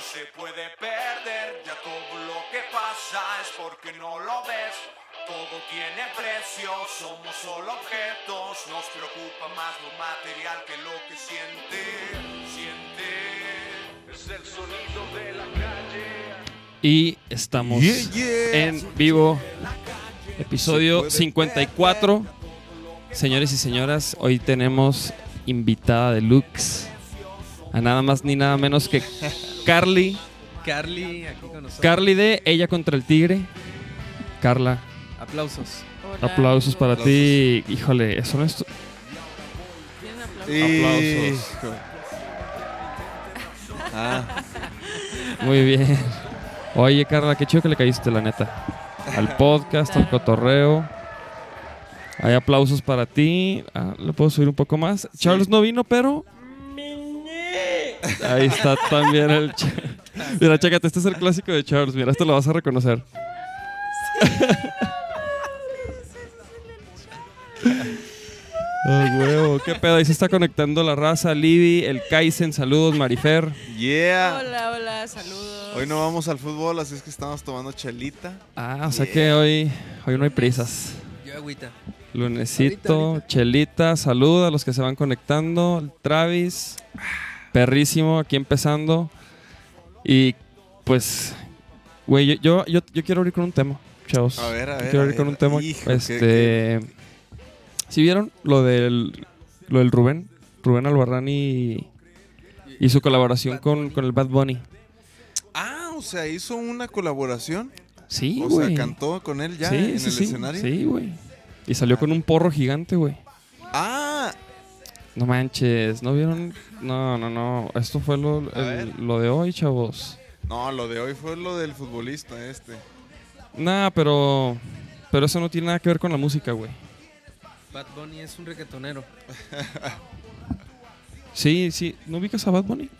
se puede perder, ya todo lo que pasa es porque no lo ves. Todo tiene precio, somos solo objetos, nos preocupa más lo material que lo que siente, siente. Es el sonido de la calle. Y estamos Yeah, yeah. en vivo, Se episodio puede 54. Señores y señoras, hoy tenemos invitada de Lux a nada más ni nada menos que Carly. Carly aquí con nosotros. Carly de Ella contra el Tigre. Carla, Aplausos. Hola. aplausos para Aplausos. ti. Híjole, eso no es... ¿Quieren aplausos? Aplausos. Aplausos. Ah, Muy bien. Oye, Carla, qué chido que le caíste, la neta. Al podcast, al Claro. cotorreo. Hay aplausos para ti. Ah, ¿Le puedo subir un poco más? Charles no vino, pero ahí está también el... Cha- Mira, chécate, este es el clásico de Charles. Mira, este lo vas a reconocer. Ay, huevo, qué pedo. Ahí se está conectando la raza. Libby, el Kaizen, saludos, Marifer. yeah. Hola, hola, saludos. Hoy no vamos al fútbol, así es que estamos tomando chelita. Ah, o sea que hoy, hoy no hay prisas. Yo agüita. Lunesito, Ahorita, ahorita. Chelita, saluda a los que se van conectando. El Travis, perrísimo, aquí empezando. Y pues, güey, yo, yo, yo, yo quiero abrir con un tema, chavos. A ver, a Yo ver. quiero a abrir con ver. un tema. Hijo, qué- este, ¿Sí vieron lo del, lo del Rubén? Rubén Albarrán y, y su colaboración con, con el Bad Bunny. Ah, o sea, hizo una colaboración. Sí, o sea, güey. cantó con él ya sí, en sí, el sí, escenario. Sí, güey. Y salió con un porro gigante, güey. Ah, No manches, ¿no vieron? No, no, no. Esto fue lo, A el- ver. lo de hoy, chavos. no, lo de hoy fue lo del futbolista este. Nah, pero. Pero eso no tiene nada que ver con la música, güey. Bad Bunny es un reggaetonero. Sí, sí. ¿No ubicas a Bad Bunny?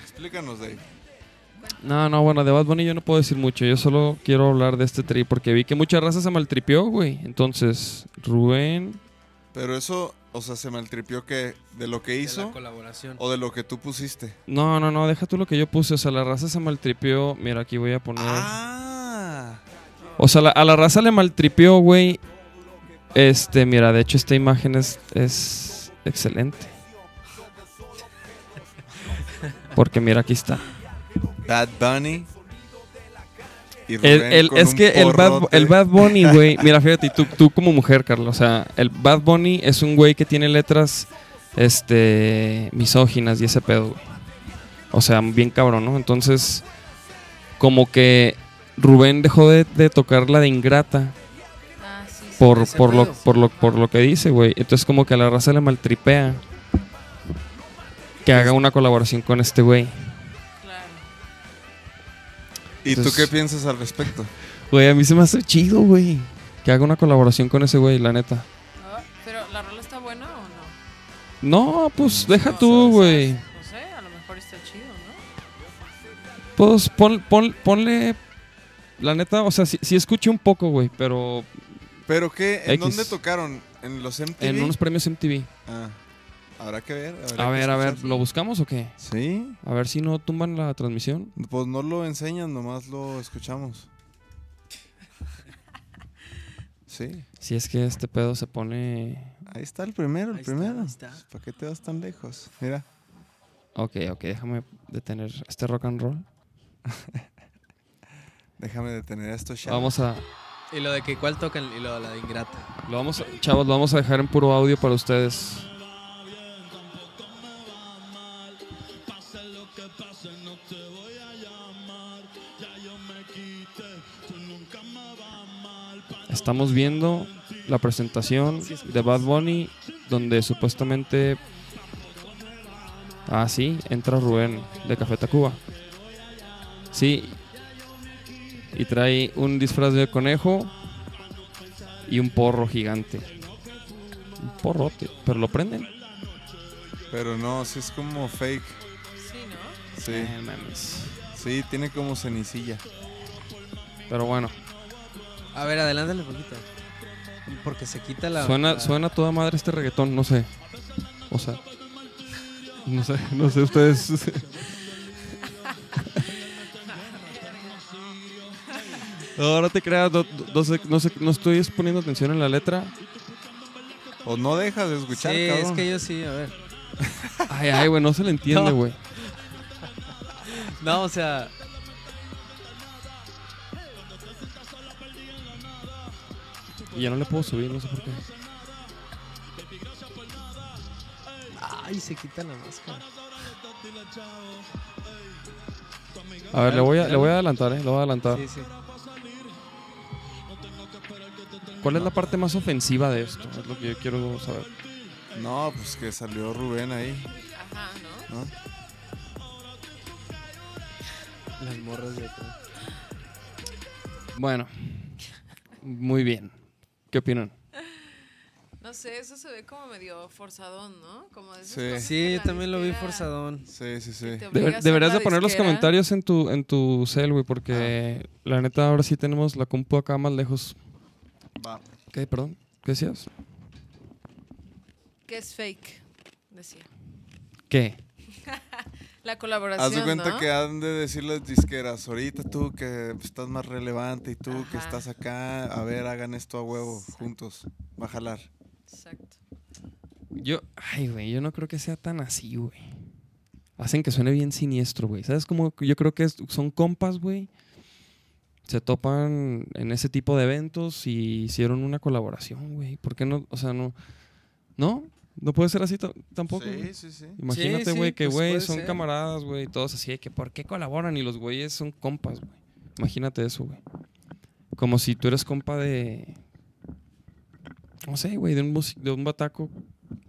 Explícanos, Dave. No, no, bueno, de Bad Bunny yo no puedo decir mucho. Yo solo quiero hablar de este tri porque vi que mucha raza se maltripió, güey. Entonces, Rubén. Pero eso, o sea, se maltripió que de lo que De hizo la colaboración. Oh. o de lo que tú pusiste. No, no, no, deja tú lo que yo puse. O sea, la raza se maltripió. Mira, aquí voy a poner. Ah, O sea, la- a la raza le maltripió, güey. Este, mira, de hecho esta imagen es, es excelente. Porque mira, aquí está. Bad Bunny. Y El- Rubén el- con es un que el bad, porrote. el Bad Bunny, güey, mira, fíjate, y tú, tú como mujer, Carlos, o sea, el Bad Bunny es un güey que tiene letras, este, misóginas y ese pedo, güey. O sea, bien cabrón, ¿no? Entonces, como que Rubén dejó de, de tocar la de ingrata Ah, sí, sí. por, Ese por, lo, pedo. por, lo, por lo que dice, güey. Entonces como que a la raza le maltripea que haga una colaboración con este güey. Claro. ¿Y tú Entonces- qué piensas al respecto? Güey, a mí se me hace chido, güey. Que haga una colaboración con ese güey, la neta. Ah, pero, ¿la rola está buena o no? No, pues deja No, tú, ¿sabes? güey. No sé, a lo mejor está chido, ¿no? Pues pon- pon- ponle... La neta, o sea, sí, sí escuché un poco, güey, pero ¿Pero qué? ¿En X. dónde tocaron? ¿En los MTV? en unos premios MTV. Ah, habrá que ver. habrá A que ver, a ver, escuchar. ¿lo buscamos o qué? Sí, A ver si no tumban la transmisión. pues no lo enseñan, nomás lo escuchamos. Sí, Si es que este pedo se pone... ahí está el primero, el Ahí está, primero. ahí está. ¿Para qué te vas tan lejos? Mira. Ok, ok, déjame detener este rock and roll. Déjame detener a estos chavos. Vamos a, Y lo de que cuál tocan y lo de la de ingrata. lo vamos a- chavos, lo vamos a dejar en puro audio para ustedes. Estamos viendo la presentación de Bad Bunny, donde supuestamente. Ah, sí, entra Rubén de Café Tacuba. Sí. Y trae un disfraz de conejo y un porro gigante. Un porrote, pero lo prenden. Pero no, sí es como fake. Sí, ¿no? Sí, Eh, mames. sí, tiene como cenicilla. Pero bueno, A ver, adelántale poquito. Porque se quita la. suena, la- suena toda madre este reggaetón, no sé. O sea, no sé, no sé ustedes. No, no te creas, no, no sé- no sé- no estoy poniendo atención en la letra. O no dejas de escuchar, sí, cabrón. es que yo sí, a ver. Ay, ay, güey, no se le entiende, No. güey. No, o sea. Y ya no le puedo subir, no sé por qué. Ay, se quita la máscara. A ver, le voy a, le voy a adelantar, eh, le voy a adelantar. Sí, sí. ¿Cuál es la parte más ofensiva de esto? Es lo que yo quiero saber. No, pues que salió Rubén ahí, Ajá, ¿no? ¿no? Las morras de acá. Bueno, muy bien. ¿Qué opinan? No sé, eso se ve como medio forzadón, ¿no? Como de esas Sí. cosas que Sí, yo la también lo vi disquera forzadón. Sí, sí, sí. te obliga a Deber- hacer deberías la de poner los disquera. Ah. comentarios en tu, en tu cel, güey, porque la neta ahora sí tenemos la compu acá más lejos. Va. ¿Qué? Perdón. ¿Qué decías? Que es fake, decía. ¿Qué? La colaboración, Haz de cuenta ¿no? que han de decir las disqueras, ahorita tú que estás más relevante y tú que Ajá. estás acá, a ver, hagan esto a huevo, juntos, va a jalar. Exacto. Yo, ay, güey, yo no creo que sea tan así, güey. Hacen que suene bien siniestro, güey. ¿Sabes cómo? Yo creo que es- son compas, güey. Se topan en ese tipo de eventos y hicieron una colaboración, güey. ¿Por qué no? O sea, no. ¿No? No puede ser así ta- tampoco. güey. sí, sí. Imagínate, Sí, sí, güey, que, pues, güey, puede son ser. camaradas, güey, y todos así de que, ¿por qué colaboran? Y los güeyes son compas, güey. Imagínate eso, güey. Como si tú eres compa de. No sé, güey, de un, músic- de un bataco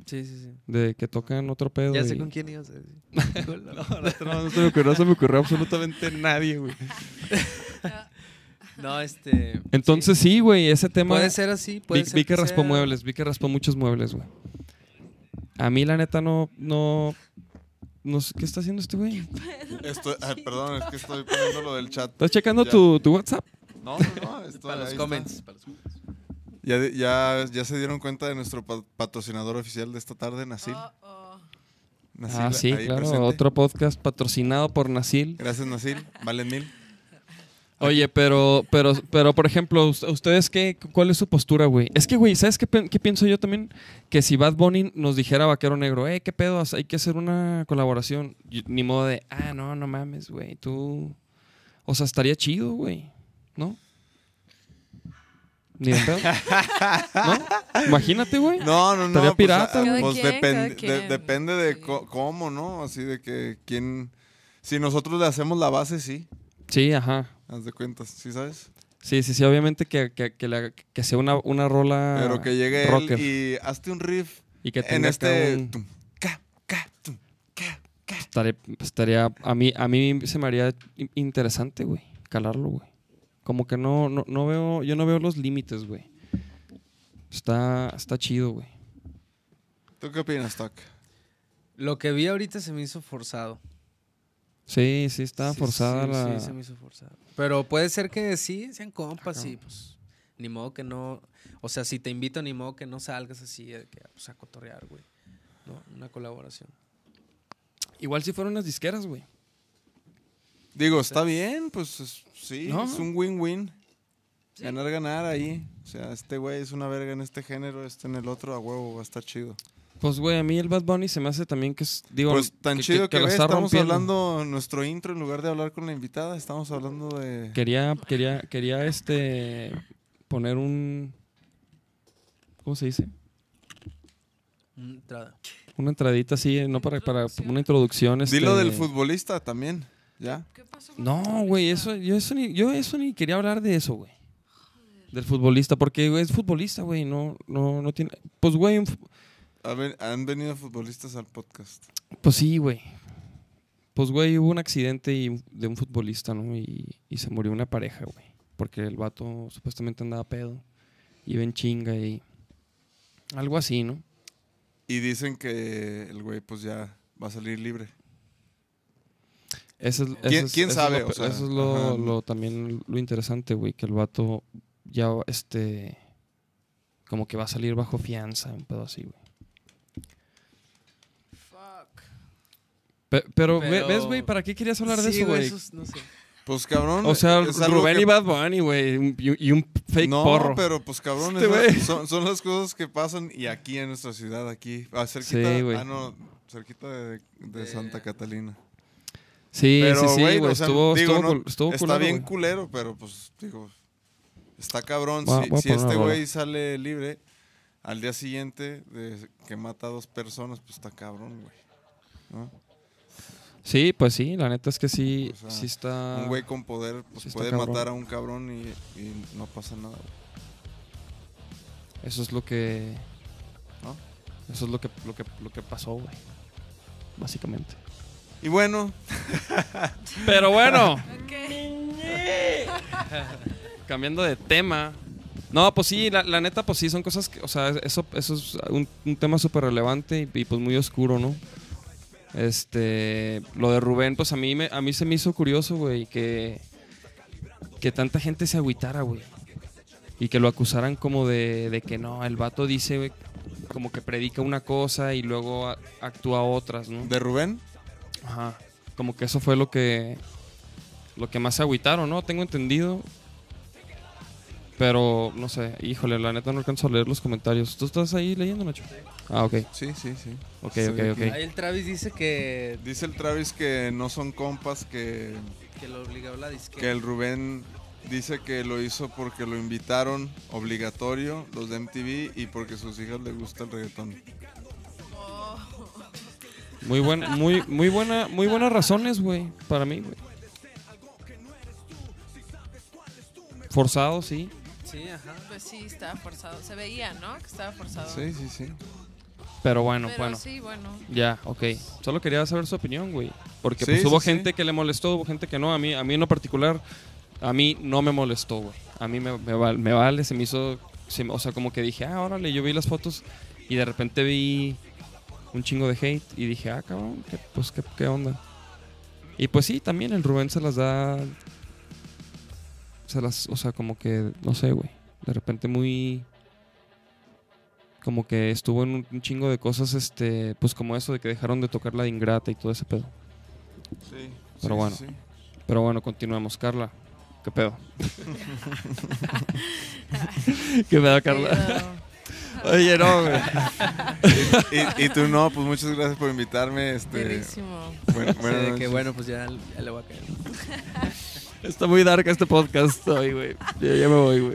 Sí, sí, sí. de que tocan otro pedo. Ya y- sé con quién ibas a decir. No, no, no se me ocurrió, no se me ocurrió absolutamente nadie, güey. No, este. Entonces sí, güey, ese sí. tema... Puede ser así. Puede vi, ser vi que, sea- raspó muebles, vi que raspó muchos muebles, güey. A mí la neta no... no, no sé, ¿Qué está haciendo este güey? Estoy, ay, perdón, es que estoy poniendo lo del chat. ¿Estás checando Ya. tu, tu WhatsApp? No, no, no, estoy- Para ahí los está. comments. para los comments. Ya, de- ya, ya se dieron cuenta de nuestro pa- patrocinador oficial de esta tarde, Nasil. Oh, oh. Nasil, ah, sí, ahí claro. presente. Otro podcast patrocinado por Nasil. Gracias, Nasil. Valen mil. Oye, pero, pero, pero, por ejemplo, ¿ust- ¿ustedes qué? ¿Cuál es su postura, güey? Es que, güey, ¿sabes qué, pe- qué pienso yo también? Que si Bad Bunny nos dijera Vaquero Negro, eh, ¿qué pedo? Hay que hacer una colaboración. Y- ni modo de, ah, no, no mames, güey, tú... O sea, estaría chido, güey, ¿no? Ni de pedo. ¿No? Imagínate, güey. No, no, no. Estaría pues, pirata, ah, güey. pues, Cada quien, cada depende- de- quien. depende de Sí. co- cómo, ¿no? Así de que quién. Si nosotros le hacemos la base, sí. Sí, ajá. Haz de cuentas, ¿sí sabes? Sí, sí, sí, obviamente que, que, que, la- que sea una, una rola Pero que llegue él Ah, rocker y hazte un riff y que en tenga acá este. un- tum, ca, ca, tum, ca. Estaré- estaría pues, a mí a mí se me haría in- interesante güey calarlo güey como que no, no no veo yo no veo los límites güey está está chido güey ¿Tú qué opinas, Toc? Lo que vi ahorita se me hizo forzado. sí sí está Sí, forzada sí, la Sí, se me hizo forzado. Pero puede ser que sí, sean compas y pues. Ni modo que no. O sea, si te invito, ni modo que no salgas así de que, pues, a cotorrear, güey. ¿No? Una colaboración. igual si fueron unas disqueras güey Digo, está bien, pues es- sí, No. es un win-win. Ganar, ganar ahí. O sea, este güey es una verga en este género, este en el otro, a huevo, va a estar chido. pues güey a mí el Bad Bunny se me hace también que es digo pues tan chido que, la ve, está estamos rompiendo. hablando nuestro intro en lugar de hablar con la invitada, estamos hablando de quería quería quería este poner un cómo se dice Mm, entrada. una entradita así eh, no para, para una introducción este... Dilo del futbolista también, ¿ya? ¿Qué pasó con No, el güey, futbolista? eso, yo eso ni, yo eso ni quería hablar de eso, güey. Del futbolista, porque güey, es futbolista, güey, no, no, no tiene. Pues, güey, un fu- A ver, han venido futbolistas al podcast. pues sí, güey. Pues, güey, hubo un accidente y- de un futbolista, ¿no? Y, y se murió una pareja, güey. Porque el vato supuestamente andaba pedo. Iba en chinga y. Algo así, ¿no? Y dicen que el güey pues ya va a salir libre. Eso es- eso ¿Quién- es- quién eso sabe? Es lo, O sea, eso es lo- ajá. lo- también lo interesante, güey, que el vato ya, este, como que va a salir bajo fianza, un pedo así, güey. Fuck. Pe- Pero, ve- Pero- ¿ves, güey? ¿Para qué querías hablar de Sí, eso, güey? es- no sé. Pues cabrón. O sea, es algo Rubén que- y Bad Bunny, güey. un- Y, y un fake no, porro. pero pues cabrón, Este esas güey. son, son las cosas que pasan y aquí en nuestra ciudad, aquí, ah, cerquita, Sí, güey. ah, no, cerquita de, de Santa Catalina. sí, Pero, sí, sí, güey. o sea, estuvo, digo, estuvo, no, cul- estuvo Está culero, bien güey. culero, pero pues, digo, está cabrón. Voy a- si voy a si poner este una güey rola. sale libre al día siguiente de que mata a dos personas, pues está cabrón, güey. ¿no? Sí, pues sí, la neta es que sí, O sea, sí está. un güey con poder Ah. pues, sí está puede cabrón. matar a un cabrón y, y no pasa nada, güey. Eso es lo que. ¿No? Eso es lo que, lo que, lo que pasó, güey. Básicamente. Y bueno, Pero bueno, Ok. cambiando de tema. No, pues sí, la, la neta, pues sí, son cosas que. O sea, eso, eso es un, un tema súper relevante y, y, pues muy oscuro, ¿no? Este. Lo de Rubén, pues a mí, me, a mí se me hizo curioso, güey, que. Que tanta gente se agüitara, güey. Y que lo acusaran como de, de que no, el vato dice, güey, como que predica una cosa y luego a- actúa otras, ¿no? de Rubén, Ajá. Como que eso fue lo que. Lo que más se agüitaron, ¿no? Tengo entendido. Pero, no sé, híjole, la neta no alcanzo a leer los comentarios. ¿Tú estás ahí leyendo, Nacho? Ah, ok, sí, sí, sí. ok, Estoy ok, aquí. ok. Ahí el Travis dice que, Dice el Travis que no son compas, que, que lo obligó la disquera. que el Rubén dice que lo hizo porque lo invitaron obligatorio los de MTV y porque a sus hijas le gusta el reggaetón. Oh. Muy, buen, muy, muy, buena, muy buenas razones, güey, para mí, güey. Forzado, sí. Sí, ajá. Pues sí, estaba forzado. Se veía, ¿no? Que estaba forzado. Sí, sí, sí. Pero bueno, Pero bueno. sí, bueno. Ya, ok. Solo quería saber su opinión, güey. Porque Sí, pues, hubo sí, sí. gente que le molestó, hubo gente que no. A mí, a mí en lo particular, a mí no me molestó, güey. A mí me, me val- me vale, se me hizo... se me- o sea, como que dije, ah, órale, yo vi las fotos y de repente vi un chingo de hate y dije, ah, cabrón, ¿qué, pues qué, qué onda. Y pues sí, también el Rubén se las da... Se las... O sea, como que, no sé, güey. De repente muy como que estuvo en un- un chingo de cosas, este, pues como eso de que dejaron de tocar la de ingrata y todo ese pedo. Sí, Pero bueno. Pero bueno, continuemos, Carla. ¿Qué pedo? ¿Qué pedo, Carla? Oye, no, güey. Y, y tú no, pues muchas gracias por invitarme. Este, Buenísimo. bueno, Sí, buenas de que noches. bueno, pues ya, ya le voy a caer. Está muy dark este podcast hoy, güey. Yo ya me voy, güey.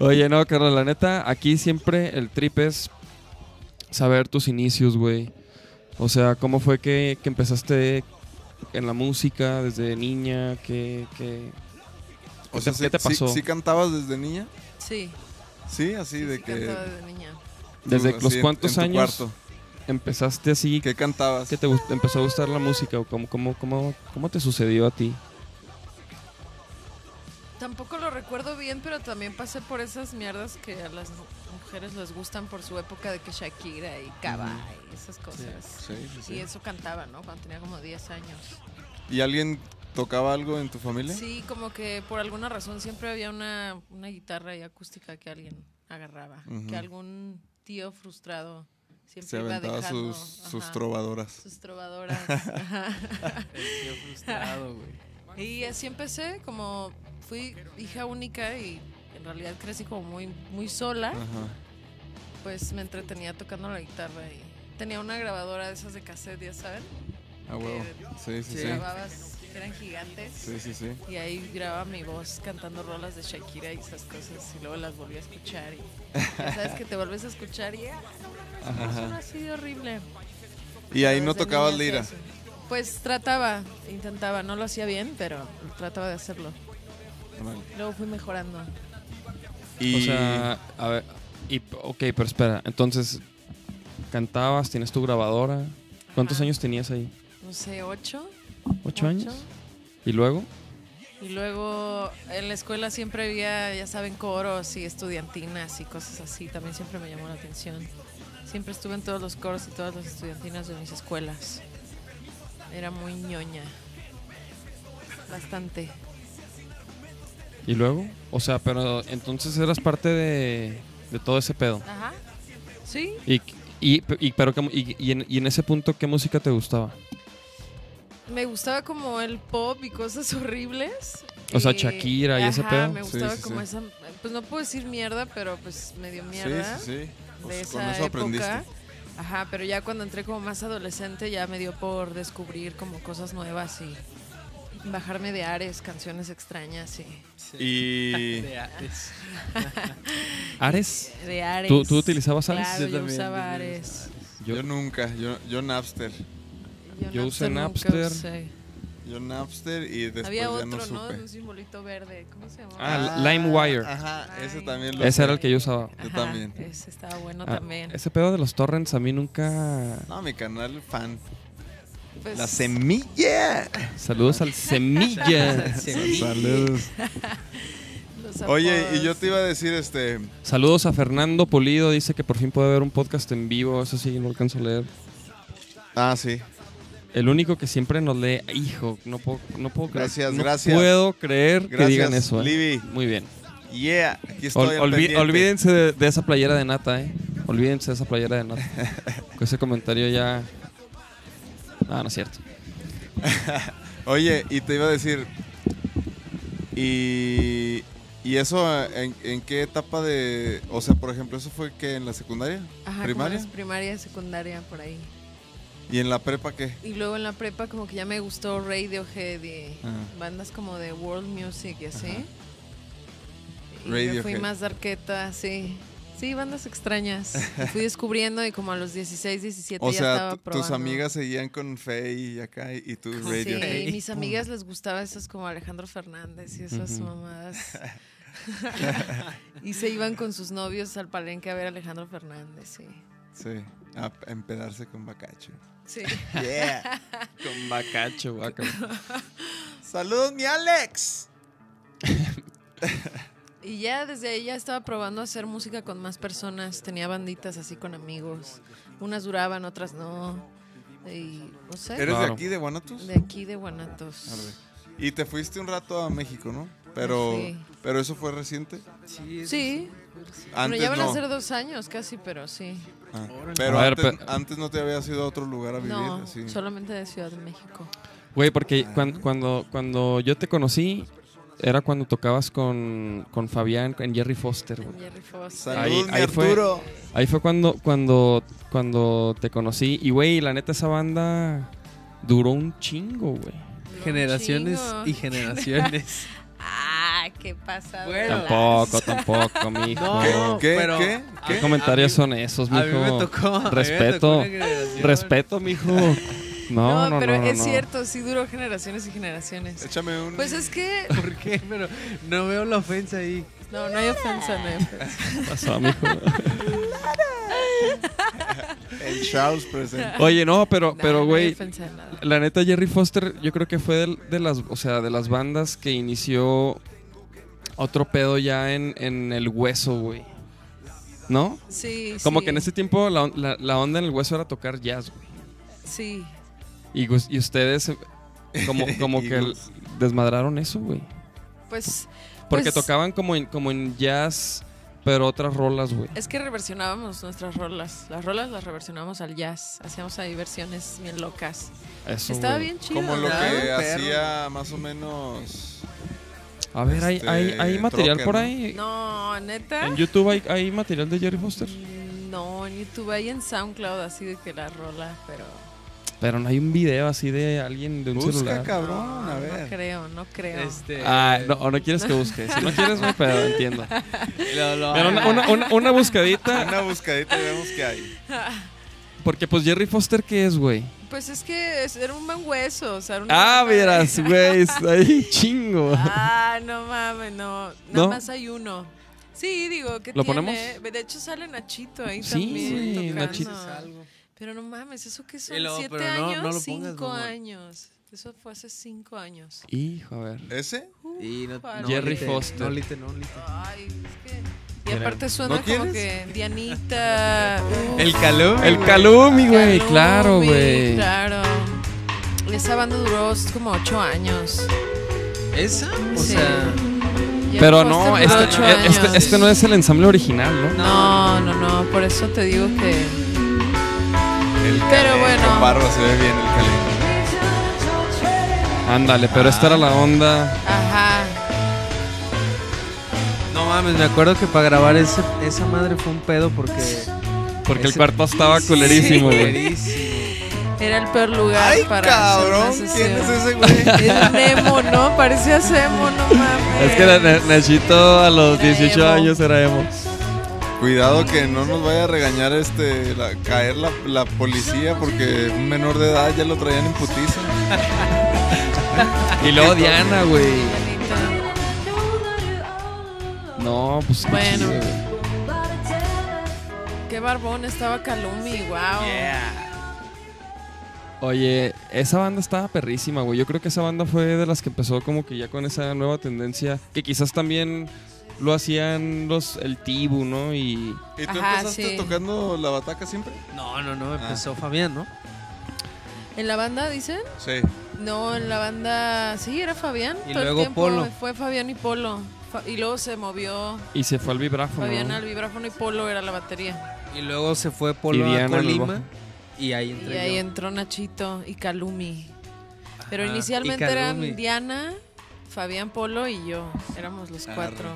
Oye, no, Carla, la neta, aquí siempre el trip es saber tus inicios, güey. O sea, cómo fue que, que empezaste en la música desde niña, que... que... O sea, ¿Qué sí- te sí- pasó? Sí, cantabas desde niña? Sí. Sí, así Sí, de sí, que... cantaba desde niña. ¿Desde así los en- cuántos en tu años cuarto. empezaste así? ¿Qué cantabas? ¿Qué te gust- empezó a gustar la música o cómo, cómo, cómo, cómo te sucedió a ti? Tampoco lo recuerdo bien, pero también pasé por esas mierdas que a las mujeres les gustan por su época de que Shakira y Cava y esas cosas. Sí, sí, sí. Y eso cantaba, ¿no? Cuando tenía como 10 años. ¿Y alguien tocaba algo en tu familia? Sí, como que por alguna razón siempre había una, una guitarra y acústica que alguien agarraba. Ujú. Que algún tío frustrado siempre Se iba aventaba dejando. sus, sus ajá, trovadoras. sus trovadoras. ajá. El tío frustrado, güey. Y así empecé, como fui hija única y en realidad crecí como muy, muy sola, Ajá. pues me entretenía tocando la guitarra y tenía una grabadora de esas de cassette, ya saben, A Ah, huevo. Sí, sí, que ah, sí. grababas, que eran gigantes. Sí, sí, sí. Y ahí grababa mi voz cantando rolas de Shakira y esas cosas y luego las volví a escuchar y ya sabes que te vuelves a escuchar y ah, suena Ajá. así de horrible. Y ahí Pero no desde tocabas niña lira. hacía eso. Pues trataba, intentaba, no lo hacía bien, pero trataba de hacerlo. Órale. Luego fui mejorando. Y O sea, a ver, y, ok, pero espera, entonces, cantabas, tienes tu grabadora. ¿Cuántos Ajá. años tenías ahí? no sé, ocho. ¿Ocho años? ¿Y luego? Y luego en la escuela siempre había, ya saben, coros y estudiantinas y cosas así. También siempre me llamó la atención. Siempre estuve en todos los coros y todas las estudiantinas de mis escuelas. Era muy ñoña. Bastante. ¿Y luego? O sea, pero entonces eras parte de, de todo ese pedo. Ajá. Sí. Y, y, y- pero, ¿cómo- y, y en, y en ese punto, ¿qué música te gustaba? me gustaba como el pop y cosas horribles. O sea, y- Shakira y ese ajá, pedo. me Sí, gustaba sí, como sí. esa... Pues no puedo decir mierda, pero pues medio Sí, mierda. sí, sí. de Pues esa con época. eso aprendiste. Ajá, pero ya cuando entré como más adolescente ya me dio por descubrir como cosas nuevas y bajarme de Ares, canciones extrañas y Y De antes. Ares. de Ares. ¿Tú- tú utilizabas Ares? Claro, yo, Yo también, yo usaba también Ares. yo, nunca, yo, yo Napster. Yo usé nunca Napster. usé. Yo Napster y después Había ya otro, no ¿no? supe. Un simbolito verde, ¿cómo se llama? Ah, LimeWire. Ajá, ese Lime. también lo Ese usé. era el que yo usaba. yo también. Ese estaba bueno Ah, también. Ese pedo de los torrents a mí nunca. No, mi canal fan. Pues, La semilla. Saludos al Semilla. Saludos. los Oye, y apodos. yo te iba a decir, este, Saludos a Fernando Pulido. Dice que por fin puede ver un podcast en vivo. Eso sí, no alcanzo a leer. ah, sí, El único que siempre nos lee. Hijo, no puedo, no puedo creer. Gracias, no gracias. puedo creer que Gracias, digan eso. ¿eh? Libby. Muy bien. yeah, aquí estoy. Ol- al olvi- pendiente. olvídense de, de esa playera de nata, ¿eh? Olvídense de esa playera de nata. Con ese comentario ya. Ah, no es cierto. Oye, y te iba a decir, y, y eso, ¿en, en qué etapa de, o sea, por ejemplo, eso fue que en la secundaria, Ajá, primaria, primaria. primaria, secundaria, por ahí. y en la prepa qué? Y luego en la prepa como que ya me gustó Radiohead y Ajá. bandas como de world music y así. Ah. Ajá. Y me fui Radiohead. más de arqueta, sí. Sí, bandas extrañas. Y Fui descubriendo y como a los 16, 17 O ya sea, estaba tu- tus probando. Ah, amigas seguían con Faye y acá, y tú Radio. Sí, Radiohead. mis amigas les gustaba esos como Alejandro Fernández y esas Ujú. mamadas. y se iban con sus novios al palenque a ver a Alejandro Fernández, sí. Sí, a empedarse con Bacacho. Sí. Yeah. Con bacacho, Saludos, mi Alex. Y ya desde ahí ya estaba probando hacer música con más personas. Tenía banditas así con amigos. Unas duraban, otras no. Y no sé. ¿Eres Claro. de aquí, de Guanatos? De aquí de Guanatos. Arre. Y te fuiste un rato a México, ¿no? Pero, Ah, Sí. pero eso fue reciente. Sí. Sí. Bueno, Antes ya van no. a ser dos años casi, pero sí. Ah, Pero A ver, antes, pe- antes no te habías ido a otro lugar a vivir. No, así. solamente de Ciudad de México. Güey, porque cuan- cuando, cuando yo te conocí, era cuando tocabas con, con Fabián, en Jerry Foster, En güey. Jerry Foster. Saludos, Ahí- mi ahí fue. Arturo. Ahí fue cuando, cuando, cuando te conocí. Y, güey, la neta, esa banda duró un chingo, güey. Lo Generaciones chingo. y generaciones. Ah, qué pasa. Bueno. Tampoco, tampoco, mijo. No, ¿Qué? pero ¿Qué? a ¿Qué mí- comentarios a mí- son esos, A mí mijo? me tocó. a mí me tocó Respeto. una generación. Respeto, mijo. No, no, No, no. pero no, es no. cierto, sí duró generaciones y generaciones. Échame un. Pues es que. ¿Por qué? Pero no veo la ofensa ahí. No, no hay ofensa, no hay ofensa. ¿Qué pasó, mijo? El Charles presente. Oye, no, pero, No, pero, no hay güey, ofensa de nada. La neta, Jerry Foster, yo creo que fue del- de, las, o sea, de las bandas que inició otro pedo ya en, en el hueso, güey. ¿No? Sí, Como sí, que en ese tiempo la, on- la- la onda en el hueso era tocar jazz, güey. Sí. Y, gus- y ustedes eh, como, como Y que el- gus- desmadraron eso, güey. Pues Porque Pues- tocaban como en, como en jazz, pero otras rolas, güey. es que reversionábamos nuestras rolas. Las rolas las reversionábamos al jazz. Hacíamos ahí versiones bien locas. Eso, Estaba güey. bien chido. Como lo que Ah, perro. hacía más o menos. A ver, hay, hay, Este, hay material Trocker, por ¿no? ahí. No, neta. En YouTube hay, hay material de Jerry Foster. No, en YouTube hay en SoundCloud así de que la rola, pero Pero no hay un video así de alguien de un Busca, celular. cabrón, a no ver. creo, no creo. Este, Ah, no, o no quieres que busque. Si no quieres, no pedo, entiendo. lo- lo- Pero una, una, una- una buscadita. Una buscadita y vemos qué hay. Porque pues Jerry Foster, ¿qué es, güey? Pues es que es- era un buen hueso, o sea, era una Ah, banda de- verás, güey. está Ahí chingo. Ah, no mames, no. Nada ¿No? más hay uno. Sí, digo, ¿qué ¿Lo tiene? ponemos? De hecho sale Nachito ahí Sí, también güey, tocando. Nachito. Pero no mames, ¿eso qué son? Y luego, ¿Siete pero no- años? no lo pongas, cinco mamón. años. Eso fue hace cinco años. Hijo, a ver. ¿Ese? Y no, Ufale. no, Jerry lite, Foster. No, lite, no, lite. Ay, es que... Y Mira, aparte suena ¿no como quieres? que Dianita... uh, uf, El calor. El Calumi, güey. Calumi, Claro, güey. Claro. Esa banda duró como ocho años. ¿Esa? O Sí. sea, Y el Pero póster no, duró este, ocho eh, años. este, este no es el ensamble original, ¿no? No, no, no, por eso te digo que... El Pero bueno. Barba se ve bien el calento. Pero Ándale, pero esta era la onda. Ajá. No mames, me acuerdo que para grabar ese, esa madre fue un pedo porque. Porque el ese- cuarto estaba culerísimo, güey. Culerísimo. Era el peor lugar Ay, para cabrón, hacer una ¿quién es sesión. ese güey? Es Nemo, ¿no? Parecía Nemo, no mames. Es que Ne- Nachito a los Era 18 emo. años era emo. Cuidado que no nos vaya a regañar este, la- caer la, la policía porque un menor de edad ya lo traían en putiza. Y luego Diana, güey. Bonita. No, pues. qué Bueno. chido, güey. Qué barbón estaba Calumi, wow. Oye, esa banda estaba perrísima, güey. Yo creo que esa banda fue de las que empezó como que ya con esa nueva tendencia. Que quizás también lo hacían los el Tibu, ¿no? Y. ¿Y tú Ajá, empezaste sí. tocando la bataca siempre? No, no, no, Ah. empezó Fabián, ¿no? ¿En la banda dicen? Sí. No, en la banda sí, era Fabián. Y todo el luego tiempo. Polo. Fue Fabián y Polo. Fa- y luego se movió Y se fue al vibráfono. Fabián ¿no? al vibráfono y Polo era la batería. Y luego se fue Polo Y a Diana en el Colima bajo. y ahí Y entré ahí yo. entró Nachito y Calumi. Pero Ajá. inicialmente Ah, Y eran Calumi. Diana, Fabián Polo y yo. Éramos Ah, los cuatro.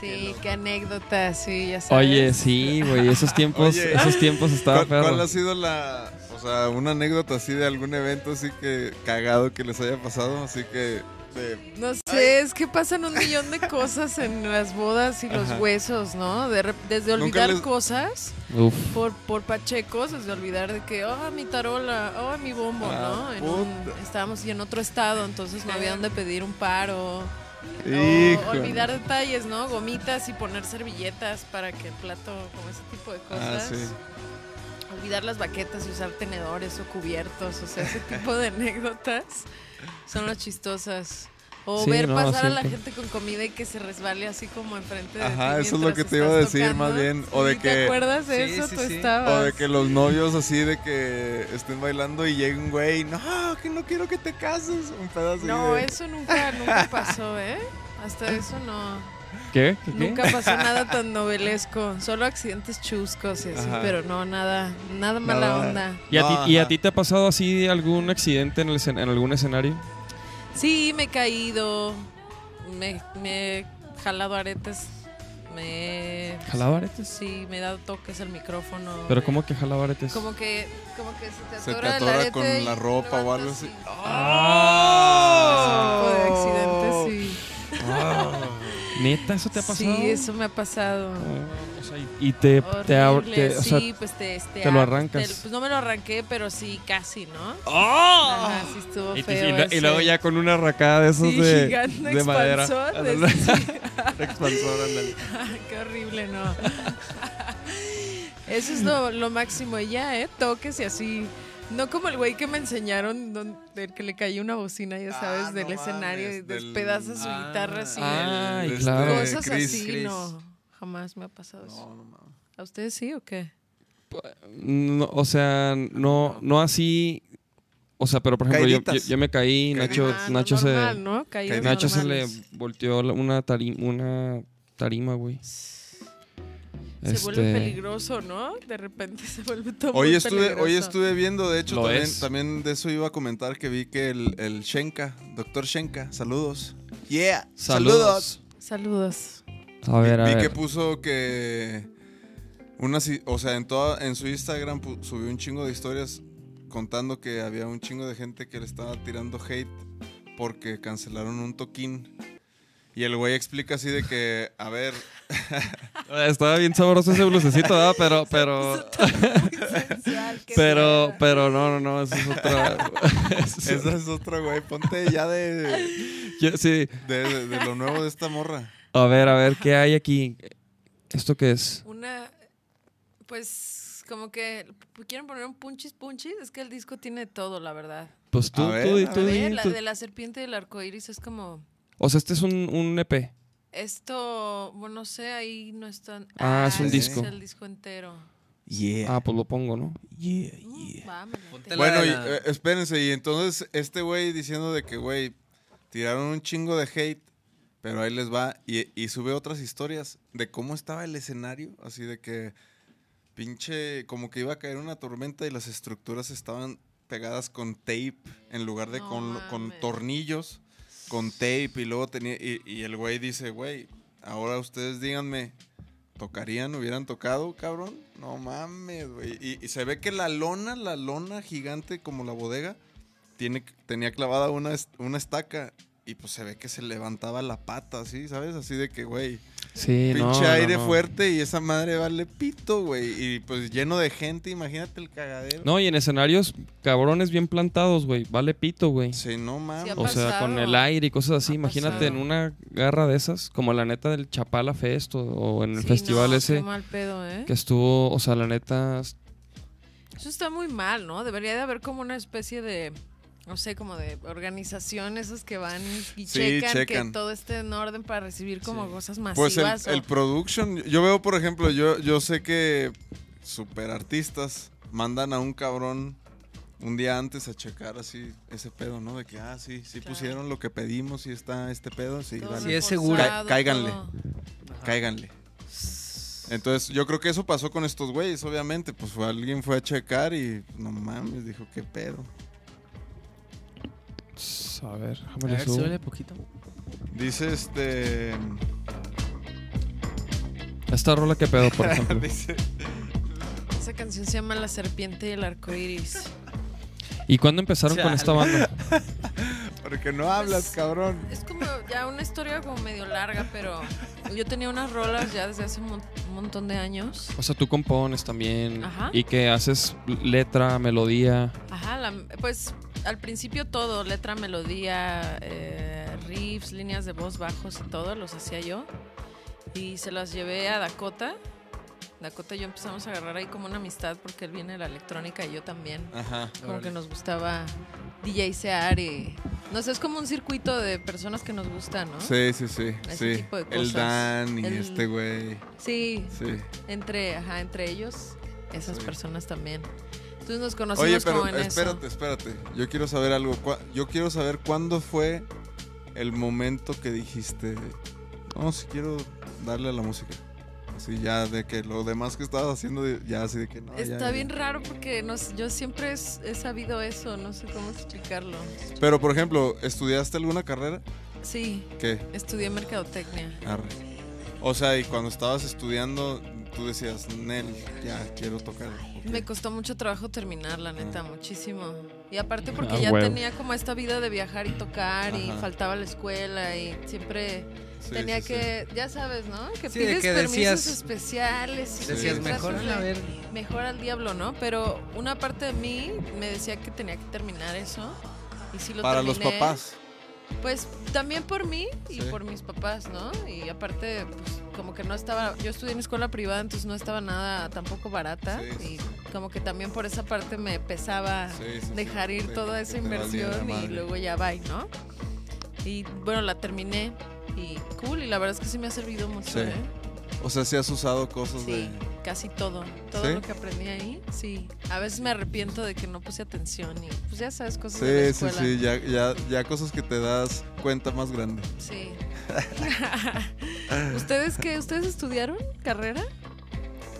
Sí, qué, anécdota, sí, ya sabes. Oye, sí, güey. Esos tiempos, Oye. esos tiempos estaba ¿Cuál, perro. cuál ha sido la, o sea, una anécdota así de algún evento así que cagado que les haya pasado? Así que de- No sé, es que pasan un millón de cosas en las bodas y los Ajá. huesos, ¿no? De rep- desde Nunca olvidar les- cosas Uf. por, por pachecos, desde olvidar de que, oh, mi tarola, oh, mi bombo, Ah, ¿no? En un- puta. estábamos y en otro estado, entonces no había dónde pedir un paro. O Hijo. olvidar detalles, ¿no? Gomitas y poner servilletas para que el plato, como ese tipo de Ah, cosas. sí. Olvidar las baquetas y usar tenedores o cubiertos, o sea, ese tipo de anécdotas son las chistosas. O Sí, ver no, pasar a la siempre. gente con comida y que se resbale así como enfrente de Ajá, ti eso es lo mientras que te iba a estás decir, más tocando. bien, o de Sí, que- ¿Te acuerdas de Sí, eso? sí, Tú sí. estabas. O de que los novios así de que estén bailando y llegue un güey, no, que no quiero que te cases, un pedazo así No, de- eso nunca, nunca pasó, ¿eh? Hasta eso no. ¿Qué? ¿Qué? qué? Nunca pasó nada tan novelesco. Solo accidentes chuscos y así, Ajá. pero no, nada, nada mala Nada. onda. ¿Y a, No, ti, ¿Y a ajá. ti te ha pasado así algún accidente en, el escen- en algún escenario? Sí, me he caído, me, me he jalado aretes, me he- ¿Jalaba aretes? Sí, me he dado toques al micrófono. ¿Pero me- cómo que jalaba aretes? Como que, como que se te atora, Se te el atora arete con y la ropa o algo levantas así. y- ¡Ah! ¡Oh! ¡Oh! Ese tipo de accidentes, sí. ¿Neta? ¿Eso te ha pasado? Sí, eso me ha pasado. Oh, o sea, y- y te, te, ab- Horrible, te- o sea, sí, pues te, este, te lo ah, arrancas. te- Pues no me lo arranqué, pero sí, casi, ¿no? ¡Oh! Ajá, sí estuvo Y, te- y feo lo- y ese. luego ya con una racada de esos Sí, de, gigante de madera. expansor, Ándale. de esos, sí. Ah, Expansor, ándale. Qué horrible, no. Eso es lo, lo máximo. Y ya, ¿eh? Toques y así. No como el güey que me enseñaron, don- del que le cayó una bocina, ya Ah, sabes, del no escenario y mames, del- despedaza su Ah. guitarra así. Ah, Ay, de claro. este, cosas Chris. así, Chris. no. Jamás me ha pasado eso. ¿A ustedes sí o qué? No, o sea, no, no así. O sea, pero por ejemplo, yo, yo, Caiditas. yo me caí, Nacho, Ah, Nacho, no, se, normal, ¿no? Caídas Nacho se le normales. volteó la- una tarima, una tarima güey. Se vuelve Este, peligroso, ¿no? De repente se vuelve todo Hoy muy estuve, hoy peligroso. estuve viendo, de hecho, Lo también, es. también de eso iba a comentar que vi que el, el Shenka, doctor Shenka, saludos. Yeah, Saludos. Saludos. A ver, a vi que ver. puso que una si- o sea, en toda en su Instagram pu- subió un chingo de historias contando que había un chingo de gente que le estaba tirando hate porque cancelaron un toquín. Y el güey explica así de que, a ver, Eh, Estaba bien sabroso ese blusecito, ¿verdad? Pero, pero. Sensual, qué Pero, pues, mierda. pero no, no, no, eso es otra. eso es- esa es otra güey, ponte ya de, yo- sí. de, de- de lo nuevo de esta morra. A ver, a ver, ¿qué hay aquí? ¿Esto qué es? Una. Pues como que pues, quieren poner un punchis punchis. Es que el disco tiene todo, la verdad. Pues tú, A ver, tú, di- a tú, A di- ver, la tú- de la serpiente y el arco iris es como. O sea, este es un, un EP. Esto, bueno, no sé, ahí no están. Ah, es un ese disco. Es el disco entero. Ah, pues lo pongo, ¿no? Mm, vámonos, Ponte te la- la- Bueno, y, Claro. eh, espérense, y entonces este güey diciendo de que, güey, tiraron un chingo de hate, pero ahí les va, y, y sube otras historias de cómo estaba el escenario, así de que pinche, como que iba a caer una tormenta y las estructuras estaban pegadas con tape en lugar de No con, con mames. tornillos, con tape y luego tenía... Y, y el güey dice, güey, ahora ustedes díganme, ¿tocarían? ¿Hubieran tocado, cabrón? No mames, güey. Y, y se ve que la lona, la lona gigante como la bodega, tiene, tenía clavada una, es- una estaca y pues se ve que se levantaba la pata, así, ¿sabes? Así de que, güey... Sí, no, Pinche no, aire no. fuerte y esa madre vale pito, güey. Y pues lleno de gente, imagínate el cagadero. No, y en escenarios cabrones bien plantados, güey. Vale pito, güey. Sí, no Sí, mames. ha O sea, con pasado. el aire y cosas así. Ha Imagínate pasado. en una garra de esas, como la neta del Chapala Fest o, o en el Sí, festival no, qué ese mal pedo, ¿eh? que estuvo, o sea, la neta, Eso está muy mal, ¿no? Debería de haber como una especie de, no sé, como de organización, esas que van y Sí, checan, checan. que todo esté en orden para recibir como Sí. cosas pues el, masivas. o- el production, yo veo, por ejemplo, yo, yo sé que super artistas mandan a un cabrón un día antes a checar así ese pedo, ¿no? De que, ah, sí, sí Claro. pusieron lo que pedimos y está este pedo, sí, todo vale. Sí, es seguro. reforzado, Cá- cáiganle. todo. cáiganle. Entonces, yo creo que eso pasó con estos güeyes, obviamente. Pues fue- alguien fue a checar y pues, no mames, dijo, qué pedo. s- a ver, A déjame le ver, subo. súbele poquito. Dice este. Esta rola que pedo, por ejemplo. dice. Esa canción se llama La serpiente y el arco iris. ¿Y cuándo empezaron con esta banda? Porque no hablas, cabrón. Es como ya una historia como medio larga, pero yo tenía unas rolas ya desde hace un mon- un montón de años. O sea, tú compones también Ajá. y que haces letra, melodía. Ajá, la- pues al principio todo, letra, melodía, eh, riffs, líneas de voz, bajos y todo, los hacía yo. Y se las llevé a Dakota. Dakota y yo empezamos a agarrar ahí como una amistad porque él viene de la electrónica y yo también. Ajá. Como que Órale. nos gustaba DJ Sear y... No sé, es como un circuito de personas que nos gustan, ¿no? Sí, sí, sí. Ese sí. tipo de El cosas. Dan y El- este güey. Sí, Sí. entre, ajá, entre ellos, esas Sí. personas también. Entonces nos conocimos Oye, pero como en espérate, espérate. Yo quiero saber algo. Cua- Yo quiero saber cuándo fue el momento que dijiste. No, si quiero darle a la música. Así ya, de que lo demás que estabas haciendo, de- ya así de que no. eso. Oh, ya, Está ya. bien raro porque nos, yo siempre es- he sabido eso, no sé cómo explicarlo. Pero, por ejemplo, ¿estudiaste alguna carrera? Sí, ¿Qué? estudié mercadotecnia. Arre. O sea, y cuando estabas estudiando, tú decías, Nel, ya quiero tocar. ok". Me costó mucho trabajo terminar, la neta, muchísimo. Y aparte porque Ah, ya huevo. tenía como esta vida de viajar y tocar y Ajá. faltaba la escuela y siempre Sí, tenía sí, sí. que, ya sabes, ¿no? Que Sí, de pides que permisos decías- especiales. y Decías, Sí. mejor tratas de- a ver. mejor al diablo, ¿no? Pero una parte de mí me decía que tenía que terminar eso. Y sí lo Para los terminé. papás. Pues también por mí y Sí. por mis papás, ¿no? Y aparte, pues como que no estaba. Yo estudié en escuela privada, entonces no estaba nada tampoco barata. Sí, sí, Y como que también por esa parte me pesaba Sí, sí, sí. dejar ir De- toda que esa te valiera inversión y madre. luego ya va, ¿no? Y bueno, la terminé. Y cool, y la verdad es que sí me ha servido mucho, Sí. ¿eh? O sea, si has usado cosas Sí, de. casi todo. Todo ¿Sí? lo que aprendí ahí, sí. A veces me arrepiento de que no puse atención y pues ya sabes cosas de la Sí, sí, escuela. sí, ya, ya, ya cosas que te das cuenta más grande. Sí. ¿Ustedes qué? ¿Ustedes estudiaron carrera?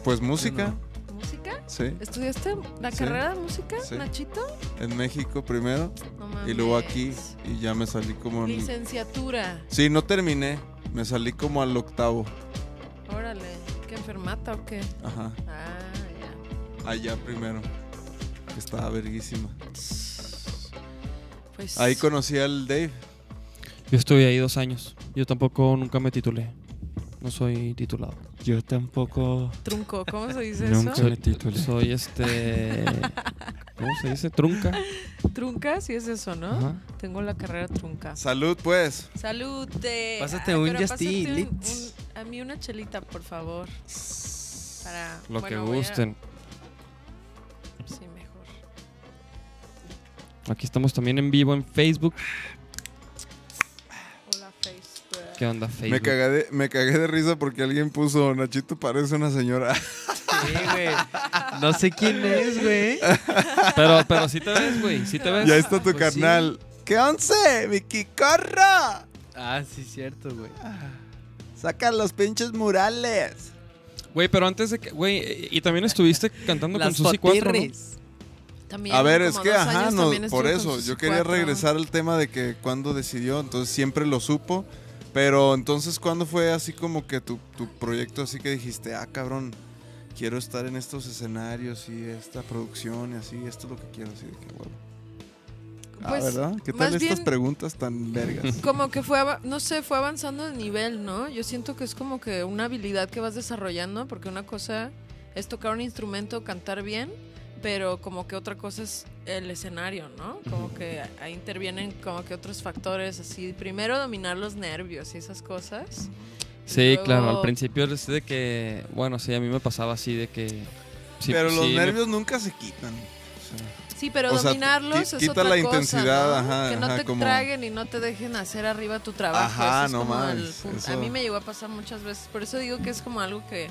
Pues música, ¿Música? sí. ¿Estudiaste la Sí. carrera de música, Sí. Nachito? En México primero No mames. y luego aquí y ya me salí como en... Licenciatura. Sí, no terminé, me salí como al octavo. Órale. ¿Qué enfermata o qué? Ajá, Ah, ya. allá primero. que Estaba verguísima. Pues. Ahí conocí al Dave. Yo estuve ahí dos años. Yo tampoco nunca me titulé. No soy titulado. Yo tampoco. Trunco, ¿cómo se dice Nunca eso? me titulé. Soy este. ¿Cómo se dice? Trunca. Trunca, sí es eso, ¿no? Ajá. Tengo la carrera trunca. Salud, pues. Salud. de- Pásate Ay, un pero Justin pásate un- Litz. un- A mí una chelita, por favor. Para, Lo bueno, que voy a- gusten. sí, mejor. Aquí estamos también en vivo en Facebook. Hola, Facebook. ¿Qué onda, Facebook? Me cagué, de, me cagué de risa porque alguien puso, Nachito parece una señora. Sí, güey. No sé quién es, güey. Pero, pero sí te ves, güey. Sí te ves. y ahí está tu Pues carnal. ¿Qué once, Vicky Corra? Ah, sí, cierto, güey. Saca los pinches murales. Güey, pero antes de que. Güey, y también estuviste cantando con Susi 4. ¿no? potirris. También, A ver, es como que, dos ajá, años no, también por estuve con eso, sus yo quería cuatro. regresar al tema de que cuando decidió, entonces siempre lo supo, pero entonces cuándo fue así como que tu, tu proyecto así que dijiste, ah, cabrón, quiero estar en estos escenarios y esta producción y así, esto es lo que quiero, así de que, huevo. Ah, Pues, ¿verdad? ¿Qué más tal estas bien- preguntas tan vergas? Como que fue, ava- no sé, fue avanzando el nivel, ¿no? Yo siento que es como que una habilidad que vas desarrollando, porque una cosa es tocar un instrumento, cantar bien, pero como que otra cosa es el escenario, ¿no? Como que ahí intervienen como que otros factores, así, primero dominar los nervios y esas cosas. Sí, Luego- claro, al principio es de que, bueno, sí, a mí me pasaba así de que... sí, pero los sí, me- nervios nunca se quitan. o sea. Sí, pero O sea, dominarlos qui- es quita otra la cosa, intensidad, ¿no? ajá, que no ajá, te como- traguen y no te dejen hacer arriba tu trabajo. Eso Ajá, es no como el mames, punto. eso- A mí me llegó a pasar muchas veces, por eso digo que es como algo que,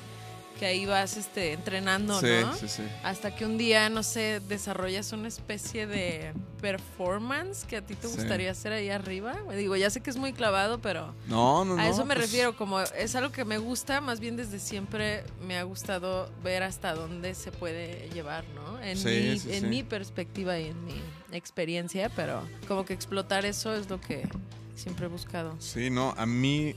que ahí vas este, entrenando, sí, ¿no? sí, sí. Hasta que un día, no sé, desarrollas una especie de performance que a ti te Sí. gustaría hacer ahí arriba. Digo, ya sé que es muy clavado, pero No, no, no. a eso me pues, refiero, como es algo que me gusta, más bien desde siempre me ha gustado ver hasta dónde se puede llevar, ¿no? En, Sí, mi, sí, en sí. mi perspectiva y en mi experiencia, pero como que explotar eso es lo que siempre he buscado. Sí, no, a mí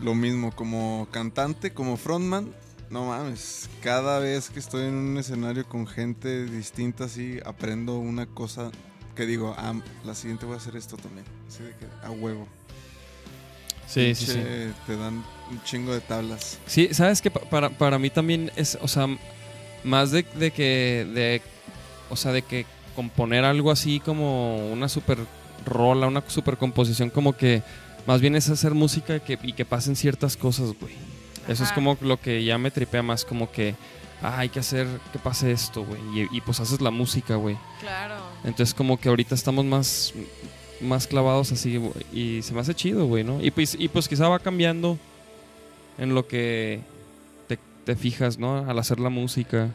lo mismo, como cantante, como frontman, no mames, cada vez que estoy en un escenario con gente distinta así, aprendo una cosa que digo, ah, la siguiente voy a hacer esto también, así de que a huevo. Sí, sí, sí. Pinche, Te dan un chingo de tablas. Sí, sabes que para, para mí también es, o sea, m- más de, de que, de, o sea, de que componer algo así como una super rola, una super composición, como que más bien es hacer música que, y que pasen ciertas cosas, güey. Eso es Ajá. como lo que ya me tripea más, como que, ah, hay que hacer que pase esto, güey. Y, y pues haces la música, güey. Claro. Entonces como que ahorita estamos más, más clavados así güey, y se me hace chido, güey, ¿no? Y pues, y pues quizá va cambiando en lo que te, te fijas, ¿no? Al hacer la música.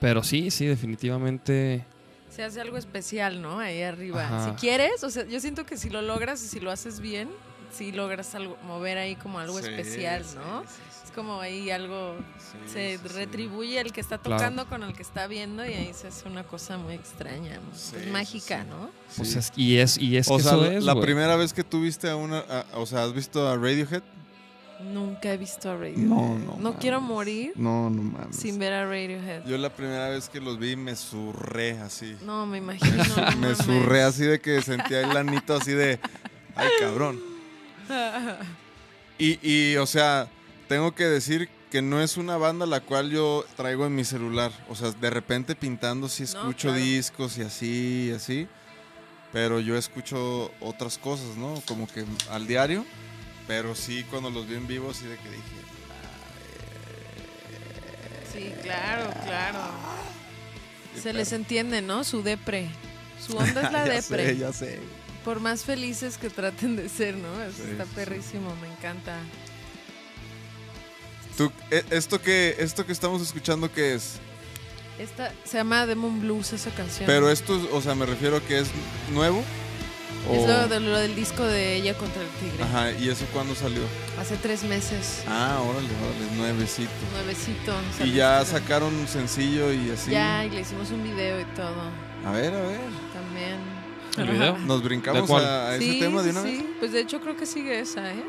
Pero sí, sí, definitivamente. Se hace algo especial, ¿no? Ahí arriba. Ajá. Si quieres, o sea, yo siento que si lo logras y si lo haces bien, sí logras algo, mover ahí como algo Sí, especial, sí, ¿no? sí, sí, Es como ahí algo sí, se sí, sí. retribuye el que está Claro. tocando con el que está viendo y ahí se hace una cosa muy extraña, ¿no? Sí, Pues sí, mágica, sí. ¿no? Sí. o sea, pues es- y es, y es O que sea, eso la- es, la güey. primera vez que tú viste a una, a- o sea, ¿has visto a Radiohead? Nunca he visto a Radiohead. No, No no mames. quiero morir No, no mames. sin ver a Radiohead. Yo la primera vez que los vi me surré así. No, me imagino. no me mames. surré así de que sentía el anito así de, ay cabrón. Y, y, o sea, tengo que decir que no es una banda la cual yo traigo en mi celular. O sea, de repente pintando sí No, escucho claro. discos y así y así. Pero yo escucho otras cosas, ¿no? Como que al diario. Pero sí, cuando los vi en vivo, así de que dije, Sí, claro, claro. Se les entiende, ¿no? Su depre. Su onda es la ya depre. sé, ya sé. Por más felices que traten de ser, ¿no? Eso Sí, está sí, sí. perrísimo, me encanta. Tú, eh, esto, que, esto que estamos escuchando, ¿qué es? Esta se llama Demon Blues esa canción. Pero esto, es- o sea, me refiero a que es nuevo. Es o- lo, de- lo del disco de ella contra el tigre. Ajá, ¿y eso cuándo salió? Hace tres meses. Ah, órale, órale, nuevecito. Nuevecito. Y salió ya este- sacaron un sencillo y así. Ya, y le hicimos un video y todo. A ver, a ver. También. ¿El video? Nos ¿De brincamos cuál? a, a ese Sí, tema de sí, una sí. vez. Pues de hecho creo que sigue esa, ¿eh?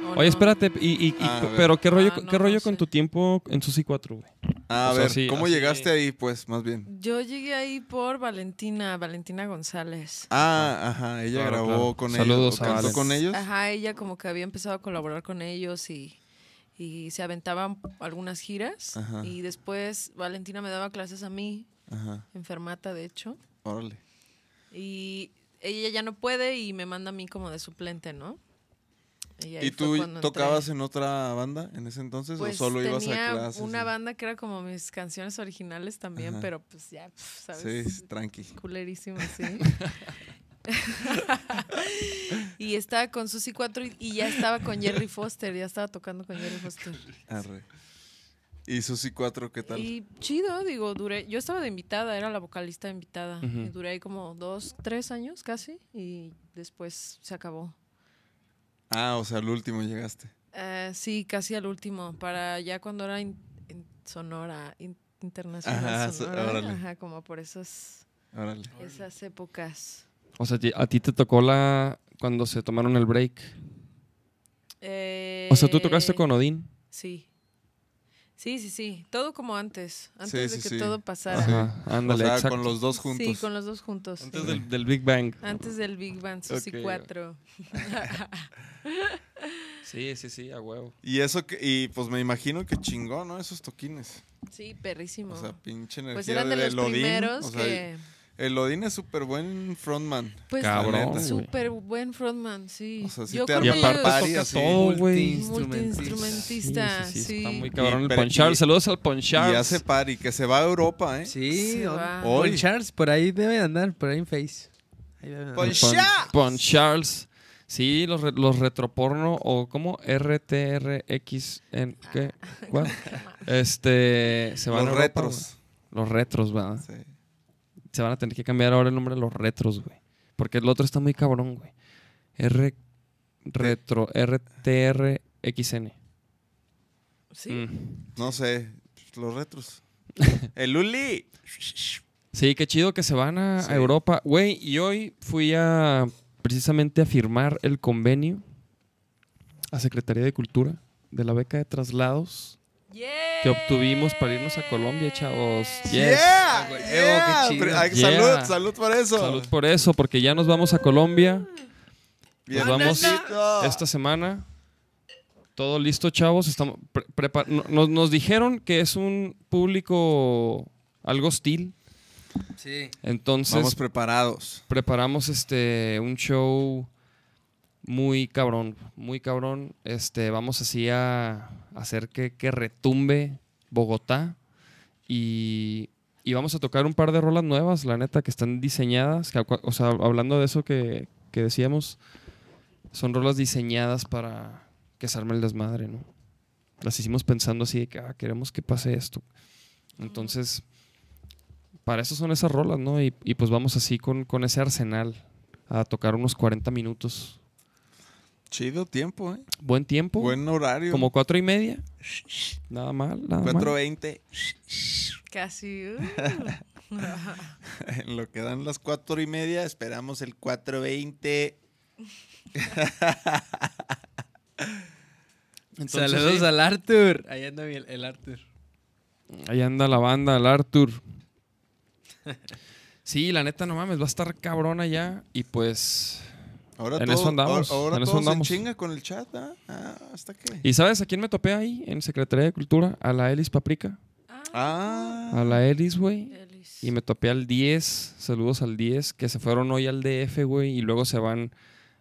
¿O no? Oye, espérate, y, y- y- Ah, a ver. pero ¿qué rollo, Ah, no, qué rollo no con sé. tu tiempo en Susi 4, güey? Ah, a O sea, ver, sí, ¿cómo así- llegaste ahí, pues, más bien? Yo llegué ahí por Valentina, Valentina González. Ah, ajá, ella Claro, grabó claro. con Saludos ellos. a o cantó Valen. con ellos. Ajá, ella como que había empezado a colaborar con ellos y, y se aventaban algunas giras. Ajá. Y después Valentina me daba clases a mí, Ajá, enfermata de hecho. órale. Y ella ya no puede y me manda a mí como de suplente, ¿no? ahí ¿Y fue tú cuando entré. tocabas en otra banda en ese entonces Pues o solo ibas tenía a clases? una y- banda que era como mis canciones originales también, Ajá. pero pues ya, pf, ¿sabes? Sí, tranqui. Culerísimo, sí. y estaba con Susi 4 y, y ya estaba con Jerry Foster, ya estaba tocando con Jerry Foster. Arre. ¿Y Susi 4 qué tal? Y chido, digo, duré, yo estaba de invitada, era la vocalista invitada. Ujú. Y duré ahí como dos, tres años casi y después se acabó. Ah, o sea, al último llegaste. Eh, sí, casi al último, para ya cuando era in- in- Sonora, in- internacional Ajá, so- sonora. órale. Ajá, como por esas, Órale. esas épocas. O sea, ti- a ti te tocó la. cuando se tomaron el break. O sea, tú tocaste Eh, con Odín. Sí. Sí, sí, sí. Todo como antes. Antes Sí, de sí, que sí. todo pasara. Ajá, O ándale, sea, exacto. con los dos juntos. Sí, con los dos juntos. sí. Antes Antes, del, del Big Bang. del Big Bang, Susi Ok. 4. Sí, sí, sí, a huevo. Y eso que, y pues me imagino que chingón, ¿no? Esos toquines. Sí, perrísimo. O sea, pinche energía pues eran de del los Odín, primeros o sea, que... El Odín es súper buen frontman. Pues Cabrón, un güey. súper buen frontman, sí. O sea, sí Yo te creo Y que arma aparte el ellos- party toca así. todo, güey. Multiinstrumentista. Multiinstrumentista, sí. Está muy Y cabrón el pero- Ponchar. y- Saludos al Ponchar. Y hace party, que se va a Europa, ¿eh? Sí, Se don- va. Don Hoy. Charles, por ahí debe de andar, por ahí en Face. Ahí debe de andar. Pues- Pon, Charles. Pon Charles. Sí, los, re- los retroporno o como RTRX en qué? ¿Cuál? Este se van Los a Europa, retros. güey. los retros, va. Sí. Se van a tener que cambiar ahora el nombre a los retros, güey. Porque el otro está muy cabrón, güey. R retro RTRXN. Sí. Mm. No sé, los retros. el Uli. Sí, qué chido que se van a, a Sí. Europa, güey, y hoy fui a precisamente a firmar el convenio a Secretaría de Cultura de la beca de traslados que obtuvimos para irnos a Colombia, chavos. Yes. Yeah, güey. yeah. Oh, qué chido. Pero, ay, Yeah. Salud, salud por eso. Salud Pues por eso, porque ya nos vamos a Colombia Bien, Nos Pues vamos besito. esta semana. Todo listo, chavos. Estamos pre- prepar- no- nos, nos dijeron que es un público algo hostil. Sí. Entonces, Vamos preparados. preparamos este un show muy cabrón, muy cabrón. Este, vamos así a hacer que, que retumbe Bogotá y, y vamos a tocar un par de rolas nuevas, la neta, que están diseñadas, que acua- o sea, hablando de eso que, que decíamos, son rolas diseñadas para que se arme el desmadre, ¿no? Las hicimos pensando así de que, ah, queremos que pase esto. Entonces, para eso son esas rolas, ¿no? Y, y pues vamos así con, con ese arsenal a tocar unos 40 minutos. Chido tiempo, ¿eh? Buen tiempo. Buen horario. Como cuatro y media. Nada mal, nada mal. 4.20. Casi. uh. En lo que dan las cuatro y media, esperamos el 4.20. Entonces, Saludos sí, al Arthur. Ahí anda mi- el, el Arthur. Ahí anda la banda, el Arthur. Sí, la neta, no mames, va a estar cabrón allá. Y pues. Ahora En todo- eso andamos, ahora- Ahora en eso todos andamos. en chinga con el chat, ¿ah? Ah, ¿Hasta qué? ¿Y sabes a quién me topé ahí en Secretaría de Cultura? A la Elis Paprika. A Ah, la e- Elis, güey. Elis. Y me topé al 10, saludos al 10, que se fueron hoy al DF, güey, y luego se van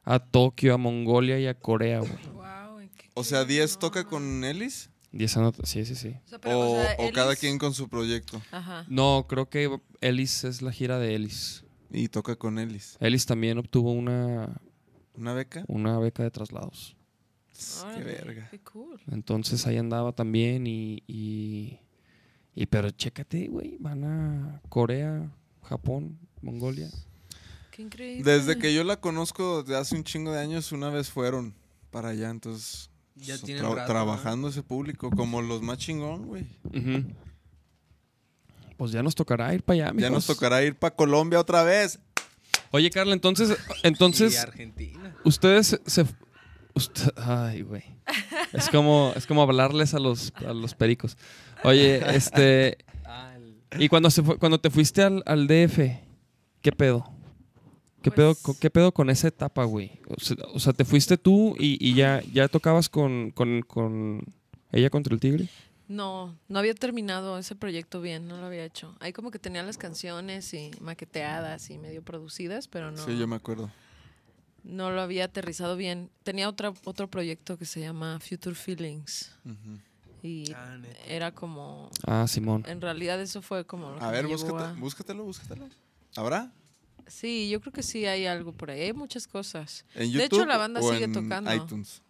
a Tokio, a Mongolia y a Corea, güey. Wow, ¿en qué o sea, quedó? 10 toca con Ellis 10 anot- sí, sí, sí. O, sea, pero, o, o sea, o Ellis- cada quien con su proyecto. Ajá. No, creo que Ellis es la gira de Ellis. Y toca con Ellis. Ellis también obtuvo una, ¿Una beca? una beca de traslados. Tss, Qué Órale, verga. Qué cool. Entonces ahí andaba también y... y y pero chécate, güey, van a Corea, Japón, Mongolia. Qué increíble. Desde que yo la conozco desde hace un chingo de años, una vez fueron para allá, entonces. Ya pues, tienen tra- rato, Trabajando ese público, como los más chingón, güey. Ujú. Pues ya nos tocará ir para allá, Ya nos mijos. tocará ir para Colombia otra vez. Oye, Carla, entonces, Y entonces Argentina. Ustedes se... usted- ay, güey. Es como, es como hablarles a los, a los pericos. Oye, este... Ah, el- Y cuando, se fue- cuando te fuiste al, al DF, ¿qué pedo? ¿Qué, Pues- pedo, co- ¿Qué pedo con esa etapa, güey? O se- o sea, te fuiste tú y, y ya, ya tocabas con, con, con ella contra el tigre. No, no había terminado ese proyecto bien, no lo había hecho. Ahí como que tenía las canciones y maqueteadas y medio producidas, pero no, Sí, yo me acuerdo. no lo había aterrizado bien. Tenía otra, otro proyecto que se llama Future Feelings Ujú. y Ah, neta. era como... Ah, Simón. En realidad eso fue como... lo que A me ver, llevó búscate- a- búscatelo, búscatelo. ¿Habrá? Sí, yo creo que sí hay algo por ahí. Hay muchas cosas. ¿En YouTube? De hecho, la banda o sigue en tocando. iTunes.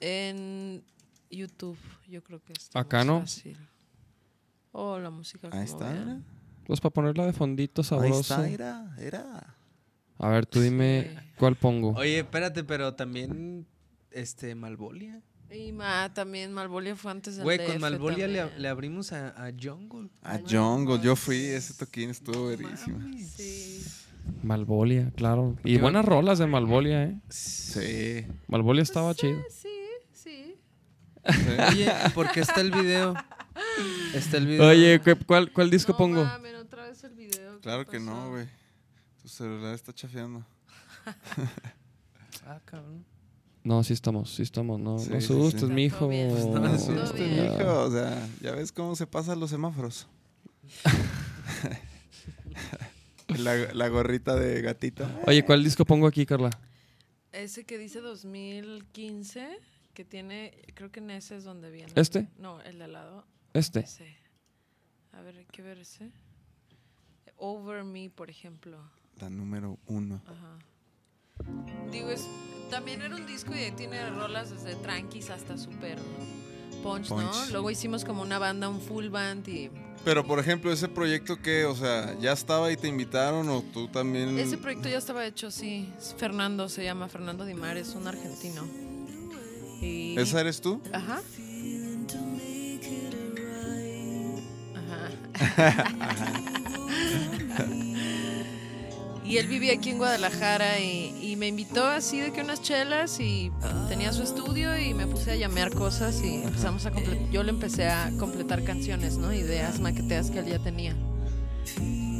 En YouTube, yo creo que está Acá, más ¿no? fácil. Oh, la música como Ahí está, vean. mira. Pues para ponerla de fondito Ahí sabroso. está, era, era. A ver, tú dime Sí. cuál pongo. Oye, espérate, pero también este Malvolia. Y Ma, también Malvolia fue antes del Güey, con DF Malvolia le, también. le abrimos a, a Jungle. A Ay, no, Jungle, no, yo es- fui, ese toquín estuvo verísimo. Mames. Sí. Malvolia, claro. Y buenas rolas de Malvolia, ¿eh? Sí. Malvolia estaba Pues chido. eh, Sí, sí. sí. Oye, ¿por qué está el video? Está el video. Oye, ¿cu- ¿cuál, cuál disco No pongo? mamen, otra vez el video. ¿qué Claro que no, pasó? güey. Tu celular está chafeando. Ah, cabrón. No, sí estamos, sí estamos. No, Sí, no sí, sí. asustes, Está mijo. todo bien. Pues No no me me asustes, asustes, bien. Ah. mijo. Este O sea, ya ves cómo se pasan los semáforos. la, la gorrita de gatita. Oye, ¿cuál disco pongo aquí, Carla? Ese que dice 2015, que tiene, creo que en ese es donde viene. ¿Este? No, el de al lado. Este. Ese. A ver, hay que ver ese. Over Me, por ejemplo. La número uno. Ajá. Digo, es, también era un disco y ahí tiene rolas desde tranquis hasta super punch, ¿no? Punch. Luego hicimos como una banda, un full band y... Pero, por ejemplo, ese proyecto que, o sea, ya estaba y te invitaron o tú también... Ese proyecto ya estaba hecho, sí. Es Fernando se llama, Fernando Dimar, es un argentino. Y... ¿Esa eres tú? Ajá. Ajá. Y él vivía aquí en Guadalajara y, y me invitó así de que unas chelas y tenía su estudio y me puse a llamear cosas y empezamos a comple- yo le empecé a completar canciones, ¿no? Ideas, maqueteas que él ya tenía.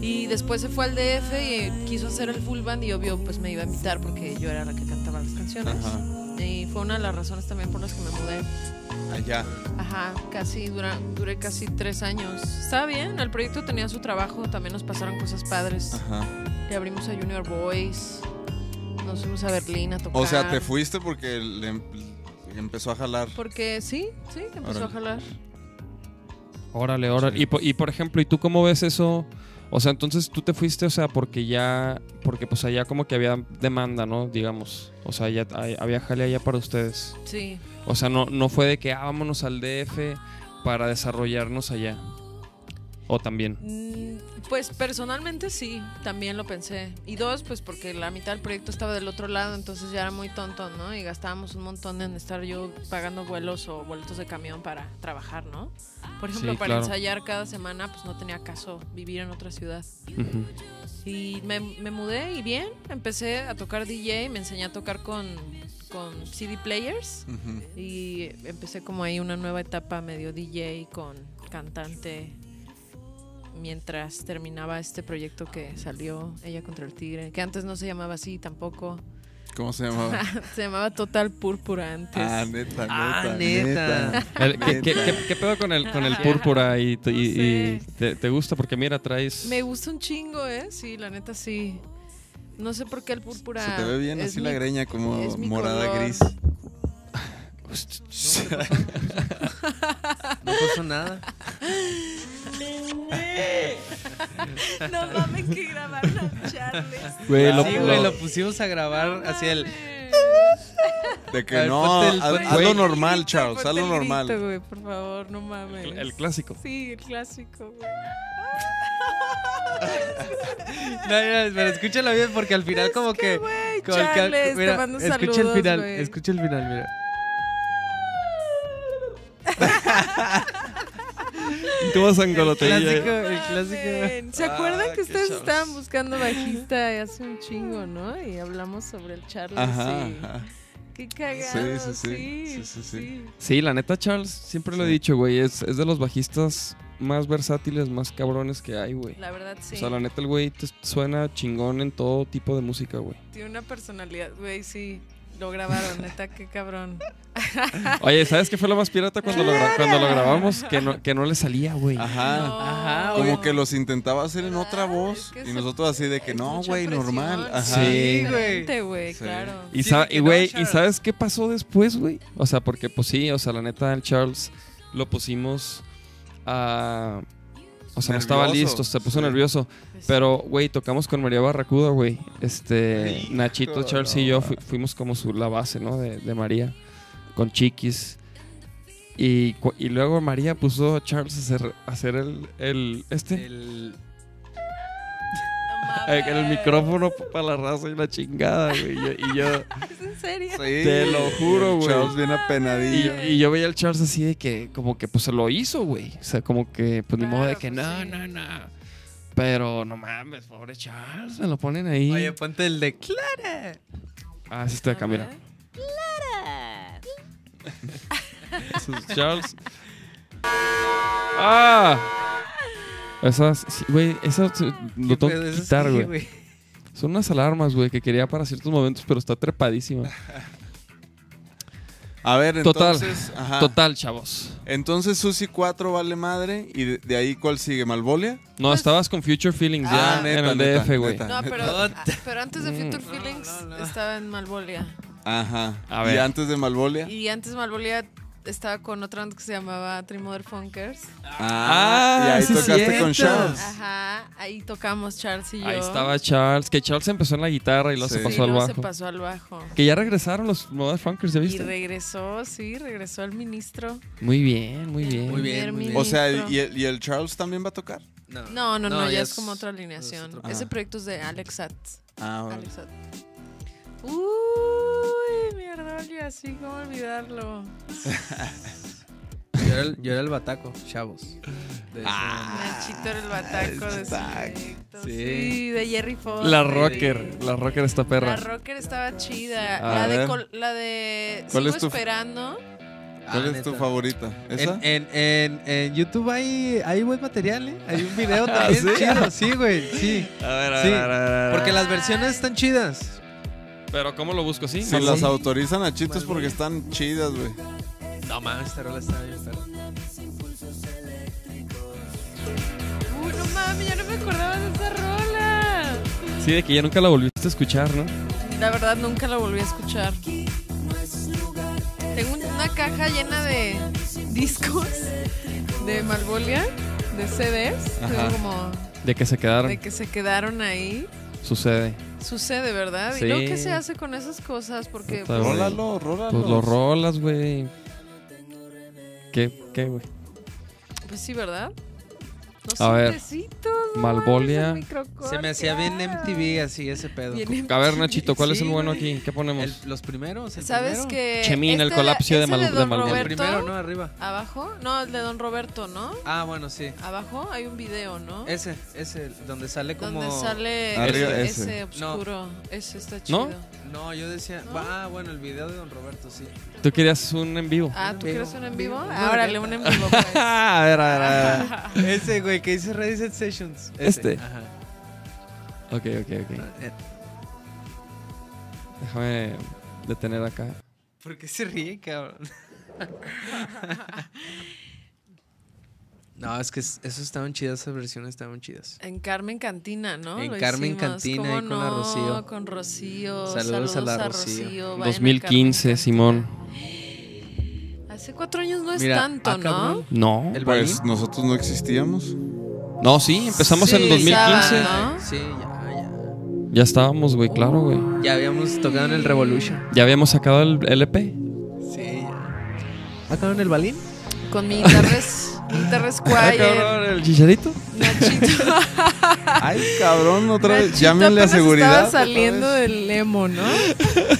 Y después se fue al DF y quiso hacer el full band y obvio pues me iba a invitar porque yo era la que cantaba las canciones. Ajá. Y fue una de las razones también por las que me mudé. Allá. Ajá, casi dura, duré casi tres años. Está bien, el proyecto tenía su trabajo, también nos pasaron cosas padres. Ajá. Le abrimos a Junior Boys, nos fuimos a Berlín a tocar. O sea, te fuiste porque le em- empezó a jalar. Porque sí, sí, empezó a Órale. jalar. Órale, órale. Y, po- y, por ejemplo, ¿y tú cómo ves eso? O sea, entonces tú te fuiste, o sea, porque ya, porque pues allá como que había demanda, ¿no? Digamos, o sea, ya hay- había jale allá para ustedes. Sí, O sea, no, no fue de que, ah, vámonos al DF para desarrollarnos allá. O también. Mm, Pues personalmente sí, también lo pensé. Y dos, pues porque la mitad del proyecto estaba del otro lado, entonces ya era muy tonto, ¿no? Y gastábamos un montón en estar yo pagando vuelos o boletos de camión para trabajar, ¿no? Por ejemplo, Sí, para claro. ensayar cada semana, pues no tenía caso vivir en otra ciudad. Ujú. Y me, me mudé y bien, empecé a tocar DJ, me enseñé a tocar con, con CD players Ujú. y empecé como ahí una nueva etapa medio DJ con cantante mientras terminaba este proyecto que salió Ella contra el Tigre, que antes no se llamaba así tampoco, ¿Cómo se llamaba? se llamaba Total Púrpura antes. ah, neta, neta. Ah, neta. neta. El- ¿qué, qué- qué- qué pedo con el, con el púrpura y, te- No y- y sé. te, te gusta? Porque mira, traes... Me gusta un chingo, ¿eh? Sí, la neta sí. No sé por qué el púrpura... Se te ve bien es así mi- la greña como es mi morada color. gris. No pasó nada. No mames que grabaron a Charles. Güey, lo- sí, güey, lo pusimos a grabar así el. De A que ver, no, ponte el- haz, ponte haz lo el normal, Charles, haz lo Grito, normal. güey, por favor, no mames. el, el clásico. Sí, el clásico, güey. No, mira, pero escúchalo bien porque al final, como que. Güey, como que al- Charles, mira, te mando escucha saludos, el final, güey. escucha el final, mira. Tú vas a Clásico, No el clásico. mamen. ¿Se Ah, acuerdan que ustedes estaban buscando bajista hace un chingo, no? Y hablamos sobre el Charles. Ajá. y- ajá. Qué cagado. Sí, sí, Sí, sí. Sí, sí, sí, sí. Sí, la neta, Charles, siempre lo he Sí. dicho, güey. Es, es de los bajistas más versátiles, más cabrones que hay, güey. La verdad, sí. O sea, la neta, el güey te suena chingón en todo tipo de música, güey. Tiene una personalidad, güey, sí. Lo grabaron, neta, qué cabrón. Ah. Oye, ¿sabes qué fue lo más pirata cuando lo, gra- cuando lo grabamos? Que no, que no le salía, güey. Ah, Ajá. Ajá, No. Como que los intentaba hacer en otra ¿Verdad? voz Es que y se- nosotros así de que Es no, mucha güey, presión, normal. Ajá. Sí. Sí, güey. güey. güey, Sí. claro. Y, Sí, sa- de que y, no, güey, ¿y Charles. sabes qué pasó después, güey? O sea, porque pues sí, o sea, la neta, el Charles lo pusimos a... O sea, no estaba Nervioso. listo, se puso Sí. nervioso. Pues, Pero, güey, tocamos con María Barracuda, güey. Este, Hijo, Nachito, Charles y no, yo va. fu- fuimos como su, la base, ¿no? De, de María, con Chiquis. Y, cu- y luego María puso a Charles a hacer, a hacer el, el- este, El. no eh, el, mames. eh, micrófono para la raza y la chingada, güey. Y yo- Y yo, ¿Es en en serio. Te lo juro, güey. Charles bien Y, apenadillo. y yo veía al Charles así de que, como que, pues se lo hizo, güey. O sea, como que, pues ni modo de Claro, que, pues, no, sí. no, no. Pero no mames, pobre Charles, me lo ponen ahí. Oye, ponte el de Clara. ah, ese está acá, ¿Eh? mira. Clara. Ese es Charles. ¡Ah! Esas, sí, güey, esas eh, lo Pues, tengo que quitar, güey. Son unas alarmas, güey, que quería para ciertos momentos, pero está trepadísima. A ver, Total. entonces. ajá. Total, chavos. Entonces Susi 4 vale madre. ¿Y de, de ahí cuál sigue? ¿Malvolia? No, Pues- estabas con Future Feelings ya Ah, neta, en el neta, DF, güey. neta. No, pero, Neta. ah, pero antes de Future Mm. Feelings No, no, no. estaba en Malvolia. Ajá. A ¿Y ver. antes de Malvolia? Y antes Malvolia estaba con otra banda que se llamaba Trimother Funkers. Ah, Ah, y ahí sí, tocaste cierto. con Charles. Ajá, ahí tocamos Charles y yo. Ahí estaba Charles, que Charles empezó en la guitarra y luego Sí. se Sí, pasó al luego bajo. se pasó al bajo. Que ya regresaron los Modern Funkers, ¿ya Y viste? regresó, sí, regresó el ministro. Muy bien, muy bien. Muy bien. muy Primer bien. O sea, ministro. ¿y el, y el Charles también va a tocar? No, no, no, ya, es, como otra es alineación. otro- Ese Ah. proyecto es de Alex Satt. Ah, Alex Satt. Uy, mierda, Olivia, sí, cómo olvidarlo. Yo era, el, yo era el bataco, chavos. De ese- Ah, Nachito era el bataco de su Zack. proyecto, Sí. Sí, de Jerry Foster. La y- rocker, la rocker está La perra. rocker estaba chida. A la, ver. de col- la de. ¿Cuál Sigo es tu- esperando. ¿Cuál Ah, es tu neta. favorita? ¿Esa? En, en, en, en YouTube hay, hay buen material, ¿eh? Hay un video también ¿Ah, chido. Sí, güey, sí. A ver, a Sí, ver, a Porque las versiones están chidas. Pero ¿cómo lo busco? ¿Sí? Si ¿Sí? las autorizan a chitos porque están chidas, güey. No mames, esta rola está bien. perra. Uy, no mames, yo no me acordaba de esa rola. Sí, de que ya nunca la volviste a escuchar, ¿no? La verdad, nunca la volví a escuchar. Tengo un- una caja llena de discos de Malvolia, de CDs. Ajá. Tengo como De que se quedaron. de que se quedaron ahí. Sucede. Sucede, ¿verdad? Sí. ¿Y luego qué se hace con esas cosas? Porque Puta, pues, güey. Rólalo, rólalo. Pues los rolas, güey. ¿Qué, qué, güey? Pues sí, ¿verdad? Los A ver. sobrecitos, no Malvolia. mames, el microcorte. Se me hacía bien MTV así ese pedo. Bien Con- MTV. A ver, Nachito, ¿cuál es Sí, el bueno güey. aquí? ¿Qué ponemos? el- los primeros. El ¿Sabes primero? que Chemín, el este colapso de ese Mal- de Don Malvolia. El Roberto, primero, ¿no? Arriba. ¿Abajo? No, el de Don Roberto, ¿no? Ah, bueno, sí. Abajo hay un video, ¿no? Ese, ese, donde sale como. Donde sale Arriba, ese, ese. ese No. oscuro. Ese está ¿No? chido. No, yo decía. ¿No? Ah, bueno, el video de Don Roberto, sí. Tú querías un en vivo. Ah, ¿tú Vivo, quieres un en vivo? vivo. Ah, órale, un en vivo. pues. Ah, a ver, a ver, a ver. Ese, güey, que dice Ready Set Sessions. Ese, Este. Ajá. Ah. Ok, ok, ok. Eh, Déjame detener acá. ¿Por qué se ríe, cabrón? no, es que es- eso estaban chidas, esas versiones estaban chidas. En Carmen Cantina, ¿no? En Lo Carmen hicimos. Cantina, ¿Cómo ahí con la no? Rocío. Con Rocío. Saludos Saludos, a la a Rocío. Rocío. Vayan a 2015, Carmen Simón. Cantina. Hace cuatro años no es Mira, tanto, ah, ¿no? cabrón. No. El Pues Balín. nosotros no existíamos. No, sí, empezamos en Sí, el 2015. ya, ¿no? Sí, ya, Ya estábamos, güey, claro, güey. ya. Ya habíamos tocado en el Revolution. Ya habíamos sacado el LP. Sí, ya. ¿Ah, cabrón, el balín? Con mi guitarra, es- mi guitarra Ah, Squire. el chicharito. Nachito. Ay, cabrón, otra vez. Nachito Llámenle a apenas seguridad. Estaba saliendo otra vez. del emo, ¿no?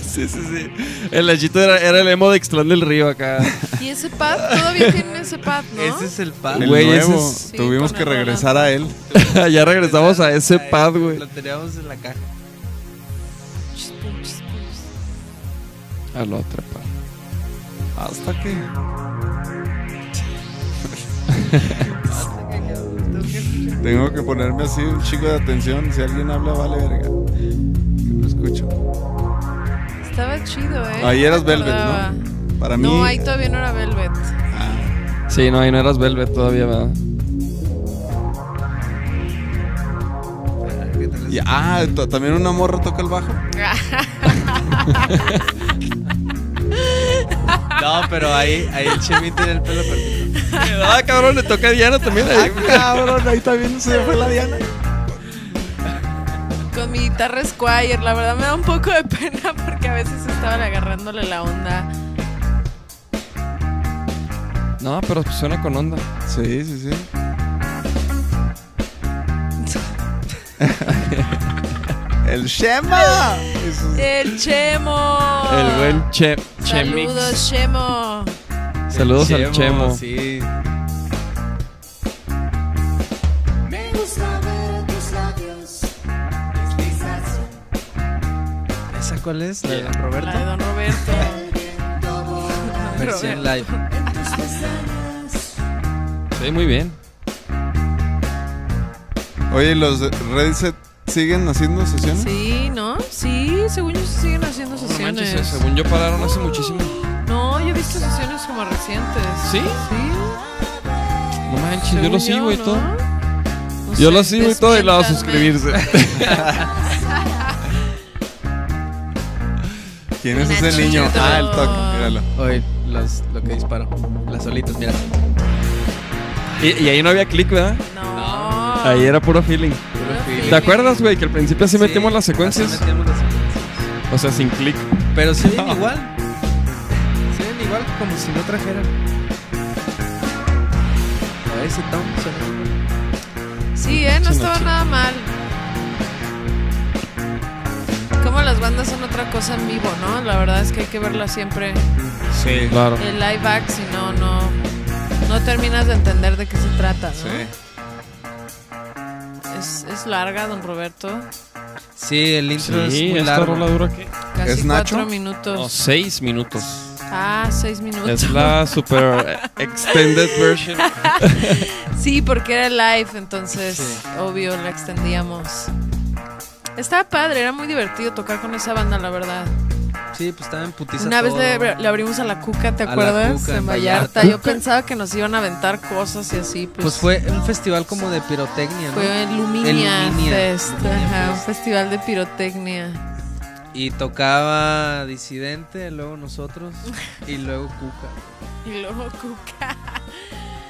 sí, sí, sí. El chicharito era, era el emo de Extlán del Río acá. Y ese pad, todavía tienen ese pad, ¿no? Ese es el pad. El Güey, ese nuevo. es- Sí, Tuvimos con que el regresar a él. ya regresamos a ese pad, güey. Lo teníamos en la caja. Chis, pum, chis, pum, chis. A la otra pad. Hasta que. Tengo que ponerme así un chico de atención. Si alguien habla, vale verga. No escucho. Estaba chido, ¿eh? Ahí eras me Velvet, ¿no? acordaba. Para mí. No, ahí todavía no era Velvet. Ah, Sí, no, ahí no eras Velvet todavía, ¿verdad? ¿Qué tal y- ah, t- también una morra toca el bajo. es? No, pero ahí, ahí el Chemi tiene el pelo perfecto. ah, cabrón, le toca a Diana también. Cabrón, ahí también se fue la Diana. Con mi guitarra Squire, la verdad me da un poco de pena porque a veces estaban agarrándole la onda. No, pero suena con onda. Sí, sí, sí. ¡El Shema! El Chemo. El buen Che, Chemix. Saludos, Chemo. Saludos al Chemo. Sí. Me gusta ver tus labios deslizarse ¿Esa cuál es? ¿La de Yeah. La de Roberto? Don Roberto. el viento volar Versión live. en tus pestañas. Sí, muy bien. Oye, ¿los de Red Set siguen haciendo sesiones? Sí, ¿no? Sí, según yo se siguen haciendo No manches, eh, sesiones. según yo pararon hace muchísimo. No, yo he visto sesiones como recientes. ¿Sí? Sí. No manches, yo lo según sigo y ¿no? todo. No Yo sé, lo sigo y todo y le hago desmiéntanme. suscribirse. ¿Quién es ese Nachito. niño? Ah, el toque, míralo. Oye, los, lo que disparo. Las solitas, mira. Y, y ahí no había click, ¿verdad? No. Ahí era puro feeling. Puro ¿Te feeling. ¿Te acuerdas, güey? Que al principio así metíamos las así secuencias. metíamos las secuencias. O sea, sin click. Pero se ven igual. Se ven igual como si no trajeran. A ese tom suena igual. Sí, ¿eh? No estaba nada mal. Como las bandas son otra cosa en vivo, ¿no? La verdad es que hay que verla siempre. Sí. Claro. El live act, si no, no, no terminas de entender de qué se trata, ¿no? Sí. Es, es larga, don Roberto. Sí, el intro Sí, es muy esta largo. rola dura aquí. Casi ¿Es cuatro Nacho? minutos. No, seis minutos. Ah, seis minutos. Es la super eh, extended version. Sí, porque era live, entonces Sí. obvio la extendíamos. Estaba padre, era muy divertido tocar con esa banda, la verdad. Sí, pues estaba en putiza Una vez todo. le, le abrimos a la Cuca, ¿te A la acuerdas? Cuca, en en Vallarta. Vallarta. Yo pensaba que nos iban a aventar cosas y así. Pues, Pues fue un festival como de pirotecnia, ¿no? fue en Luminia, en Luminia. Fest, Luminia ajá, un Fest. festival de pirotecnia. Y tocaba Disidente, luego nosotros y luego Cuca. Y luego Cuca.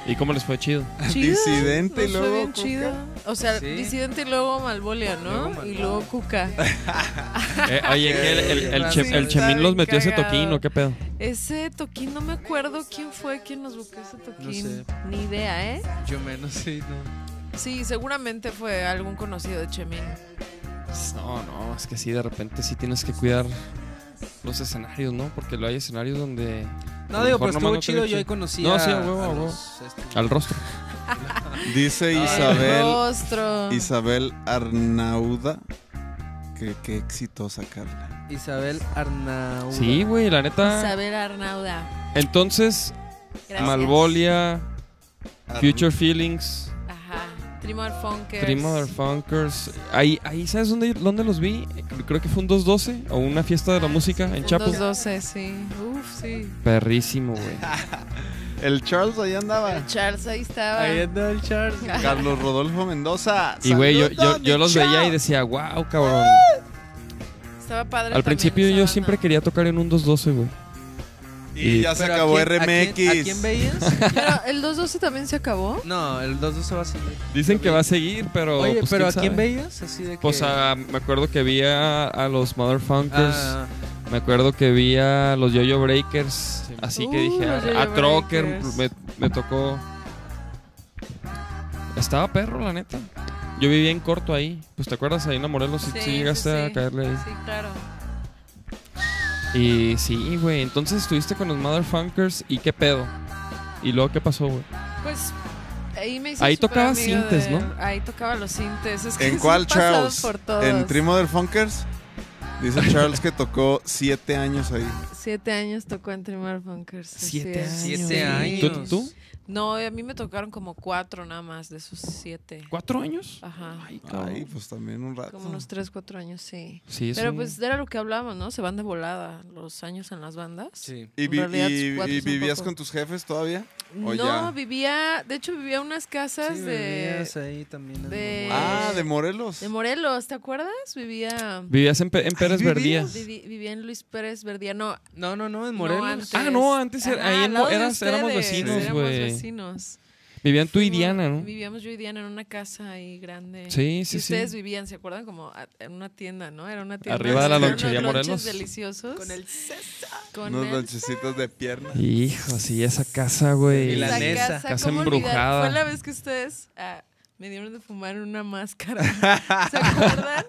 ¿Y cómo les fue chido? Chido, Disidente y nos fue luego bien Cuca. chido. O sea, Sí. disidente y luego Malvolia, ¿no? Luego Malvolia. Y luego Cuca. Eh, oye, ¿qué? el, el, el Che- el Chemín los metió ese toquín o qué pedo. Ese toquín, no me acuerdo quién fue quien nos buscó ese toquín. No sé. Ni idea, ¿eh? Yo menos, sí, no. Sí, seguramente fue algún conocido de Chemín. No, no, es que sí, de repente sí tienes que cuidar los escenarios, ¿no? Porque luego hay escenarios donde. A No, lo digo, mejor nomás pero pues estuvo no te chido, dejan. yo ahí conocí No, a, sí, a huevo, a a huevo. los, este, Al rostro. Dice Ay, Isabel, Rostro. Isabel Arnauda que qué exitosa, Carla. Isabel Arnaud. Sí, güey, la neta. Isabel Arnauda. Entonces, Gracias. Malvolia, Arn- Future Feelings, Ajá. Trimor Funkers. Three Motherfuckers. Ahí, ahí ¿sabes dónde, dónde los vi? Creo que fue un 212 o una fiesta de la música en Chapo. 12, sí. Uh, Uf, sí. Perrísimo, güey. El Charles ahí andaba. El Charles ahí estaba. Ahí anda el Charles. Carlos Rodolfo Mendoza. Y, güey, yo, yo, Saluda, yo mi los Charles. veía y decía, wow, cabrón. Estaba padre. Al también principio esa yo banda. siempre quería tocar en un 212, güey. Y ya se Pero ¿a acabó quién- a RMX. quién- ¿A quién veías? Pero el 212 también se acabó. No, el 2 se va a seguir. Dicen que va a seguir, pero. Oye, pues, pero ¿a quién quién sabe. veías? Así de que... Pues a- pues, me acuerdo que vi a, a los Motherfunkers, Ah, me acuerdo que vi a los Yo-Yo Breakers, así que Uh, dije, los a, a Yo-Yo Trocker Breakers. me, me tocó. Estaba perro, la neta. Yo viví en corto ahí, pues te acuerdas ahí en la Morelos, si, si llegaste sí, a sí. caerle ahí. Sí, claro. Y sí, güey, entonces estuviste con los Motherfunkers y qué pedo. Y luego, ¿qué pasó, güey? Pues ahí me hice Ahí súper tocaba amiga sintes, de- ¿no? Ahí tocaba los sintes. Es que ¿En sí he cuál pasado Charles? Por todos. En Three Motherfuckers. Dice Charles que tocó siete años ahí. Siete años tocó en Trimar Bunkers. así Siete es. Siete Sí. ¿Tú, años. tú? No, a mí me tocaron como cuatro nada más de esos siete. ¿Cuatro años? Ajá. Ay, cabrón. Ay, pues también un rato. Como unos tres, cuatro años, sí. Sí, es Pero un- pues era lo que hablábamos, ¿no? Se van de volada los años en las bandas. sí. ¿Y, en vi- realidad, y- cuatro y es un vivías poco. con tus jefes todavía? No, ¿O ya? vivía, de hecho vivía en unas casas Sí, de, veías ahí también. en de- Morelos. Ah, de Morelos. Eh, de Morelos, ¿te acuerdas? Vivía, uh, Vivías en, Pe- en Pérez Verdía. vivi- vivía en Luis Pérez Verdía, no, No, no, no, en Morelos. No, antes. Ah, no, antes era- Ajá, ahí al en- lado de eras- éramos ustedes, vecinos, éramos güey. vecinos. Vivían tú y Fuimos- Diana, ¿no? Vivíamos yo y Diana en una casa ahí grande. Sí, Y sí, sí. ustedes vivían, ¿se acuerdan? Como a- en una tienda, ¿no? Era una tienda. Arriba de la Eran lonchería unos Morelos. lonches deliciosos. Con el Con Unos el- lonchecitos de pierna. Hijo, sí, esa casa, güey. Y la esa neta. casa, Casa ¿cómo olvidar? embrujada. Fue la vez que ustedes ah, Me dieron de fumar una máscara. ¿Se acuerdan?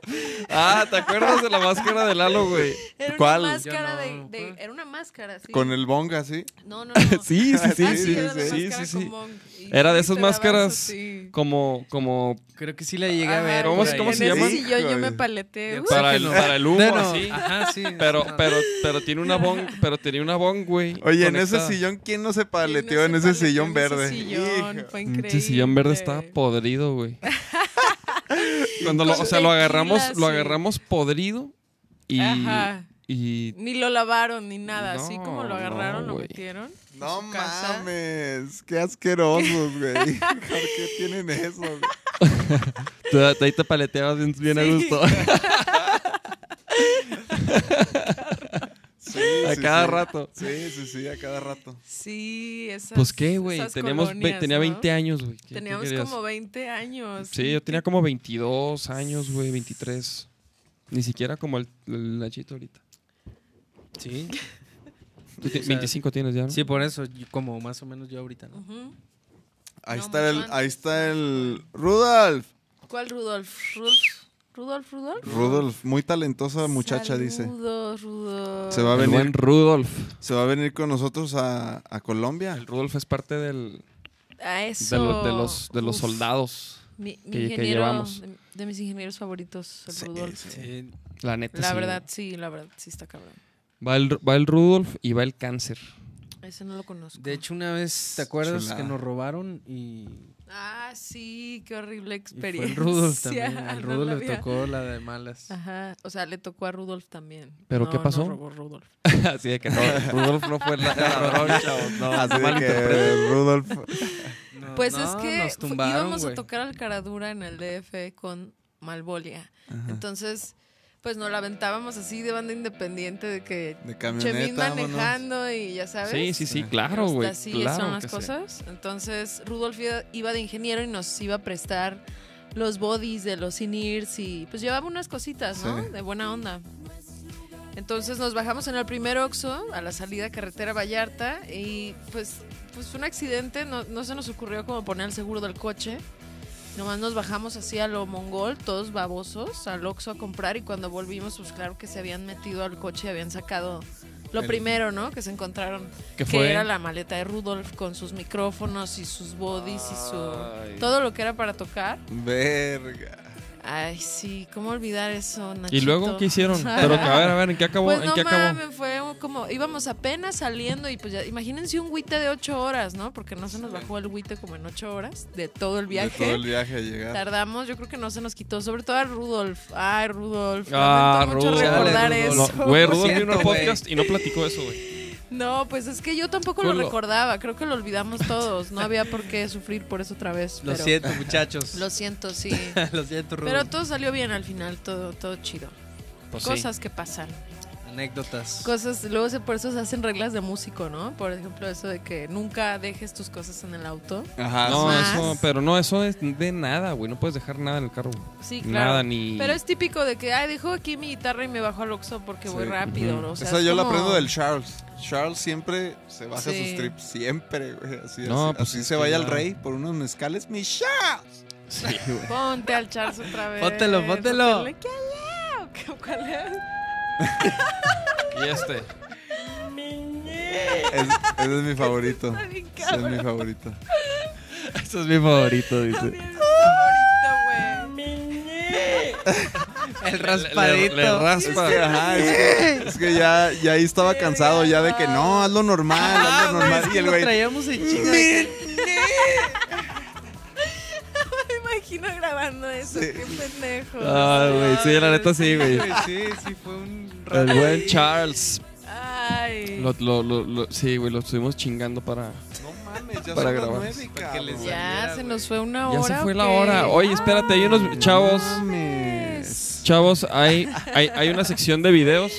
Ah, ¿te acuerdas de la máscara de Lalo, güey? Era ¿Cuál? una máscara Yo de, no, de- ¿cuál? Era una máscara, sí. Con el bonga, ¿sí? No, no, no. Sí, sí, sí, Ah, sí, era sí, la sí, máscara sí, con sí. Monk. Y Era de esas te dabas máscaras así. Como, como Creo que sí la llegué a Ajá, ver. ¿Cómo por se- ahí. cómo se en llama? ese sillón yo me paleté. Yo Uh, sé para que el, no. para el humo, Bueno, así. Ajá, sí. Pero, no. pero, pero tiene una bong, pero tenía una bong, güey. Oye, en conectada. ese sillón, ¿quién no se ¿quién no paleteó se en ese paleteó sillón en verde? sillón? Hijo. Fue Pinche increíble. sillón verde estaba podrido, güey. Cuando lo, Con o sea, lo tequila, agarramos, lo sí. agarramos podrido y, Ajá. y Ni lo lavaron ni nada, así como No, lo agarraron, no, lo güey. metieron. en No su casa. mames, qué asquerosos, güey. ¿Por qué tienen eso? güey? tú- tú ahí te paleteabas bien, bien a Sí. gusto. Sí, A sí, cada sí. rato. Sí, sí, sí, a cada rato. Sí, esas. Pues qué, güey. esas Teníamos, ve- colonias, tenía ¿no? 20 años, güey. ¿Qué- qué Teníamos querías? como 20 años. Sí, yo tenía como 22 años, güey, 23. Ni siquiera como el, el Nachito ahorita. Sí. Tú ti- O sea, 25 tienes ya, ¿no? Sí, por eso, yo- como más o menos yo ahorita, ¿no? Ujú. Ahí No, está el, mucho ahí antes. está el Rudolf. ¿Cuál Rudolf? Rudolf, Rudolf, Rudolf. Rudolf, muy talentosa muchacha, dice. Saludos, Rudolf. Se va a el buen venir, Rudolf. se va a venir con nosotros a, a Colombia. El Rudolf es parte del, A eso. de, los- de los, de los Uf. soldados. Mi, mi que ingeniero, llevamos. De, de mis ingenieros favoritos, el Sí, Rudolf. sí. Sí. La neta. La sí, verdad, sí, la verdad, sí está cabrón. güey. Va el, va el Rudolf y va el cáncer. Ese no lo conozco. De hecho, una vez, ¿te acuerdas Chulada. que nos robaron y Ah, sí, qué horrible Y fue experiencia. el Rudolf también. Al No Rudolf la le había- Ah, tocó la de malas. Ajá, o sea, le tocó a Rudolf también. ¿Pero No, qué pasó? No robó Rudolf. Así de que no, Rudolf no fue la, ladrón, chavos, No, Así de mal que, interpreté. Rudolf. No, Pues no, es que nos fu- tumbaron, íbamos güey. a tocar al Caradura en el DF con Malvolia. Entonces, pues nos la aventábamos así de banda independiente de que De Chemín camioneta, vámonos. manejando y ya sabes. Sí, sí, sí, claro, Hasta güey. así claro son las que sí. cosas. Entonces, Rudolf iba- iba de ingeniero y nos iba a prestar los bodies de los in-ears y pues llevaba unas cositas, ¿no? Sí. De buena onda. Entonces nos bajamos en el primer Oxxo a la salida carretera Vallarta y pues, pues un accidente, no, no se nos ocurrió como poner el seguro del coche. Nomás nos bajamos así a lo mongol, todos babosos, al Oxxo a comprar y cuando volvimos, pues claro que se habían metido al coche y habían sacado lo El- primero, ¿no? Que se encontraron Que que fue era la maleta de Rudolf con sus micrófonos y sus bodies y Ay. su todo lo que era para tocar. Verga. Ay, sí, cómo olvidar eso, Nachito. ¿Y luego qué hicieron? Pero que, a ver, a ver, ¿en qué acabó? Pues ¿En no qué acabó? mames, fue un- como íbamos apenas saliendo y pues ya imagínense un guite de ocho horas, ¿no? Porque no se nos bajó el guite como en ocho horas de todo el De todo viaje. el viaje a llegar. Tardamos, yo creo que no se nos quitó, sobre todo a Rudolf. Ay, Rudolf. Ah, lamento mucho Rudolf. recordar Chale, eso. Rudolf. No, güey, Lo Rudolf vino siento, al güey. podcast y no platicó eso, güey. No, pues es que yo tampoco Culo. lo recordaba. Creo que lo olvidamos todos. No había por qué sufrir por eso otra vez. Lo pero- siento, muchachos. Lo siento, sí. Lo siento, Pero Rudolf. todo salió bien al final, todo, todo chido. Pues Cosas que pasan. Anécdotas. Cosas, luego se, por eso se hacen reglas de músico, ¿no? Por ejemplo, eso de que nunca dejes tus cosas en el auto. Ajá. No, Más. eso, pero no, eso es de nada, güey. No puedes dejar nada en el carro. güey. Sí, claro. Nada, ni. Pero es típico de que, ay, dejo aquí mi guitarra y me bajo al Oxxo porque voy Sí. rápido. Ujú. o sea, Esa es yo la como- aprendo del Charles. Charles siempre se baja Sí. sus trips. Siempre, güey. Así, No, así, pues así es se que vaya al ya. rey por unos mezcales. ¡Mi Charles! Sí, güey. Ponte al Charles otra vez. Póntelo, póntelo. Ponle, ¿qué leo? ¿Qué- ¿Cuál es? Y este. Es- ese es mi favorito. Está bien Ese es mi cabrón. favorito. Este es mi favorito, También es mi favorito, güey. El Le, raspadito. le Es raspa. que, ajá, es que, es que ya, ya ahí estaba cansado ya de que no, hazlo normal, Ah, hazlo normal. Y el lo güey, traíamos en chinga. de que- Me imagino grabando eso. Qué pendejo. Ah, güey, sí, la neta sí, güey. Sí, sí, fue un El raspadito. buen Charles. Ay. Lo, lo, lo, lo- sí, güey, lo estuvimos chingando para. no mames, ya Para son las grabar. nueve, Para que les- cabrón. Ya saliera, se güey. nos fue una Ya se hora. ¿o fue la qué? hora. Oye, espérate, hay unos chavos. Mames. Chavos, hay, hay, hay una sección de videos.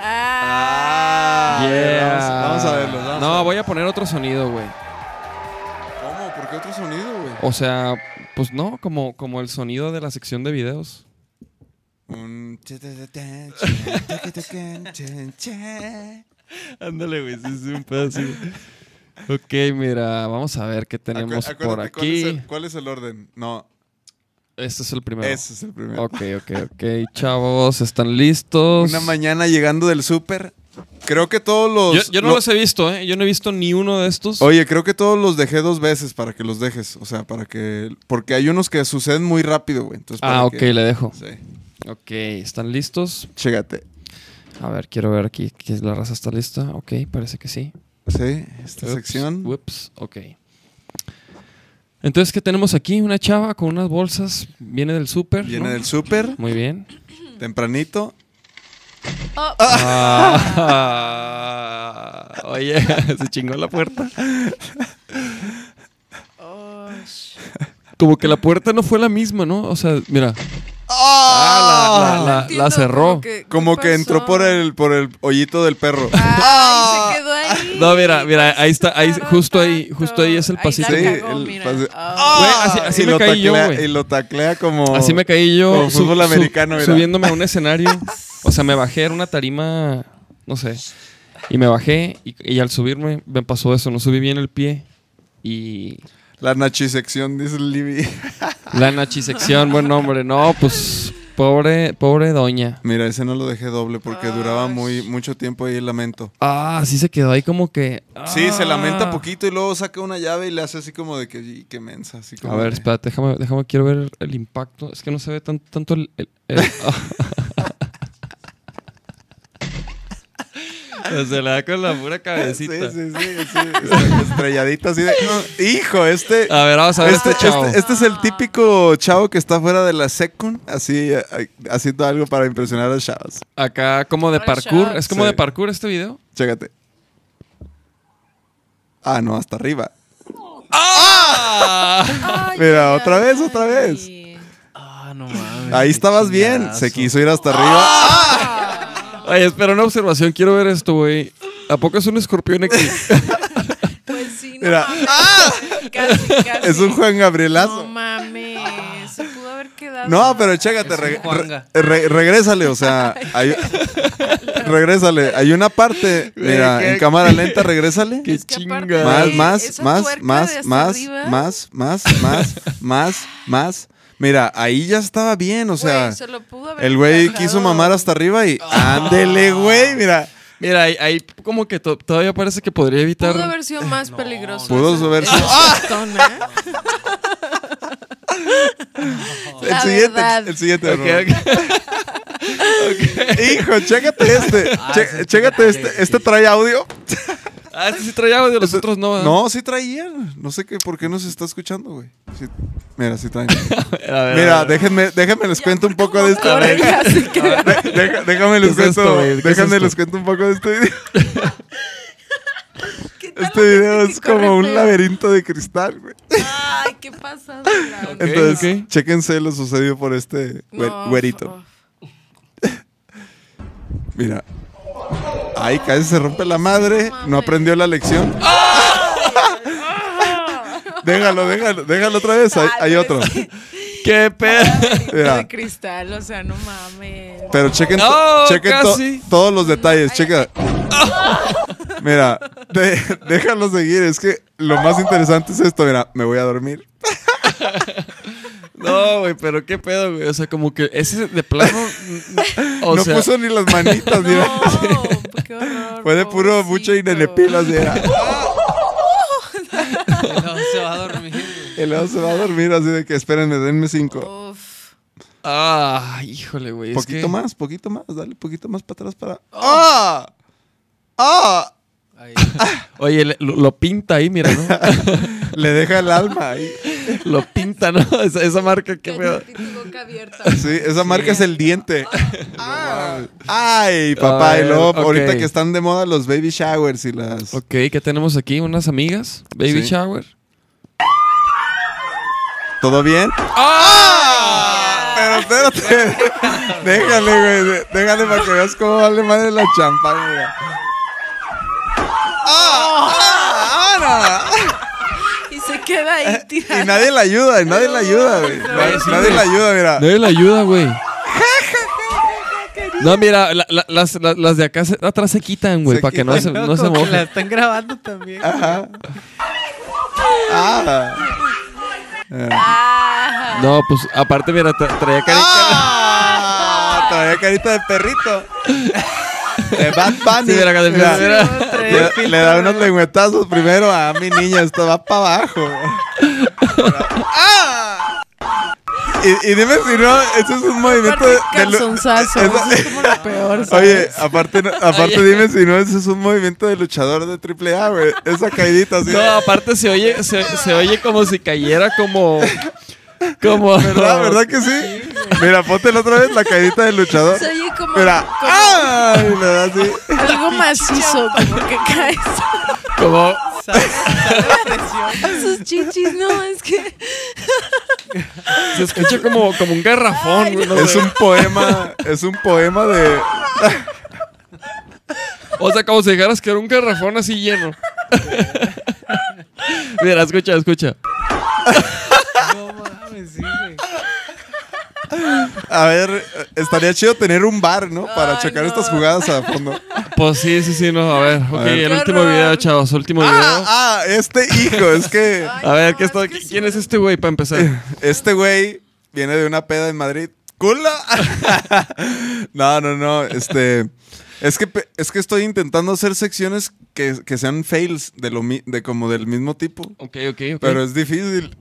Ah. Yeah. Vamos, vamos a verlos. vamos no, a ver. voy a poner otro sonido, güey. ¿Cómo? ¿Por qué otro sonido, güey? O sea, pues no, como, como el sonido de la sección de videos. Un... Ándale, güey, sí, sí, un pedo así. Ok, mira, vamos a ver qué tenemos Acu- por acuérdate, ¿cuál es, aquí. el, cuál es el orden? No, Este es el primero. ese es el primero. Ok, ok, ok. Chavos, ¿están listos? Una mañana llegando del súper. Creo que todos Yo, los. yo no lo- los he visto, ¿eh? Yo no he visto ni uno de estos. Oye, creo que todos los dejé dos veces para que los dejes. O sea, para que. Porque hay unos que suceden muy rápido, güey. Entonces, para ah, ok, que- le dejo. Sí. Ok, ¿están listos? Chécate. A ver, quiero ver aquí que la raza está lista. Ok, parece que sí. Sí, esta Ups, sección. Ups, ok. Entonces, ¿qué tenemos aquí? Una chava con unas bolsas. Viene del súper. Viene ¿no? del súper, Muy bien. Hmm. tempranito. Oh, Ah, oye, se chingó la puerta. oh, sh- Como que la puerta no fue la misma, ¿no? O sea, mira. Ah, la- la, la- la entiendo, cerró. como que- ¿qué Como que pasó? Ah. entró por el, Ah. por el hoyito del perro. Ay, se quedó ahí. No, mira, mira, ahí está, ahí, Pasaron justo ahí, tanto. justo ahí es el la pasito. Sí, cagó, el mira. pase- Ah, Güey, así, así y, me lo caí yo, taclea, güey. y lo taclea como. Así me caí yo. como fútbol americano, mira. Subiéndome a un escenario. O sea, me bajé, era una tarima, no sé. Y me bajé y, y al subirme me pasó eso, no subí bien el pie. Y La nachisección, dice el Libby. la nachisección, buen nombre. No, pues pobre, pobre doña. Mira, ese no lo dejé doble porque duraba muy, mucho tiempo ahí el lamento. Ah, sí se quedó ahí como que. Sí, se lamenta ah. poquito y luego saca una llave y le hace así como de que, y que mensa. Así como A ver, de- espérate, déjame, déjame, quiero ver el impacto. Es que no se ve tan- tanto el... el- el- O sea, le da con la pura Sí, sí, cabecita. sí, sí, estre- Estrelladita así de. No, hijo, este. A ver, vamos a ver Este, este chavo. este- este es el típico chavo que está fuera de la secund, así eh, haciendo algo para impresionar a chavas. Acá como de Ahora parkour. shots. ¿Es como Sí. de parkour este video? Chécate. Ah, no, hasta arriba. ay, Mira, ay, otra vez, ay. otra vez. Ah, no mames. Ahí estabas qué bien. chingazo. Se quiso ir hasta Ah. arriba. Ah. Oye, espera una observación. Quiero ver esto, güey. ¿A poco es un escorpión aquí? Pues sí, no Mira. mames. Casi, casi. Es un Juan No Gabrielazo. mames. Se pudo haber quedado. No, pero chécate, Es un re- Juanga. re- re- regrésale, o sea, hay, regrésale. Hay una parte, mira, en cámara lenta, regrésale. Es que chinga. aparte de Más, más, esa más, tuerca más, de hasta más, arriba, más, más, más, más, más. Mira, ahí ya estaba bien, o sea, güey, se lo pudo haber el güey encajado. quiso mamar hasta arriba y ándele, güey, mira. Mira, ahí, ahí como que to- todavía parece que podría evitar... Pudo haber sido más peligroso. Pudo esa- haber esa sido- ¡Ah! tona. El La siguiente, verdad. el siguiente. Ok, Rubén. ok. Hijo, chécate este, Ah, che- ese es chécate el- este, sí, sí. este trae audio. Ah, este sí traía audio, los otros no. ¿eh? No, sí traían, no sé qué, por qué no se está escuchando, güey. Sí- Mira, sí traen. A ver, a ver, a Mira, ver. déjenme, déjenme les cuento un poco de este esto. Ahora ya sí que- De- deja- déjame les ¿Qué es esto, cuento, güey? ¿Qué es déjame esto? les cuento un poco de este video. ¿Qué tal Este la gente video que es como corre un feo? laberinto de cristal, güey. Ay, qué pasada. la verdad. Entonces, ok. chéquense lo sucedido por este güer- No, güerito. oh. Mira. Ay, casi se rompe la madre. No aprendió la lección. déjalo, déjalo, déjalo otra vez. Hay, hay Ay, otro. pero es que- ¡Qué pedo! Mira. de cristal, o sea, no mames. Pero chequen, No, chequen to- casi. todos los detalles, checa. Mira, de- déjalo seguir. Es que lo más interesante es esto. Mira, me voy a dormir. No, güey, pero qué pedo, güey. O sea, como que ese de plano. mm, o no sea, puso ni las manitas, mira. No, pues, qué horror. Fue de puro mucho y nenepilas, mira. No, se va a dormir, güey. El lado se va a dormir así de que espérenme, denme cinco. Uf. Ah, híjole, güey. es poquito que- más, poquito más, dale poquito más para atrás para. ¡Ah! ¡Ah! Ahí. Oye, le- lo, lo pinta ahí, mira, ¿no? Le deja el alma ahí. lo pinta, ¿no? Esa, esa marca, qué pedo. Cállate tu boca abierta. Sí, esa marca es el diente. Ay, papá, A y luego ver, ok. ahorita que están de moda los baby showers y las. Ok, ¿qué tenemos aquí? Unas amigas. Baby Sí. shower. ¿Todo bien? ¡Ah! Pero espérate. déjale, güey. de- Déjale para que veas cómo vale madre la champaña, mira. ¡Ah! ¡Ah! ¡Ahora! Y se queda ahí tirada. Y nadie la ayuda, y nadie la ayuda, güey. No, Nadie, sí, nadie güey. la ayuda, mira. Nadie le ayuda, güey. No, mira, la- la- las, las- las de acá se- atrás se quitan, güey, Se para Pues que no se, quitan. no se Como que La mojen. están grabando también. Ajá. Ah. No, pues aparte, mira, tra- traía carita. Ah, traía carita de perrito. De Bad Bunny. Sí, mira, acá del- Mira, mira. le, le da unos lengüetazos primero a mi niña. Esto va para abajo. ¡Ah! Y, y dime si no, ese es un movimiento de, de lu- Calzonzazo. eso- eso es como lo peor. Oye, ¿sabes? aparte, no- aparte dime si no, ese es un movimiento de luchador de triple A, güey. Esa caidita así. No, aparte se oye, se, se oye como si cayera como. Como. ¿Verdad? ¿Verdad que sí? Mira, ponte la otra vez la caidita del luchador. Se oye como, Mira. ¡Ah! como ¡Ay! Le da así. algo macizo, como que caes. Como. Sus chichis, no, es que. Se escucha como, como un garrafón, güey, no Es sé. un poema. Es un poema de. O sea, como si dejaras que era un garrafón así lleno. Mira, escucha, escucha. No mames, sí, güey. A ver, estaría chido tener un bar, ¿no? Para Ay, checar no. estas jugadas a fondo. Pues sí, sí, sí, no. A ver, ok, ver. el Qué último horror. video, chavos, último video. Ah, ah, este hijo, es que. Ay, A ver, no, ¿qué está, es que sí. ¿quién es este güey para empezar? Este güey viene de una peda en Madrid. ¡Culo! no, no, no. Este. Es que, pe- es que estoy intentando hacer secciones que, que sean fails de lo mi- de como del mismo tipo. Ok, ok, ok. Pero es difícil.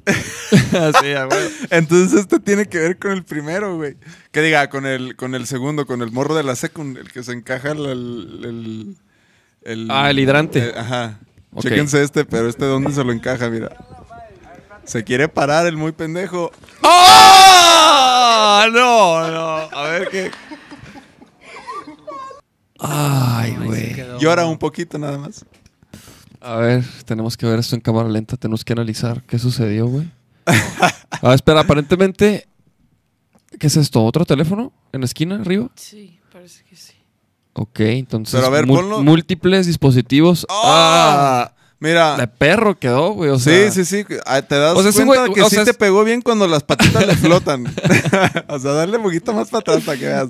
sí, a huevo. Entonces este tiene que ver con el primero, güey. Que diga, con el, con el segundo, con el morro de la secund, el que se encaja el... el, el- el- Ah, el hidrante. eh, ajá. Ok. Chéquense este, pero este dónde se lo encaja, mira. Se quiere parar el muy pendejo. ¡Oh! No, no. A ver qué. Ay, güey. Quedó. Llora un poquito nada más. A ver, tenemos que ver esto en cámara lenta. Tenemos que analizar qué sucedió, güey. A ver, espera, aparentemente. ¿Qué es esto? ¿Otro teléfono? ¿En la esquina, arriba? Sí, parece que sí. Ok, entonces. Pero a ver, mú- ponlo. Múltiples dispositivos. ¡Ah! ¡Ah! Mira. De perro quedó, güey. O sea, Sí, sí, sí. Ah, Te das O sea, ese cuenta güey- que o sí sea, te es- pegó bien cuando las patitas le flotan. o sea, dale un poquito más para atrás para que veas.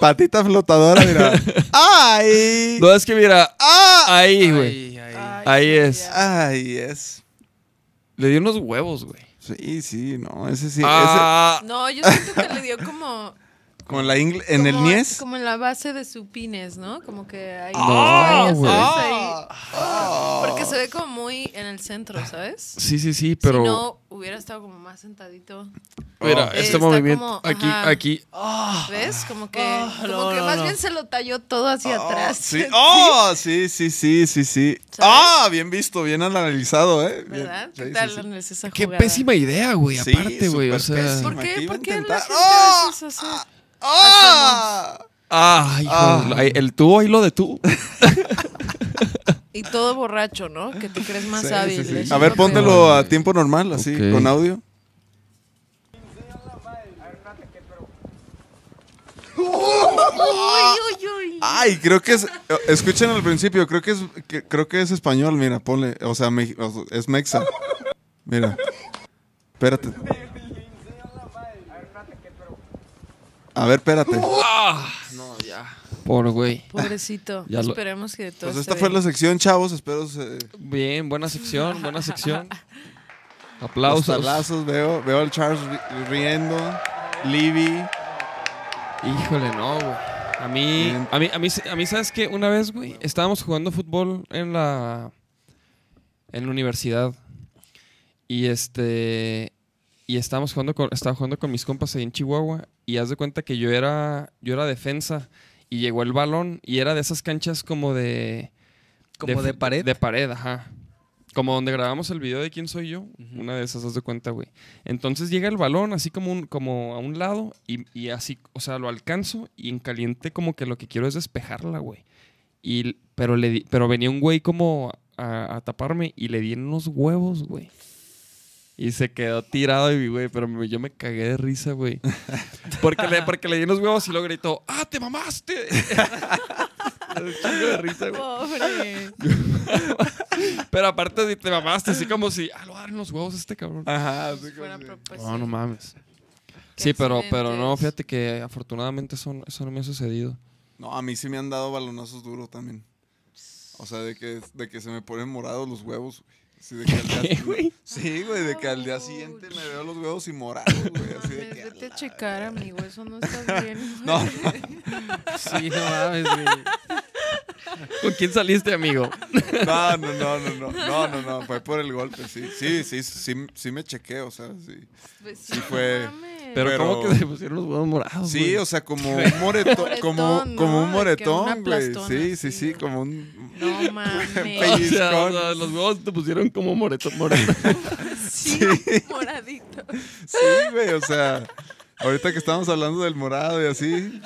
Patita flotadora, mira. ¡Ay! No, es que mira. ¡Ah! Ahí, güey. Ay, ay. Ay, Ahí sí, es. ya. Ay, es. Le dio unos huevos, güey. Sí, sí, no, ese sí. ah, No, yo siento que le dio como. ese- con la ingle- en el como- niés. Como en la base de su pines, ¿no? Como que ahí. No, ahí, güey. ¿sabes? Ahí. ah, Porque se ve como muy en el centro, ¿sabes? sí, sí, sí, Si pero. no, hubiera estado como más sentadito. Mira, Oh. este Está movimiento. como- aquí, ajá. aquí. ¿Ves? Como que, Ah, como no, que no, más no. bien se lo talló todo hacia atrás. Ah, Sí. Oh, sí, sí, sí, sí, sí. ¿Sabes? Ah, bien visto, bien analizado, ¿eh? Bien- ¿Verdad? sí, ¿Qué sí, tal sí. analizas esa Qué jugada? pésima idea, güey. Sí, Aparte, güey. O súper sea. pésima. ¿Por qué? Iba a ¿Por qué la intentar. gente ¡Ah! hace eso? O sea, ¡Ah! Ah, hijo, Ah. la- el tubo y lo de tú. Y todo borracho, ¿no? Que te crees más Sí, sí, hábil. sí. eso A es ver, lo póntelo peor. a tiempo normal, así, Ok. con audio. Uy, uy, uy. Ay, creo que es. Escuchen al principio, creo que es, que- creo que es español, mira, ponle. O sea, me- o sea, es mexa. Mira. Espérate. A ver, espérate. Pues Ah. Por güey. Pobrecito. Ya lo- Esperemos que de todo Pues esté esta fue la bien. sección, chavos. Espero se. Bien, buena sección, buena sección. Los Aplausos. tablazos, veo, veo al Charles ri- riendo. Libby. Híjole, no, güey. A mí, Bien. a mí, a mí, a mí, ¿sabes qué? Una vez, güey, estábamos jugando fútbol en la, en la universidad. Y este, y estábamos jugando con, estaba jugando con mis compas ahí en Chihuahua. Y haz de cuenta que yo era, yo era defensa. Y llegó el balón y era de esas canchas como de... Como de fu- pared. De pared, ajá. Como donde grabamos el video de quién soy yo, una de esas, haz de cuenta, güey. Entonces llega el balón así como, un, como a un lado y, y así, o sea, lo alcanzo y en caliente como que lo que quiero es despejarla, güey. Y, l- pero, le di- pero venía un güey como a, a taparme y le di en unos huevos, güey. Y se quedó tirado y, güey, pero me- yo me cagué de risa, güey. Porque le, porque le di en los huevos y luego gritó, ¡ah, te mamaste! Un chingo de risa, güey. Pobre. Pero aparte de- te mamaste, así como si, ah, lo dan los huevos a este cabrón. Ajá, así como Buena si- propuesta. No, no mames. Sí, pero, pero no, Pues accidentes. fíjate que afortunadamente eso, no- eso no me ha sucedido. No, a mí sí me han dado balonazos duros también. O sea, de que, de que se me ponen morados los huevos, güey. Sí, de que al día- Sí, güey, de que al día siguiente me veo los huevos y morados, güey. No Así de mames, que, vete a checar, amigo, eso no está bien. No, Sí, no mames, güey. ¿Con quién saliste, amigo? no, no, no, no, no, no, no, no, fue por el golpe, sí. Sí, sí, sí, sí me chequé, o sea, sí. Pues Sí fue- no mames. Pero, ¿cómo Pero- que se pusieron los huevos morados? Sí, o sea, como un moretón, como, Moretón, como un ¿no? De que una moretón, güey. aplastón Sí, así, sí, sí, ¿no? como un... No mames. Pellizco. O sea, o sea, los huevos te pusieron como moreto, moreto. Sí, moradito. Sí, güey, o sea, ahorita que estábamos hablando del morado y así.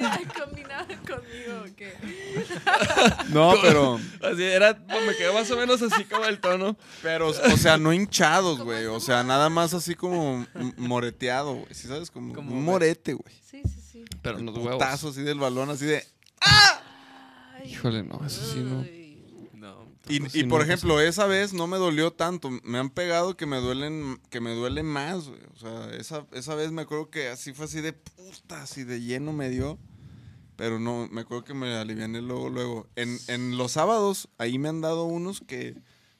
Ay, combinado conmigo, ¿o ¿qué? No, pero... Así era, pues, me quedó más o menos así como el tono. Pero, o sea, no hinchados, güey. O sea, nada más así como m- moreteado, güey. ¿Sí sabes? Como, Como un morete, güey. Sí, sí, sí. Pero los huevos. Tazo así del balón, así de... Ay, Híjole, no, eso sí no. ay. No. Y, Tazo, sí, y, por no, ejemplo, esa vez no me dolió tanto. Me han pegado que me duelen, que me duele más, güey. O sea, esa, esa vez me acuerdo que así fue así de puta, así de lleno me dio. Pero no, me acuerdo que me aliviané luego, luego. En, en los sábados, ahí me han dado unos que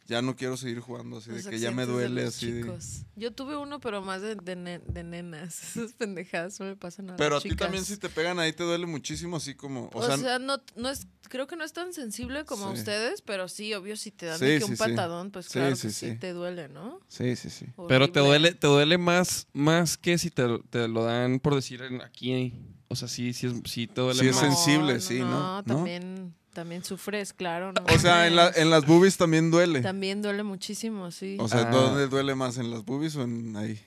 ya no quiero seguir jugando, así Los de que ya me accidentes de duele, los así de... chicos. Yo tuve uno, pero más de, de ne- de nenas. Esas pendejadas no me pasan nada. Pero a ti también si te pegan ahí te duele muchísimo, así como... O, O, sea, sea, no, no es, creo que no es tan sensible como a Sí. ustedes, pero sí, obvio, si te dan Sí, de que sí, un sí. patadón, pues Sí, claro sí, que sí, sí. te duele, ¿no? sí, sí, sí. Pero te Horrible. duele, te duele más, más que si te, te lo dan por decir en- aquí. O sea, sí, sí, es- sí te duele Sí, es más. en- sensible, sí, ¿no? No, ¿No? también, también sufres, claro. no O sea, en, la- mames. en las boobies también duele. También duele muchísimo, sí. O sea, Ah. ¿dónde duele más? ¿En las boobies o en ahí?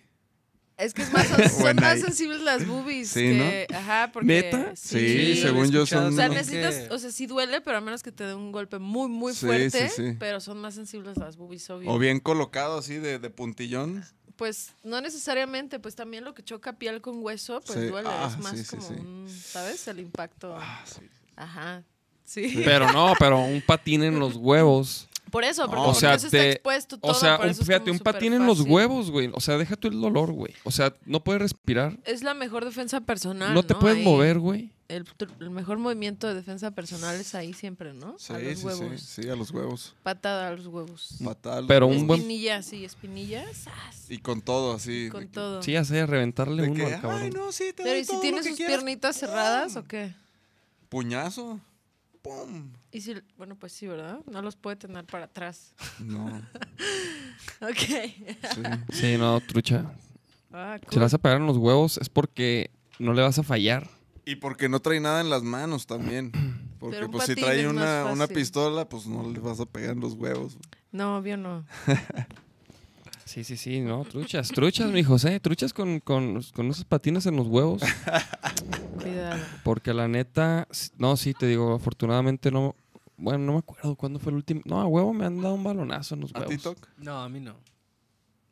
es que es más, O son en más ahí. sensibles las boobies. Sí, que, Ajá, porque. ¿Neta? Sí, lo según había yo escuchado, son- O sea, no. necesitas, o sea, sí duele, pero a menos que te dé un golpe muy, muy Sí, fuerte, sí, sí. pero son más sensibles las boobies, obvio. O bien colocado así de, de puntillón. Pues no necesariamente, pues también lo que choca piel con hueso, pues Sí, duele, ah, es más sí, sí, como sí. un, ¿sabes? El impacto. Ajá. Sí. Pero no, pero un patín en los huevos. Por eso, porque, O por sea, eso está te- expuesto todo. O sea, por un, eso es fíjate, como un súper patín en los fácil. huevos, güey. O sea, deja tú el dolor, güey. O sea, no puedes respirar. Es la mejor defensa personal. no te puedes Ahí, mover, güey. El, tr- el mejor movimiento de defensa personal es ahí siempre, ¿no? Sí, a sí, los sí, huevos. sí, a los huevos. Patada a los huevos. Patada. a los Mm. Pero un huevos. buen- Espinilla, sí, espinilla. ¡zas! Y con todo, así. Con de que- todo. Sí, hace reventarle de uno que, al cabrón. Ay, no, sí, te Pero doy ¿y todo si lo tiene que sus quieras". piernitas cerradas o qué? Puñazo. Pum. Y si, bueno, pues sí, ¿verdad? No los puede tener para atrás. No, Ok. sí. Sí, no, trucha. Ah, cool. Si le vas a pegar en los huevos es porque no le vas a fallar. Y porque no trae nada en las manos también. Porque Pero un pues si patín es trae más una, una fácil. pistola, pues no le vas a pegar en los huevos. No, obvio no. Sí, sí, sí, no, truchas, truchas, mi José, truchas con, con, con esos patines en los huevos. Cuidado. Porque la neta, s- no, sí, te digo, afortunadamente no. Bueno, no me acuerdo cuándo fue el último. No, a huevo me han dado un balonazo en los ¿A huevos. ti, Toc? No, a mí no.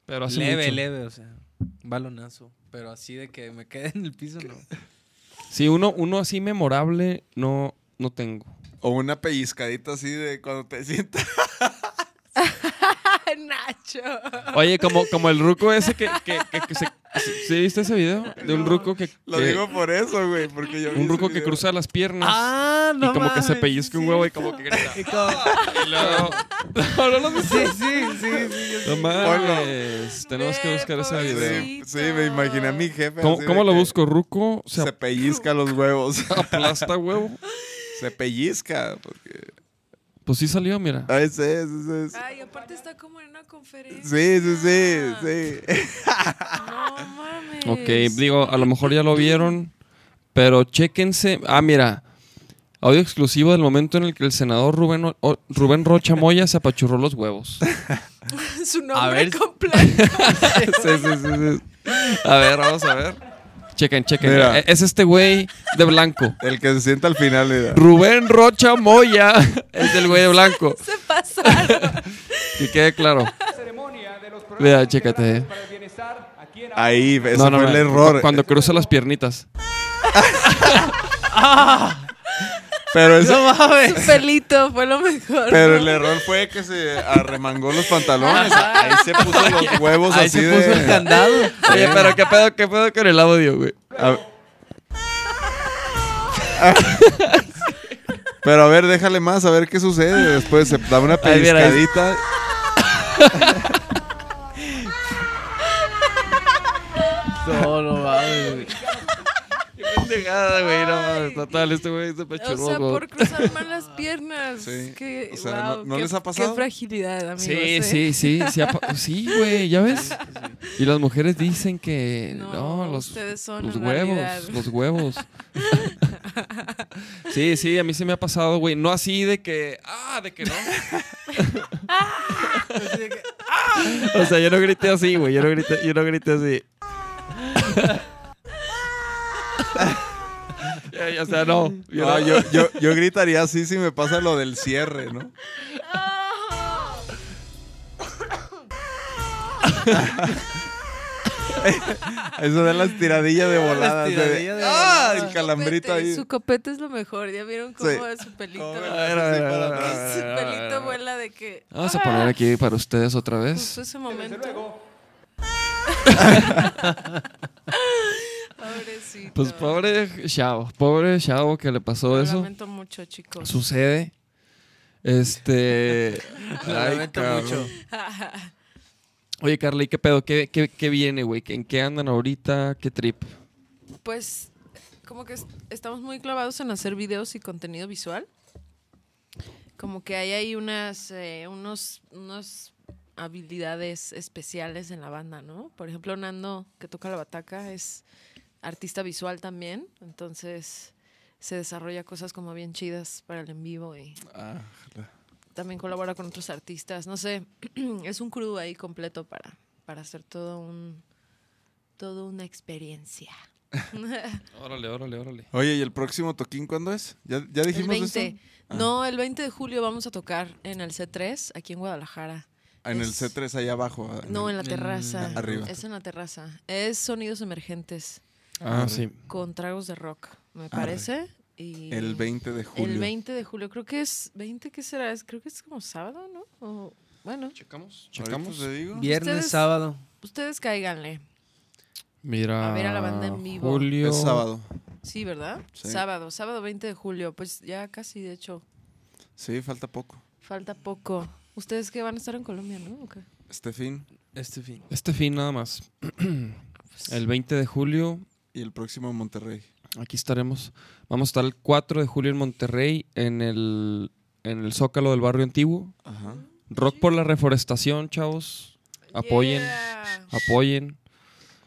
Pero hace Leve, mucho. leve, o sea. Un balonazo. Pero así de que me quede en el piso, no. Sí, uno, uno así memorable no, no tengo. O una pellizcadita así de cuando te sientas. Nacho. Oye, como, como el ruco ese que, que, que- que se. ¿Sí viste ese video? De un No. ruco que. Lo que- digo por eso, güey. Porque yo vi Eh, Un ese ruco que video. cruza las piernas. Ah, y como que se pellizca un huevo y como que grita. Y como- Y luego- No, no lo viste. Sí, sí, sí, sí. yo sí. No mames. Tenemos que Ve, buscar ese pobre. video. Sí, sí, me imaginé a mi jefe. ¿Cómo, así cómo de lo que busco? Ruco se Se pellizca los huevos. aplasta huevo. se pellizca. Porque... Pues sí salió, mira. Ah, ese es, ese es. Ay, aparte está como en una conferencia. Sí, sí, sí, sí. No mames. Ok, digo, a lo mejor ya lo vieron, pero chéquense. Ah, mira. Audio exclusivo del momento en el que el senador Rubén, O- O- Rubén Rocha Moya se apachurró los huevos. Su A nombre ver. completo. Sí, sí, sí, sí. A ver, vamos a ver. Chequen, chequen. Mira. E- Es este güey de blanco. El que se sienta al final, mira. Rubén Rocha Moya es el güey de blanco. Se pasaron. Que quede claro. Vea, chécate. Ahí, ese No, no, fue no. el error. Cuando cruza las piernitas. Pero eso No mames. Su pelito fue lo mejor. Pero ¿no? el error fue que se arremangó los pantalones. Ahí se puso los huevos Ahí así se puso el de. candado. Oye, pero qué pedo, qué pedo con el audio, güey. A- Pero a ver, déjale más, a ver qué sucede. Después se da una Ahí viene, ahí. pellizcadita. No, no mames, güey. Qué pendejada, güey. No mames, total, este güey es de O sea, pachurroco. por cruzar mal las piernas. Sí, Qué- o sea, ¿no- guau, no qué- les ha pasado? Qué fragilidad, amigos. Sí, ¿eh? sí, sí, sí, ha pa- sí, güey, ya ves. Y las mujeres dicen que no, No, los, ustedes son los en huevos, realidad. los huevos. sí, sí, a mí se me ha pasado, güey, no así de que, ah, de que no. Así de que- ah. O sea, yo no grité así, güey, yo no grité, yo no grité así. Ya, ya, o sea, no. yo No, no- yo, yo, yo gritaría así si me pasa lo del cierre, ¿no? Eso de las tiradillas de voladas. tiradillas de ¡Ah! Su El calambrito copete, ahí. Su copete es lo mejor. Ya vieron cómo Sí. es su pelito. Cómo A ver, a ver, a ver, a ver, a Su ver, a ver, a ver. pelito vuela de que. "Ah, Vamos a poner aquí para ustedes otra vez. Justo ese momento. Pobrecito. Pues pobre chavo, pobre chavo que le pasó Lo eso. Lamento mucho, chicos. Sucede. Este. Lo ay, lamento cabrón. mucho. Oye, Carly, ¿qué pedo? ¿Qué, qué, qué viene, güey? ¿En qué andan ahorita? ¿Qué trip? Pues, como que es- estamos muy clavados en hacer videos y contenido visual. Como que hay ahí unas, eh, unos, unos habilidades especiales en la banda, ¿no? Por ejemplo, Nando, que toca la bataca, es artista visual también. Entonces, se desarrolla cosas como bien chidas para el en vivo y Ah, también colabora con otros artistas. No sé, es un crew ahí completo para, para hacer todo un, todo una experiencia. Órale, órale, órale. Oye, ¿y el próximo toquín cuándo es? ¿Ya, ya El dijimos 20. eso? Ah. No, el 20 de julio vamos a tocar en el C3, aquí en Guadalajara. En el Es- C3 allá abajo. Ah, en No, el- en la en- terraza. arriba. Es en la terraza. Es Sonidos Emergentes Ah, sí. con tragos de rock, me Arre. parece. Y Ah, el 20 de julio. El 20 de julio, creo que es 20, ¿qué será? Es- Creo que es como sábado, ¿no? O- bueno, Checamos, Ahorita te digo. Viernes, Ustedes- sábado. ustedes cáiganle. Mira. A ver a la banda en vivo. Julio. Es sábado. Sí, ¿verdad? Sí. Sábado, sábado 20 de julio, pues ya casi, de hecho, Sí, falta poco. falta poco. Ustedes que van a estar en Colombia, ¿no? ¿O qué? Este fin. Este fin. Este fin nada más. El 20 de julio. Y el próximo en Monterrey. Aquí estaremos. Vamos a estar el 4 de julio en Monterrey, en el, en el Zócalo del Barrio Antiguo. Ajá. Rock por la reforestación, chavos. Apoyen, Yeah. apoyen.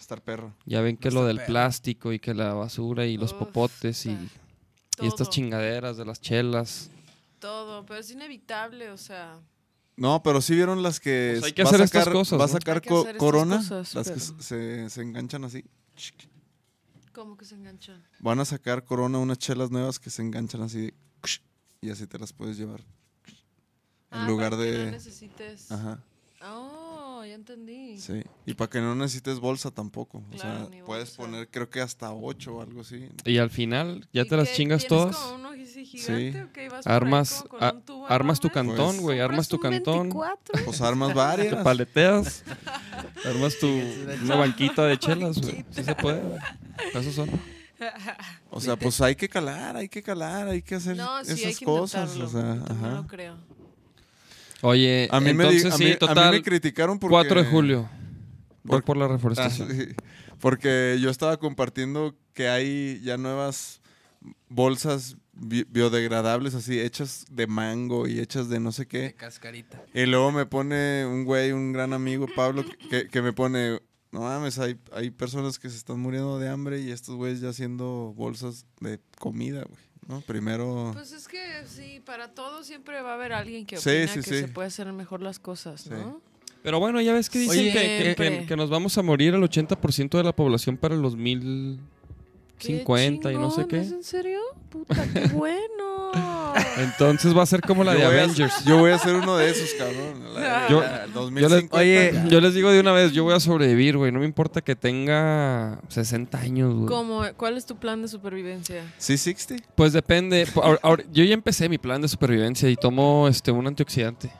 Estar perro. Ya ven que lo del plástico y que la basura y los Uf, popotes y, y estas Todo. chingaderas de las chelas. Todo, pero es inevitable, o sea. No, pero sí vieron las que Pues hay que va a hacer estas sacar- cosas, Va a ¿no? sacar Hay que co- hacer estas corona. cosas, las pero- que se, se enganchan así. ¿Cómo que se enganchan? Van a sacar corona unas chelas nuevas que se enganchan así. Y así te las puedes llevar. Ah, En lugar No de. necesites. Ajá. Oh, ya entendí. Sí. Y para que no necesites bolsa tampoco. Claro, o sea, ni puedes bolsa. poner creo que hasta 8 o algo así. Y al final ya ¿Y te las qué, chingas tienes todas. como un ojici gigante Sí. o qué? ¿Vas por ahí Armas, como con a- un tubo armas tu enorme? cantón, güey. Armas tu ¿Compras un cantón. 24? Pues armas varias. Te paleteas. armas tu una banquita de chelas, güey. Sí se puede. güey. Esos son. O sea, pues hay que calar, hay que calar, hay que hacer No, sí, esas hay que cosas. intentarlo. O sea, yo también ajá. lo creo. Oye, A mí, entonces me, di- a sí, mí- a mí total. me criticaron porque... 4 de julio. Rock Porque- por la Ah, reforestación. sí, porque yo estaba compartiendo que hay ya nuevas bolsas bi- biodegradables así, hechas de mango y hechas de no sé De qué. cascarita. Y luego me pone un güey, un gran amigo, Pablo, que, que me pone... No mames, hay, hay personas que se están muriendo de hambre y estos güeyes ya haciendo bolsas de comida, güey. ¿no? Primero... Pues es que sí, para todo siempre va a haber alguien que Sí, opina sí, que sí. se puede hacer mejor las cosas, Sí. ¿no? Pero bueno, ya ves que dicen Oye, que, que- que- siempre. que nos vamos a morir el 80% de la población para los Qué 2050 y no sé chingón, ¿es qué. en serio? Puta, qué bueno. Entonces va a ser como la de voy a- Avengers. yo voy a ser uno de esos, cabrón. La- Yo- la- el Yo les, 2050. oye, yo les digo de una vez, yo voy a sobrevivir, güey. No me importa que tenga 60 años, güey. ¿Cómo, ¿Cuál es tu plan de supervivencia? ¿Sí, 60? Pues depende. Po- ahor- ahor- yo ya empecé mi plan de supervivencia y tomo este un antioxidante.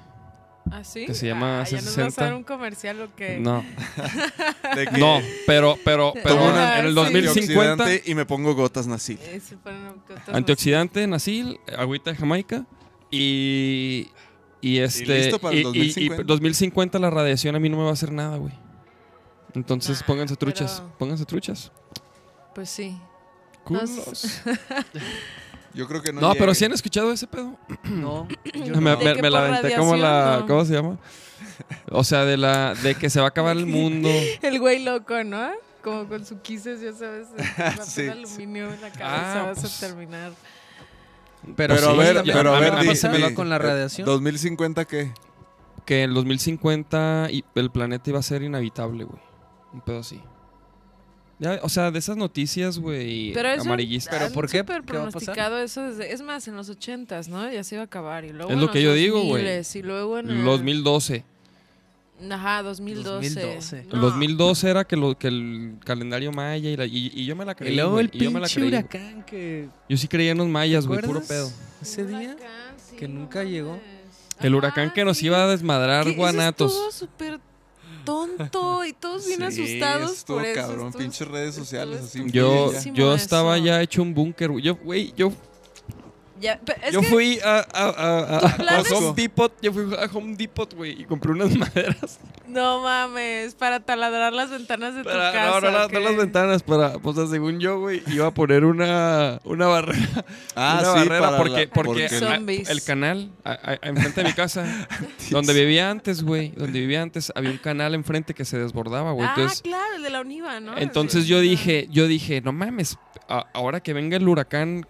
¿Ah, sí? Que se llama Ah, ¿Ya nos vas a 60. dar un comercial o qué? No, De que no, pero, pero, pero Tomo una- en el sí. 2050 antioxidante y me pongo gotas nací. Eh, se ponen otras- antioxidante, nasil, agüita de Jamaica y y este listo para el y- y- y 2050. 2050 la radiación a mí no me va a hacer nada, güey. Entonces Ah, pónganse truchas, pero- pónganse truchas. Pues sí. No sé. Culos. Yo creo que no. No, pero llegue. si han escuchado ese pedo. No, yo me, no. De me- que me la por aventé como la radiación, no. ¿cómo se llama? O sea, de la de que se va a acabar el mundo. El güey loco, ¿no? Como con su quises, ya sabes, el papel Sí, aluminio en la cabeza, Ah, vas pues. a terminar. Pero, sí, a ver, ya- pero Pues mí a ver, me di- pasó pásamelo di, con la eh, radiación. ¿2050 qué? que en 2050 y- el planeta iba a ser inhabitable, güey. Un pedo así. Ya, o sea, de esas noticias, güey, Pero eso- amarillistas. Pero han ¿por qué? súper ¿Qué va a pasar? pronosticado eso desde, es más, en los ochentas, ¿no? Ya se iba a acabar y luego Es en lo los que yo digo, güey. 2000s, Y luego en el- pues, Los 2012. Ajá, 2012. 2012. No. Los 2012 era que, lo, que el calendario maya y, la- y- y yo me la creí. Y luego güey, el y yo me la pinche creí, güey. huracán que. Yo sí creía en los mayas, güey, puro ¿Recuerdas? pedo. Ese día. Huracán, sí, que no nunca mames. llegó. El Ajá, huracán que nos Ah, sí. iba a desmadrar Que eso guanatos. Estuvo súper tonto y todos bien Sí, asustados estuvo por eso. cabrón, estuvo- pinches redes sociales estuvo así. Yo, estupidísimo yo eso. estaba ya hecho un búnker, güey. Yo, güey, yo, Ya, pero es yo que fui a, a, a- a- plan a es- Home Depot. Yo fui a Home Depot, güey, y compré unas maderas. No mames, para taladrar las ventanas de Para, tu no, casa. no, no, ¿o no qué? las ventanas, para, o sea, según yo, güey, iba a poner una, una barrera. Ah, una sí, barrera para porque, la- porque, porque- a- Zombies. el canal, a- a- a- enfrente de mi casa, donde vivía antes, güey, donde vivía antes, había un canal enfrente que se desbordaba, güey. Ah, Entonces, claro, el de la Univa, ¿no? entonces Sí. yo dije, yo dije, no mames, a- ahora que venga el huracán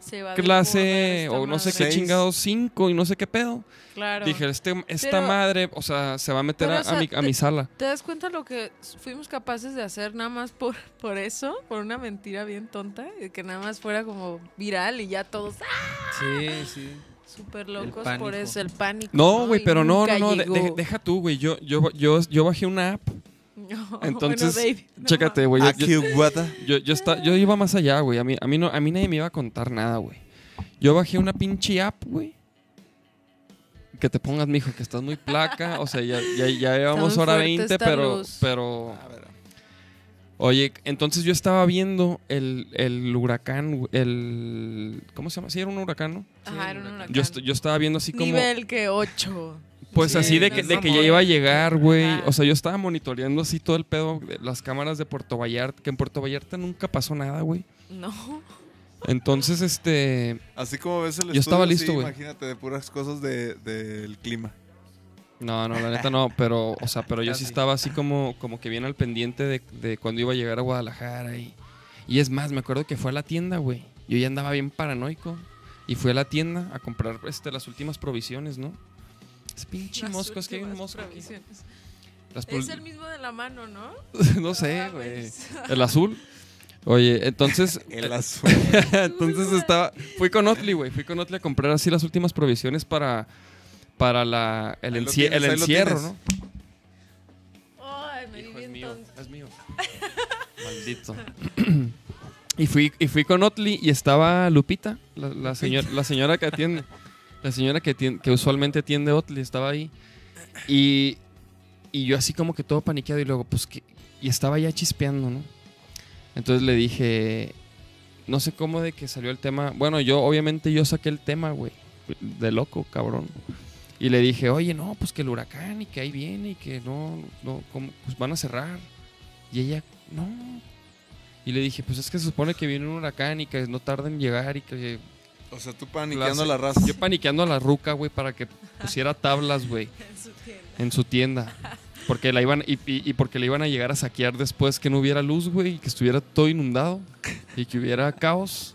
Se va a clase desbordar esta o no sé este madre. qué Seis. chingados, 5 y no sé qué pedo, Claro. dije, este, esta Pero- madre, o sea, se va a meter Pero, a, o sea, a mi, a mi te- sala. ¿Te das cuenta lo que fuimos capaces de hacer nada más por, por eso? Por una mentira bien tonta. y Que nada más fuera como viral y ya todos ¡ah! Sí, sí. súper locos pánico. por eso, el pánico. No, güey, Y pero no, nunca no, no, de- llegó. de- deja tú, güey. Yo, yo, yo, yo bajé una app. No, bueno, Entonces, David, no chécate, güey. Ah, Yo, qué yo, guata. yo, yo esta- yo iba más allá, güey. A mí, a, mí no, a mí nadie me iba a contar nada, güey. Yo bajé una pinche app, güey. Que te pongas, mijo, que estás muy placa. O sea, ya, ya, ya llevamos muy hora fuerte 20, esta pero, luz. pero. Oye, entonces yo estaba viendo el, el huracán, güey, el. ¿Cómo se llama? Sí, era un huracán, ¿no? mames. Ajá, era un huracán. Yo, est- yo estaba viendo así como. Nivel que 8. Pues Sí, así de no que, es de que ya mamón. iba a llegar, güey. Ajá. O sea, yo estaba monitoreando así todo el pedo de las cámaras de Puerto Vallarta, que en Puerto Vallarta nunca pasó nada, güey. No. Entonces, este, Así como ves el Yo estaba estudio, listo, sí, güey. Imagínate de puras cosas de- del clima. no, no, la neta no, pero, o sea, pero yo sí Casi. estaba así como, como que bien al pendiente de, de cuando iba a llegar a Guadalajara y, y es más, me acuerdo que fue a la tienda, güey. Yo ya andaba bien paranoico y fui a la tienda a comprar, este, las últimas provisiones, ¿no? Es pinche Las moscos, que hay un últimas mosco. aquí. provisiones. Las Es Ah, pul- el mismo de la mano, ¿no? Pues, no sé, güey. mames. El azul. Oye, entonces, El azul. Entonces estaba. Fui con Otley, güey. Fui con Otley a comprar así las últimas provisiones para. Para la, el, Ahí lo encie- tienes, el ahí lo encierro, tienes. ¿no? Ay, me vi bien tonta. es mío. Maldito. y, fui, y fui con Otley y estaba Lupita, la, la señor- la señora que atiende. La señora que, atien- que usualmente atiende Otley estaba ahí. Y, y yo así como que todo paniqueado y luego, pues que. Y estaba ya chispeando, ¿no? Entonces le dije. No sé cómo de que salió el tema. Bueno, yo obviamente yo saqué el tema, güey. De loco, cabrón. Y le dije, oye, no, pues que el huracán y que ahí viene y que no, no, ¿cómo? pues van a cerrar. Y ella, no. Y le dije, pues es que se supone que viene un huracán y que no tarda en llegar y que... O sea, tú paniqueando Clase. la raza. Yo paniqueando a la ruca, güey, para que pusiera tablas, güey, en su tienda. en su tienda. Porque la iban, y, y- y porque le iban a llegar a saquear después que no hubiera luz, güey, y que estuviera todo inundado y que hubiera caos.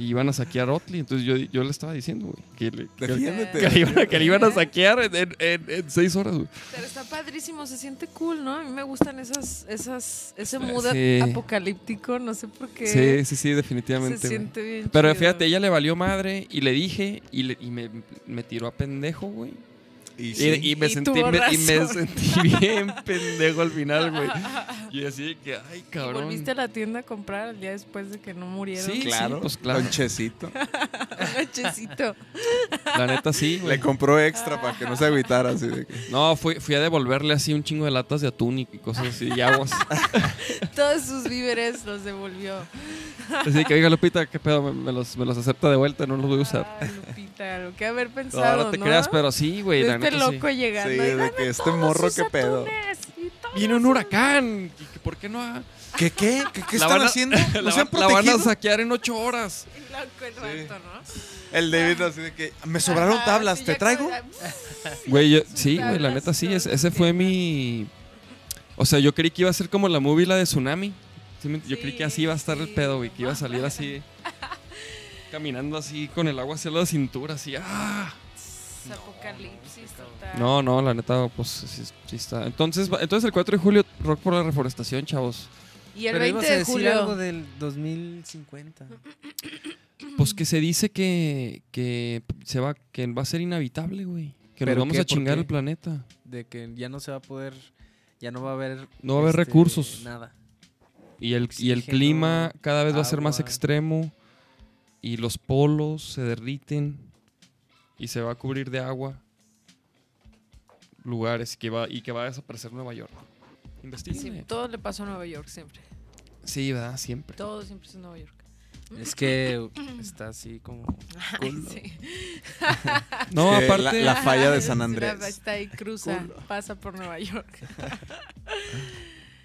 Y iban a saquear Otley. Entonces yo, yo le estaba diciendo, güey, que le, que- Defiéndete. que le iban, a- que le iban a saquear en, en- en- en seis horas, güey. Pero está padrísimo, se siente cool, ¿no? A mí me gustan esas, esas, ese mood Sí. apocalíptico, no sé por qué. Sí, sí, sí, se definitivamente. güey. siente bien. Pero chido. fíjate, ella le valió madre y le dije y, le- y me, me tiró a pendejo, güey. Y, Y, sí, y me Y sentí, tuvo me- y me razón. sentí bien pendejo al final, güey. Y así que, ay, ¿Y cabrón. volviste a la tienda a comprar el día después de que no murieron. Sí, claro, sí, pues claro. lonchecito. Nochecito. La neta sí, güey. Le compró extra para que no se agüitara así de que- No, fui, fui a devolverle así un chingo de latas de atún y cosas así, y aguas. Todos sus víveres los devolvió. Así que, oiga, Lupita, ¿qué pedo? Me, me los, me los acepta de vuelta, no los voy a usar. Ay, Lupita, lo que haber No, pensado, no ¿no? te creas, pero sí, güey. la este neta sí. loco llegando. Sí, y, de "Dame que este todos morro, sus qué pedo". atunes y todos Viene un sus- huracán. ¿y que ¿Por qué no? ha- ¿Qué qué? ¿Qué, qué La están van a- haciendo? La, ¿No se han van- la van a protegido? saquear en ocho horas. Loco el vato, ¿no? El David así de que me sobraron Ah, tablas, sí, ¿te ya traigo? cuando- Güey, yo- sí, güey, la tablas, neta sí. todo es- lo ese que fue tiene. mi. O sea, yo creí que iba a ser como la movie, la de Tsunami. Sí, me- Yo creí que así iba a estar el Sí, pedo, güey, que iba a no salir así. Caminando así con el agua hacia la cintura, así. ¡Ah! Apocalipsis total. No, no, la neta, pues sí, sí está. Entonces, va- entonces el 4 de julio, Rock por la Reforestación, chavos. Y el Pero 20 ibas a de decir julio. algo del 2050. Pues que se dice que, que se va, que va a ser inhabitable, güey. Que nos ¿Pero vamos qué? a ¿Por chingar qué? el planeta. De que ya no se va a poder. Ya no va a haber. este, No va a haber recursos. Nada. Y el, y el Oxígeno, clima cada vez va a ser más agua. extremo. Y los polos se derriten. Y se va a cubrir de agua. Lugares que va, y que va a desaparecer Nueva York. Sí, Investíguenle. todo le pasó a Nueva York siempre. Sí, ¿verdad? Siempre. Todo siempre es Nueva York. Es que está así como. Ay, sí. No, Que la- aparte. la falla de San Sí, Andrés. Está ahí, cruza, pasa por Nueva York.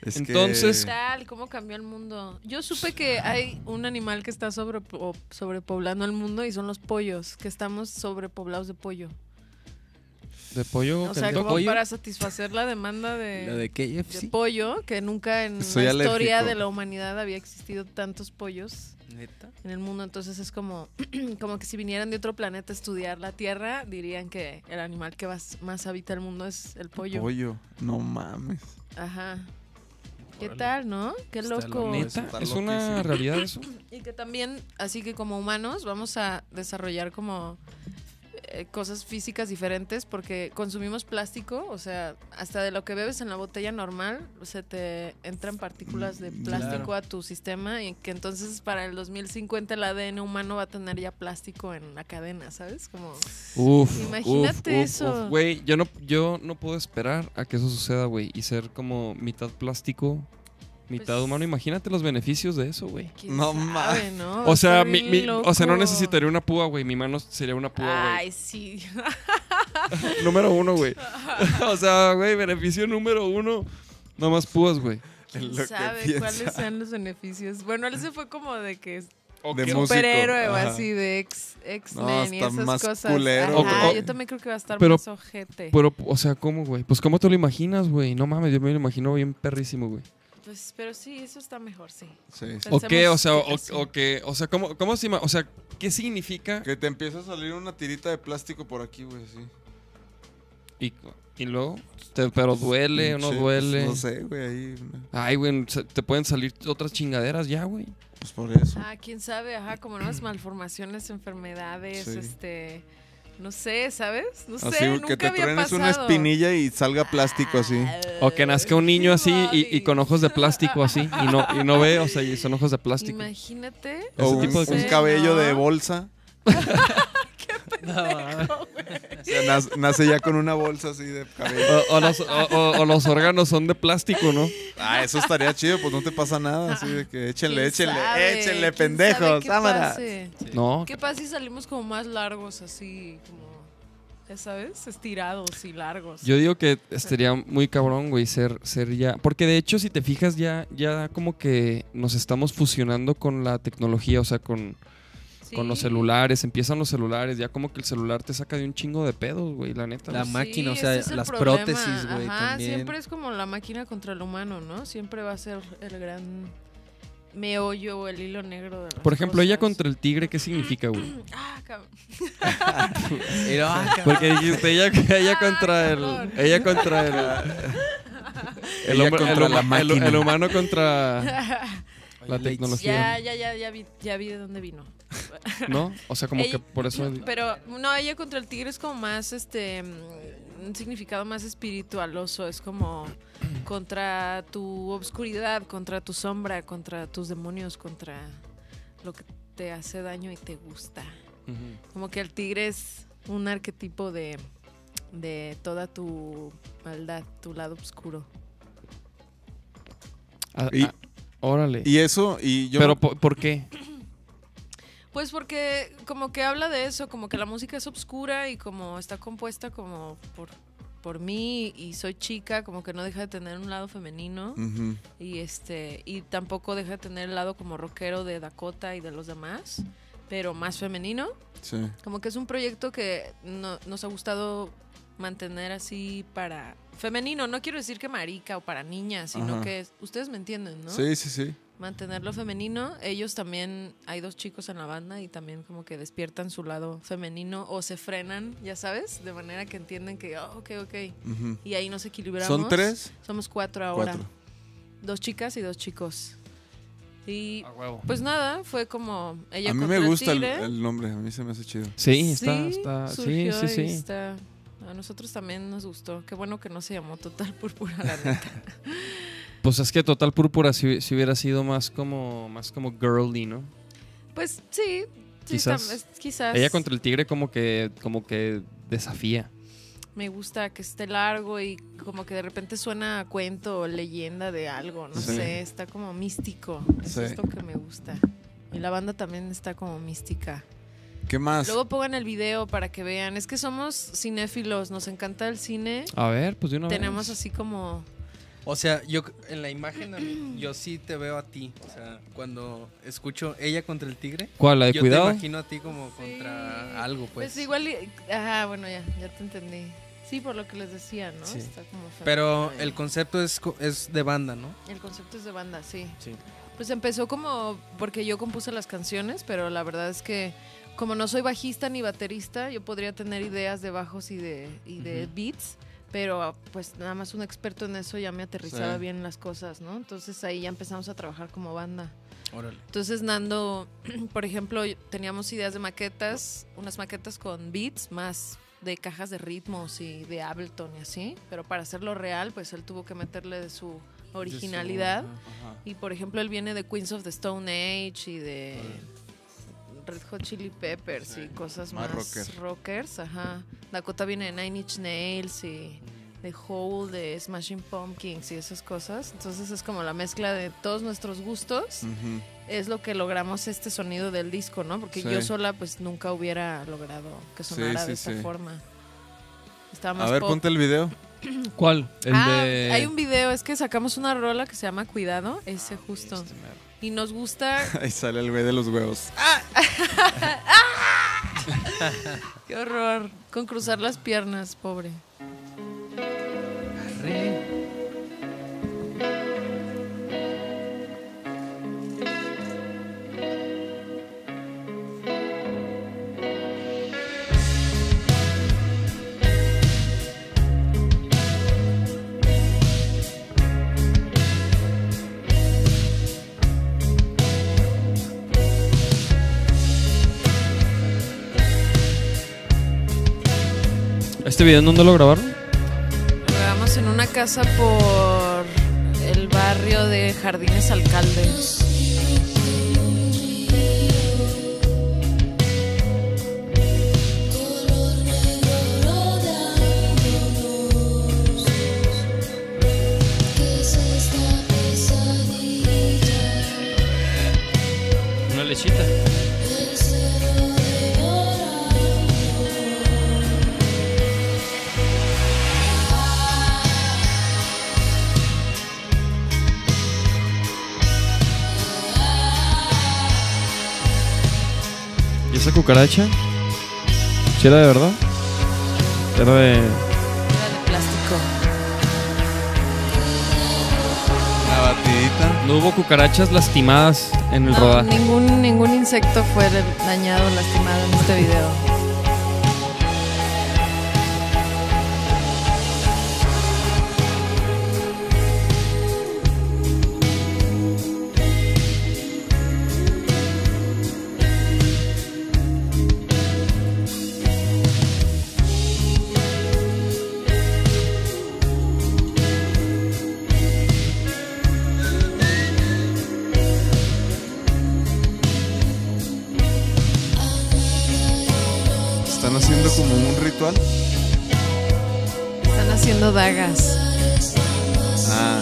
Es que- Entonces- tal? ¿Cómo cambió el mundo? Yo supe que hay un animal que está sobre, o- sobrepoblando el mundo y son los pollos, que estamos sobrepoblados de pollo. De pollo. O sea, Kentucky. como para satisfacer la demanda de, Lo de de KFC. pollo, que nunca en Soy la alérgico. historia de la humanidad había existido tantos pollos Neta. en el mundo. Entonces es como, como que si vinieran de otro planeta a estudiar la Tierra, dirían que el animal que más, más habita el mundo es el pollo. Pollo. No mames. Ajá. ¿Qué Órale. tal, no? Qué Está loco. loco. Neta, Está es una loquísimo. realidad eso. Y que también, así que como humanos, vamos a desarrollar como eh, cosas físicas diferentes porque consumimos plástico, o sea, hasta de lo que bebes en la botella normal, se te entran partículas de Mm, plástico claro. a tu sistema y que entonces para el 2050 el ADN humano va a tener ya plástico en la cadena, ¿sabes? Como Uf, Imagínate uf, uf, eso. uf. Güey, yo no, yo no puedo esperar a que eso suceda, güey. Y ser como mitad plástico, mitad Pues- humano. Imagínate los beneficios de eso, güey. ¿quién No sabe, ¿no? O sea, Está mi- bien mi- o sea, no Oh, loco. necesitaría una púa, güey. Mi mano sería una púa, güey. Ay, sí. Número uno, güey. o sea, güey, beneficio número uno. Nada más púas, güey. Es ¿Quién lo que sabe piensa. cuáles sean los beneficios? Bueno, ese fue como de que De qué- músico. superhéroe o Ajá. así de ex ex No, men y está esas más cosas. culero, Ajá, güey. yo también creo que va a estar Pero- más ojete. Pero, o sea, ¿cómo, güey? Pues, ¿cómo te lo imaginas, güey? No mames, yo me lo imagino bien perrísimo, güey. Pues, pero sí, eso está mejor, sí. Sí. ¿O qué? O Pensemos sea, qué o, pasó. o que, o sea, ¿cómo, cómo se ima- O sea, ¿qué significa? Que te empieza a salir una tirita de plástico por aquí, güey, así. Y, y luego, te- pero duele o no Pinche, duele. pues, No sé, güey, ahí. una- Ay, güey, se- te pueden salir otras chingaderas ya, güey. Pues por eso. Ah, quién sabe, ajá, como nuevas malformaciones, enfermedades, Sí. este, no sé, ¿sabes? No sé, así güey, nunca que te había truenes pasado. Ah, una espinilla y salga plástico así. O que nazca un niño así y, y con ojos de plástico así. Y no, y no ve, o sea, y son ojos de plástico. Imagínate. O Ese un, tipo de un cosas. cabello de ¿no? bolsa. No, O sea, nas- nace ya con una bolsa así de cabello. O, o los, o- o- o los órganos son de plástico, ¿no? Ah, eso estaría chido, pues no te pasa nada. Así de que échenle, ¿Quién échenle, sabe? échenle, ¿Quién sabe pendejos. qué Cámara. pase? No. ¿Qué pasa si salimos como más largos, así, como, ya sabes, estirados y largos? Yo digo que estaría muy cabrón, güey, ser, ser ya. Porque de hecho, si te fijas, ya, ya como que nos estamos fusionando con la tecnología, o sea, con, Sí. con los celulares. Empiezan los celulares, ya como que el celular te saca de un chingo de pedos, güey, la neta. La güey. máquina, o ese sea, es el las problema. prótesis, güey, Ajá, también. siempre es como la máquina contra el humano, ¿no? Siempre va a ser el gran meollo o el hilo negro de las Por ejemplo, ella cosas. contra el tigre, ¿qué significa, güey? Ah, cabrón. Y luego, ah, cabrón. Porque dijiste ella, ella Ah, contra cabrón. el. Ella contra el. El, Ella hombre- el contra la huma- el- máquina. el humano contra. La Oye, tecnología. Ya, ya, ya, ya vi, ya vi de dónde vino. ¿No? O sea, como Ella- que por eso. Pero no, ella contra el tigre es como más, este, mm, un significado más espiritualoso. Es como contra tu obscuridad, contra tu sombra, contra tus demonios, contra lo que te hace daño y te gusta. Ujú. Como que el tigre es un arquetipo de, de toda tu maldad, tu lado oscuro. Ah, Y- ah, órale. Y eso, y yo. pero po- ¿por qué? Pues porque como que habla de eso, como que la música es oscura y como está compuesta como por, por mí y soy chica, como que no deja de tener un lado femenino pues- Ujú. y este y tampoco deja de tener el lado como rockero de Dakota y de los demás, pero más femenino. Sí. Como que es un proyecto que no- nos ha gustado mantener así para femenino, no quiero decir que marica o para niñas, sino Ajá. que es- ustedes me entienden, ¿no? sí, sí, sí. mantenerlo femenino. Ellos también, hay dos chicos en la banda y también como que despiertan su lado femenino o se frenan, ya sabes, de manera que entienden que, oh, ok, ok. Ujú. Y ahí nos equilibramos. ¿Son tres? Somos cuatro ahora. Cuatro. Dos chicas y dos chicos. Y huevo. pues nada, fue como ella A mí contra me el gusta el, tigre. el nombre, a mí se me hace chido. Sí, está. está sí, surgió sí, sí. y está- A nosotros también nos gustó. Qué bueno que no se llamó Total Púrpura, la neta. Pues es que Total Púrpura si, si hubiera sido más como más como girly, ¿no? Pues sí, sí, Quizás. tam- es- quizás. Ella contra el tigre como que como que desafía. me gusta que esté largo y como que de repente suena a cuento o leyenda de algo, no Sí. sé, está como místico. Eso Sí. es lo que me gusta. Y la banda también está como mística. ¿Qué más? Luego pongan el video para que vean. Es que somos cinéfilos, nos encanta el cine. A ver, pues de una Tenemos vez. así como... O sea, yo c- en la imagen a mí, yo sí te veo a ti. O sea, cuando escucho ella contra el tigre, ¿Cuál? La de yo cuidado. te imagino a ti como Sí. contra algo, pues. Pues, igual... y- Ajá, bueno, ya, ya te entendí. Sí, por lo que les decía, ¿no? Sí. Está como Pero femenino y- el concepto es, co- es de banda, ¿no? El concepto es de banda, sí. Sí. Pues empezó como porque yo compuse las canciones, pero la verdad es que como no soy bajista ni baterista, yo podría tener ideas de bajos y de, y de Ujú. beats, pero pues nada más un experto en eso ya me aterrizaba Sí. bien las cosas, ¿no? Entonces ahí ya empezamos a trabajar como banda. Órale. Entonces Nando, por ejemplo, teníamos ideas de maquetas, unas maquetas con beats más de cajas de ritmos y de Ableton y así, pero para hacerlo real, pues él tuvo que meterle de su originalidad. Y por ejemplo, él viene de Queens of the Stone Age y de Red Hot Chili Peppers y cosas Más más, rocker. rockers. Ajá. Dakota viene de Nine Inch Nails y Mm. de Hole, de Smashing Pumpkins y esas cosas. Entonces es como la mezcla de todos nuestros gustos. Ujú. Es lo que logramos este sonido del disco, ¿no? Porque Sí. yo sola pues nunca hubiera logrado que Sí, sonara sí, de esa sí. forma. Estaba más A ver, pop. ponte el video. ¿Cuál? El Ah, de hay un video, es que sacamos una rola que se llama Cuidado, ese justo. Y nos gusta Ahí sale el güey de los huevos. Qué horror. Con cruzar las piernas, pobre. ¿Este video en dónde lo grabaron? Lo grabamos en una casa por el barrio de Jardines Alcalde. Una lechita. ¿Y esa cucaracha? ¿Sí era de verdad? Era de... Era de plástico. La patita. No hubo cucarachas lastimadas en el No, rodaje. ningún, ningún insecto fue dañado o lastimado en este video. Están haciendo como un ritual. Están haciendo dagas. Ah.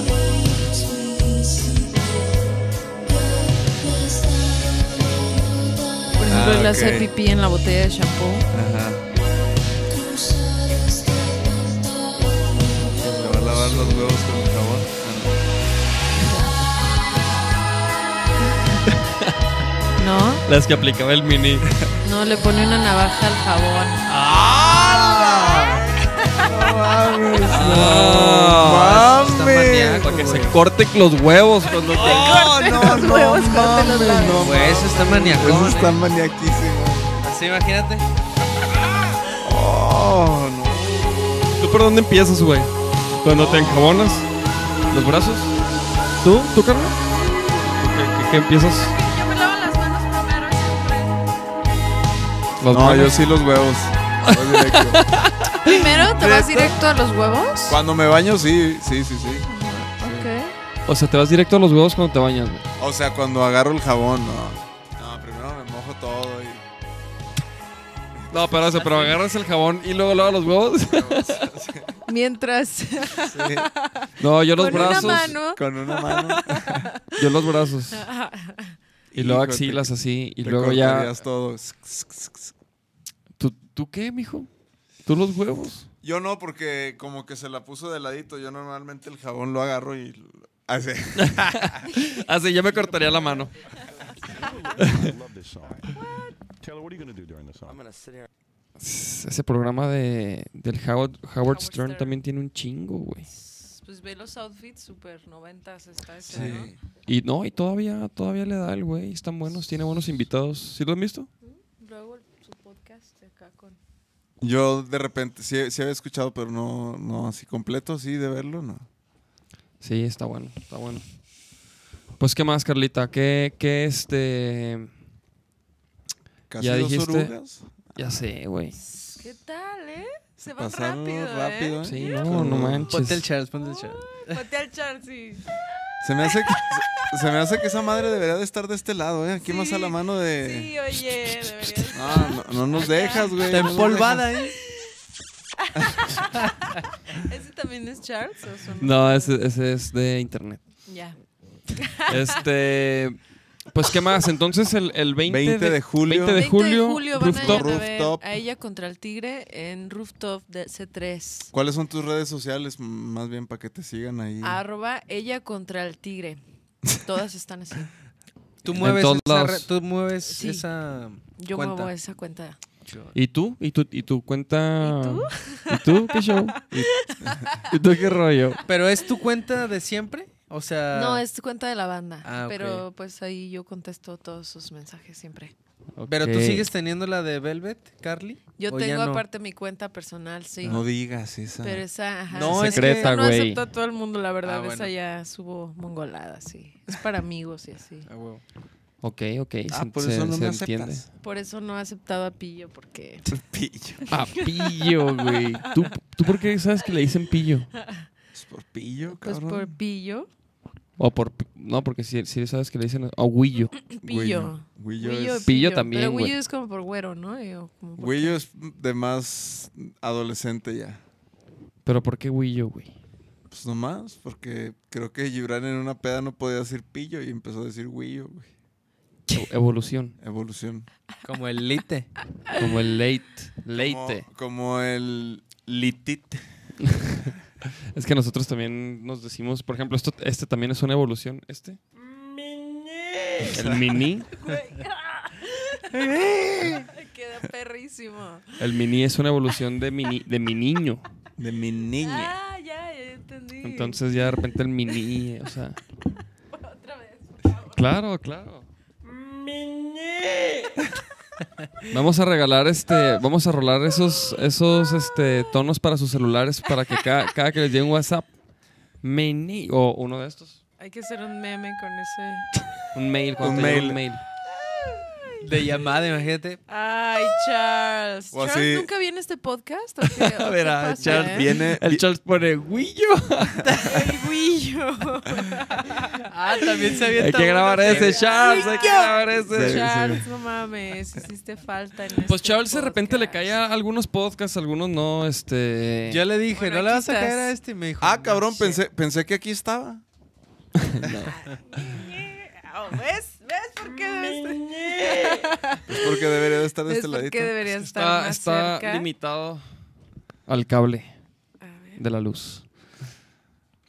Por ejemplo, Ah, él hace ok. pipí en la botella de shampoo. Ajá. Le va a lavar los huevos con el jabón. Ah, No, Las que aplicaba el mini. no, le pone una navaja al jabón. Ah, Está ¡Mames! Para que se corten los huevos cuando te- ¡Oh, no, los no, huevos, corten los mames, labios. no, Güey, eso Pues, está maníaco. Eso está maniaquísimo. Así imagínate. ¡Oh, no! ¿Tú por dónde empiezas, güey? Cuando te enjabonas los brazos. ¿Tú? ¿Tú, Carlos? ¿Qué, qué- qué empiezas? Yo me lavo las manos primero siempre. Los No, yo brazos? sí los huevos. Voy directo. ¿Primero te vas ¿Neta? directo a los huevos? Cuando me baño, sí, sí, sí, sí. Ok. O sea, te vas directo a los huevos cuando te bañas, güey. O sea, cuando agarro el jabón, no. No, primero me mojo todo y. No, pero, o sea, pero agarras el jabón y luego lavas los huevos. Mientras Sí, No, yo los con brazos. una mano. con una mano. Yo los brazos. Y luego Hijo, axilas así. Y te luego ya. cortarías todo. ¿Tú, ¿Tú qué, mijo? ¿Tú los huevos? Yo no, porque como que se la puso de ladito. Yo normalmente el jabón lo agarro y. lo- Así. Así Ah, yo me cortaría la mano. I love this song. Taylor, what are you going to do during the song? Ese programa de, del Howard, Howard, Howard Stern, Stern. también tiene un chingo, güey. Pues ve los outfits super noventas está ese, ¿no? Sí. Y no, y todavía, todavía le da el güey. Están buenos, tiene buenos invitados. ¿Sí lo han visto? Luego su podcast acá con... Yo de repente, sí, sí había escuchado, pero no, no así completo, sí, de verlo, no. Sí, está bueno, está bueno. Pues, ¿qué más, Carlita? ¿Qué, qué este...? Casi Ya dos dijiste. orugas. Ya sé, güey. ¿Qué tal, eh? Se van Pasaron rápido, rápido. ¿eh? Sí, ¿eh? no, Con- no manches. Ponte el Charles, ponte el Charles. Ponte al Charlie. Se me hace que, se me hace que esa madre debería de estar de este lado, ¿eh? Aquí más a la mano de. Sí, oye, deberías... Ah, no, no nos dejas, güey. Está no nos empolvada, ¿eh? ¿Ese también es Charles o son... No, ese, ese es de internet. Ya. Este... Pues, ¿qué más? Entonces, el, el 20, 20 de 20 julio. de 20 de julio, julio van a, Rooftop. ir a ver Rooftop. a ella contra el tigre en Rooftop de C3. ¿Cuáles son tus redes sociales? M- Más bien para que te sigan ahí. Arroba ella contra el tigre. Todas están así. Tú En mueves, todos esa, lados. re- tú mueves Sí. esa Yo cuenta. muevo esa cuenta. ¿Y tú? ¿Y tu, y tu cuenta? ¿Y tú? ¿Y tú? ¿Qué show? ¿Y, y tú qué rollo? Pero es tu cuenta de siempre? O sea, No, es cuenta de la banda. Ah, ok. Pero pues ahí yo contesto todos sus mensajes siempre. pero Ok. tú sigues teniendo la de Velvet, Carly? Yo ¿O ya tengo no? aparte mi cuenta personal, sí. No digas esa. Pero esa, ajá, No, esa- es que- esa no Secreta, acepto a todo el mundo, la verdad. Ah, bueno. Esa ya subo mongolada, sí. Es para amigos y así. Ah, huevo. Ok, ok. Ah, se, por se- eso no se me entiende. aceptas. Por eso no he aceptado a Pillo, porque Pillo. Papillo, güey. ¿Tú, ¿Tú por qué sabes que le dicen pillo? Es por pillo, pues cabrón. por Pillo. O por... pi- No, porque si, si sabes que le dicen... O huillo. Pillo. Güillo. Huillo Güillo y es, Pillo también, Pero Huillo güey. es como por güero, ¿no? Y- o como por- Güillo es de más adolescente ya. ¿Pero por qué huillo, güey? Pues nomás, porque creo que Gibran en una peda no podía decir pillo y empezó a decir güillo, güey. E- Evolución. Evolución. Como el lite. Como el late. Leite. Como, como el litit. Es que nosotros también nos decimos... Por ejemplo, esto, este también es una evolución. ¿Este? El mini. Queda perrísimo. El mini es una evolución de mi, ni- de mi niño. De mi niña. Ah, ya, ya entendí. Entonces ya de repente el mini, o sea... Claro, claro. Vamos a regalar este, vamos a rolar esos, esos este, tonos para sus celulares para que cada, cada que les llegue un WhatsApp, mini, o uno de estos, Hay que hacer un meme con ese. un mail, cuando Un te llegue un mail. mail. De llamada, imagínate. Ay, Charles. O ¿Charles así- ah, nunca viene a este podcast? ¿o qué? ¿O qué Verá, pasa, Charles eh? Viene. El Charles pone Guillo. El güillo. Ah, también se Hay que grabar ese, Charles, hay que grabar Sí. ese. Charles, no mames, hiciste falta. En Pues este Charles de repente le podcast. cae a algunos podcasts, algunos no, este... Yo le dije, Bueno, no le aquí vas a caer estás. a este, y me dijo. Ah, no, cabrón, shit. pensé, pensé que aquí estaba. Ah, ¿Ves? ¿Ves por qué este? debes Es porque debería de estar de ¿Ves este por ladito. qué deberías estar Está, más está cerca? limitado al cable de la luz.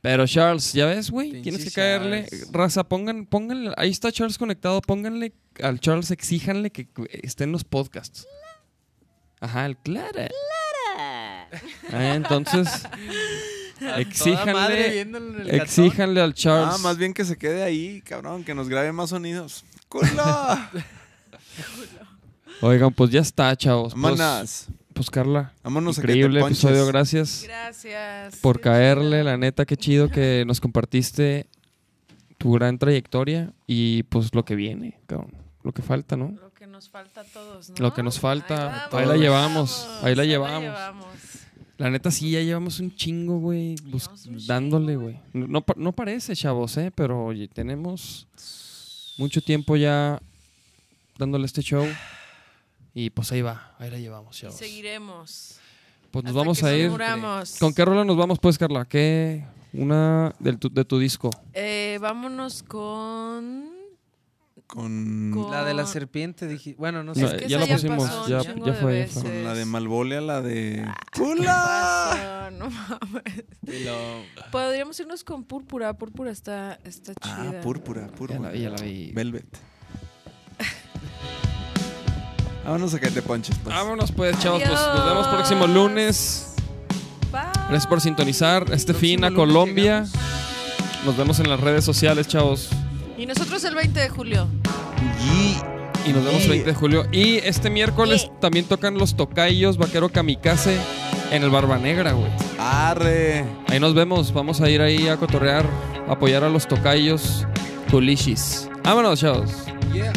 Pero Charles, ya ves, güey, Pinche tienes que caerle. Charles. Raza, pongan, pónganle, ahí está Charles conectado, pónganle al Charles, exíjanle que cu- esté en los podcasts. Ajá, el Clara. Ah, entonces, Toda madre exíjanle, viéndole el cartón. exíjanle al Charles. Ah, más bien que se quede ahí, cabrón, que nos grabe más sonidos. ¡Culo! Oigan, pues ya está, chavos. Pues, Manas. pues Carla, Vámonos increíble a que te ponches. episodio, gracias. Gracias. por Qué caerle, chido. la neta, qué chido que nos compartiste tu gran trayectoria y pues lo que viene, cabrón, lo que falta, ¿no? Lo que nos falta a todos, ¿no? Lo que nos falta, vamos, ahí la llevamos, ahí la llevamos. llevamos. La neta sí, ya llevamos un chingo, güey, bus- Llevamos un dándole, chingo, güey. No, no pa- no parece, chavos, ¿eh? Pero oye, tenemos mucho tiempo ya dándole a este show y pues ahí va, ahí la llevamos, Y chavos. seguiremos. Pues nos Hasta vamos que a ir. muramos. ¿Con qué rola nos vamos, pues, Carla? ¿Qué? Una del tu- de tu disco. Eh, vámonos con. Con, con- La de la serpiente, dije. Bueno, no sé. No, Es que ya esa la ya pusimos, pasó un ya, chingo ya de fue, ya fue. veces. con la de Malvolia, la de. Ah, ¿Qué ¡Culo! pasó? No mames. Podríamos irnos con Púrpura. Púrpura está, está Ah, chida. púrpura, Ya púrpura. la vi, ya la vi. Velvet. Vámonos a que te ponches, pues. Vámonos pues, chavos. Pues, nos vemos próximo lunes. Gracias por sintonizar. Este fin a Próximo lunes Colombia. llegamos. Nos vemos en las redes sociales, chavos. Y nosotros el 20 de julio. Y nos vemos el Yeah. 20 de julio. Y este miércoles también tocan los tocayos Vaquero Kamikaze en el Barba Negra, güey. Arre. Ahí nos vemos. Vamos a ir ahí a cotorrear, a apoyar a los tocayos Tulishis. Vámonos, chavos. Yeah.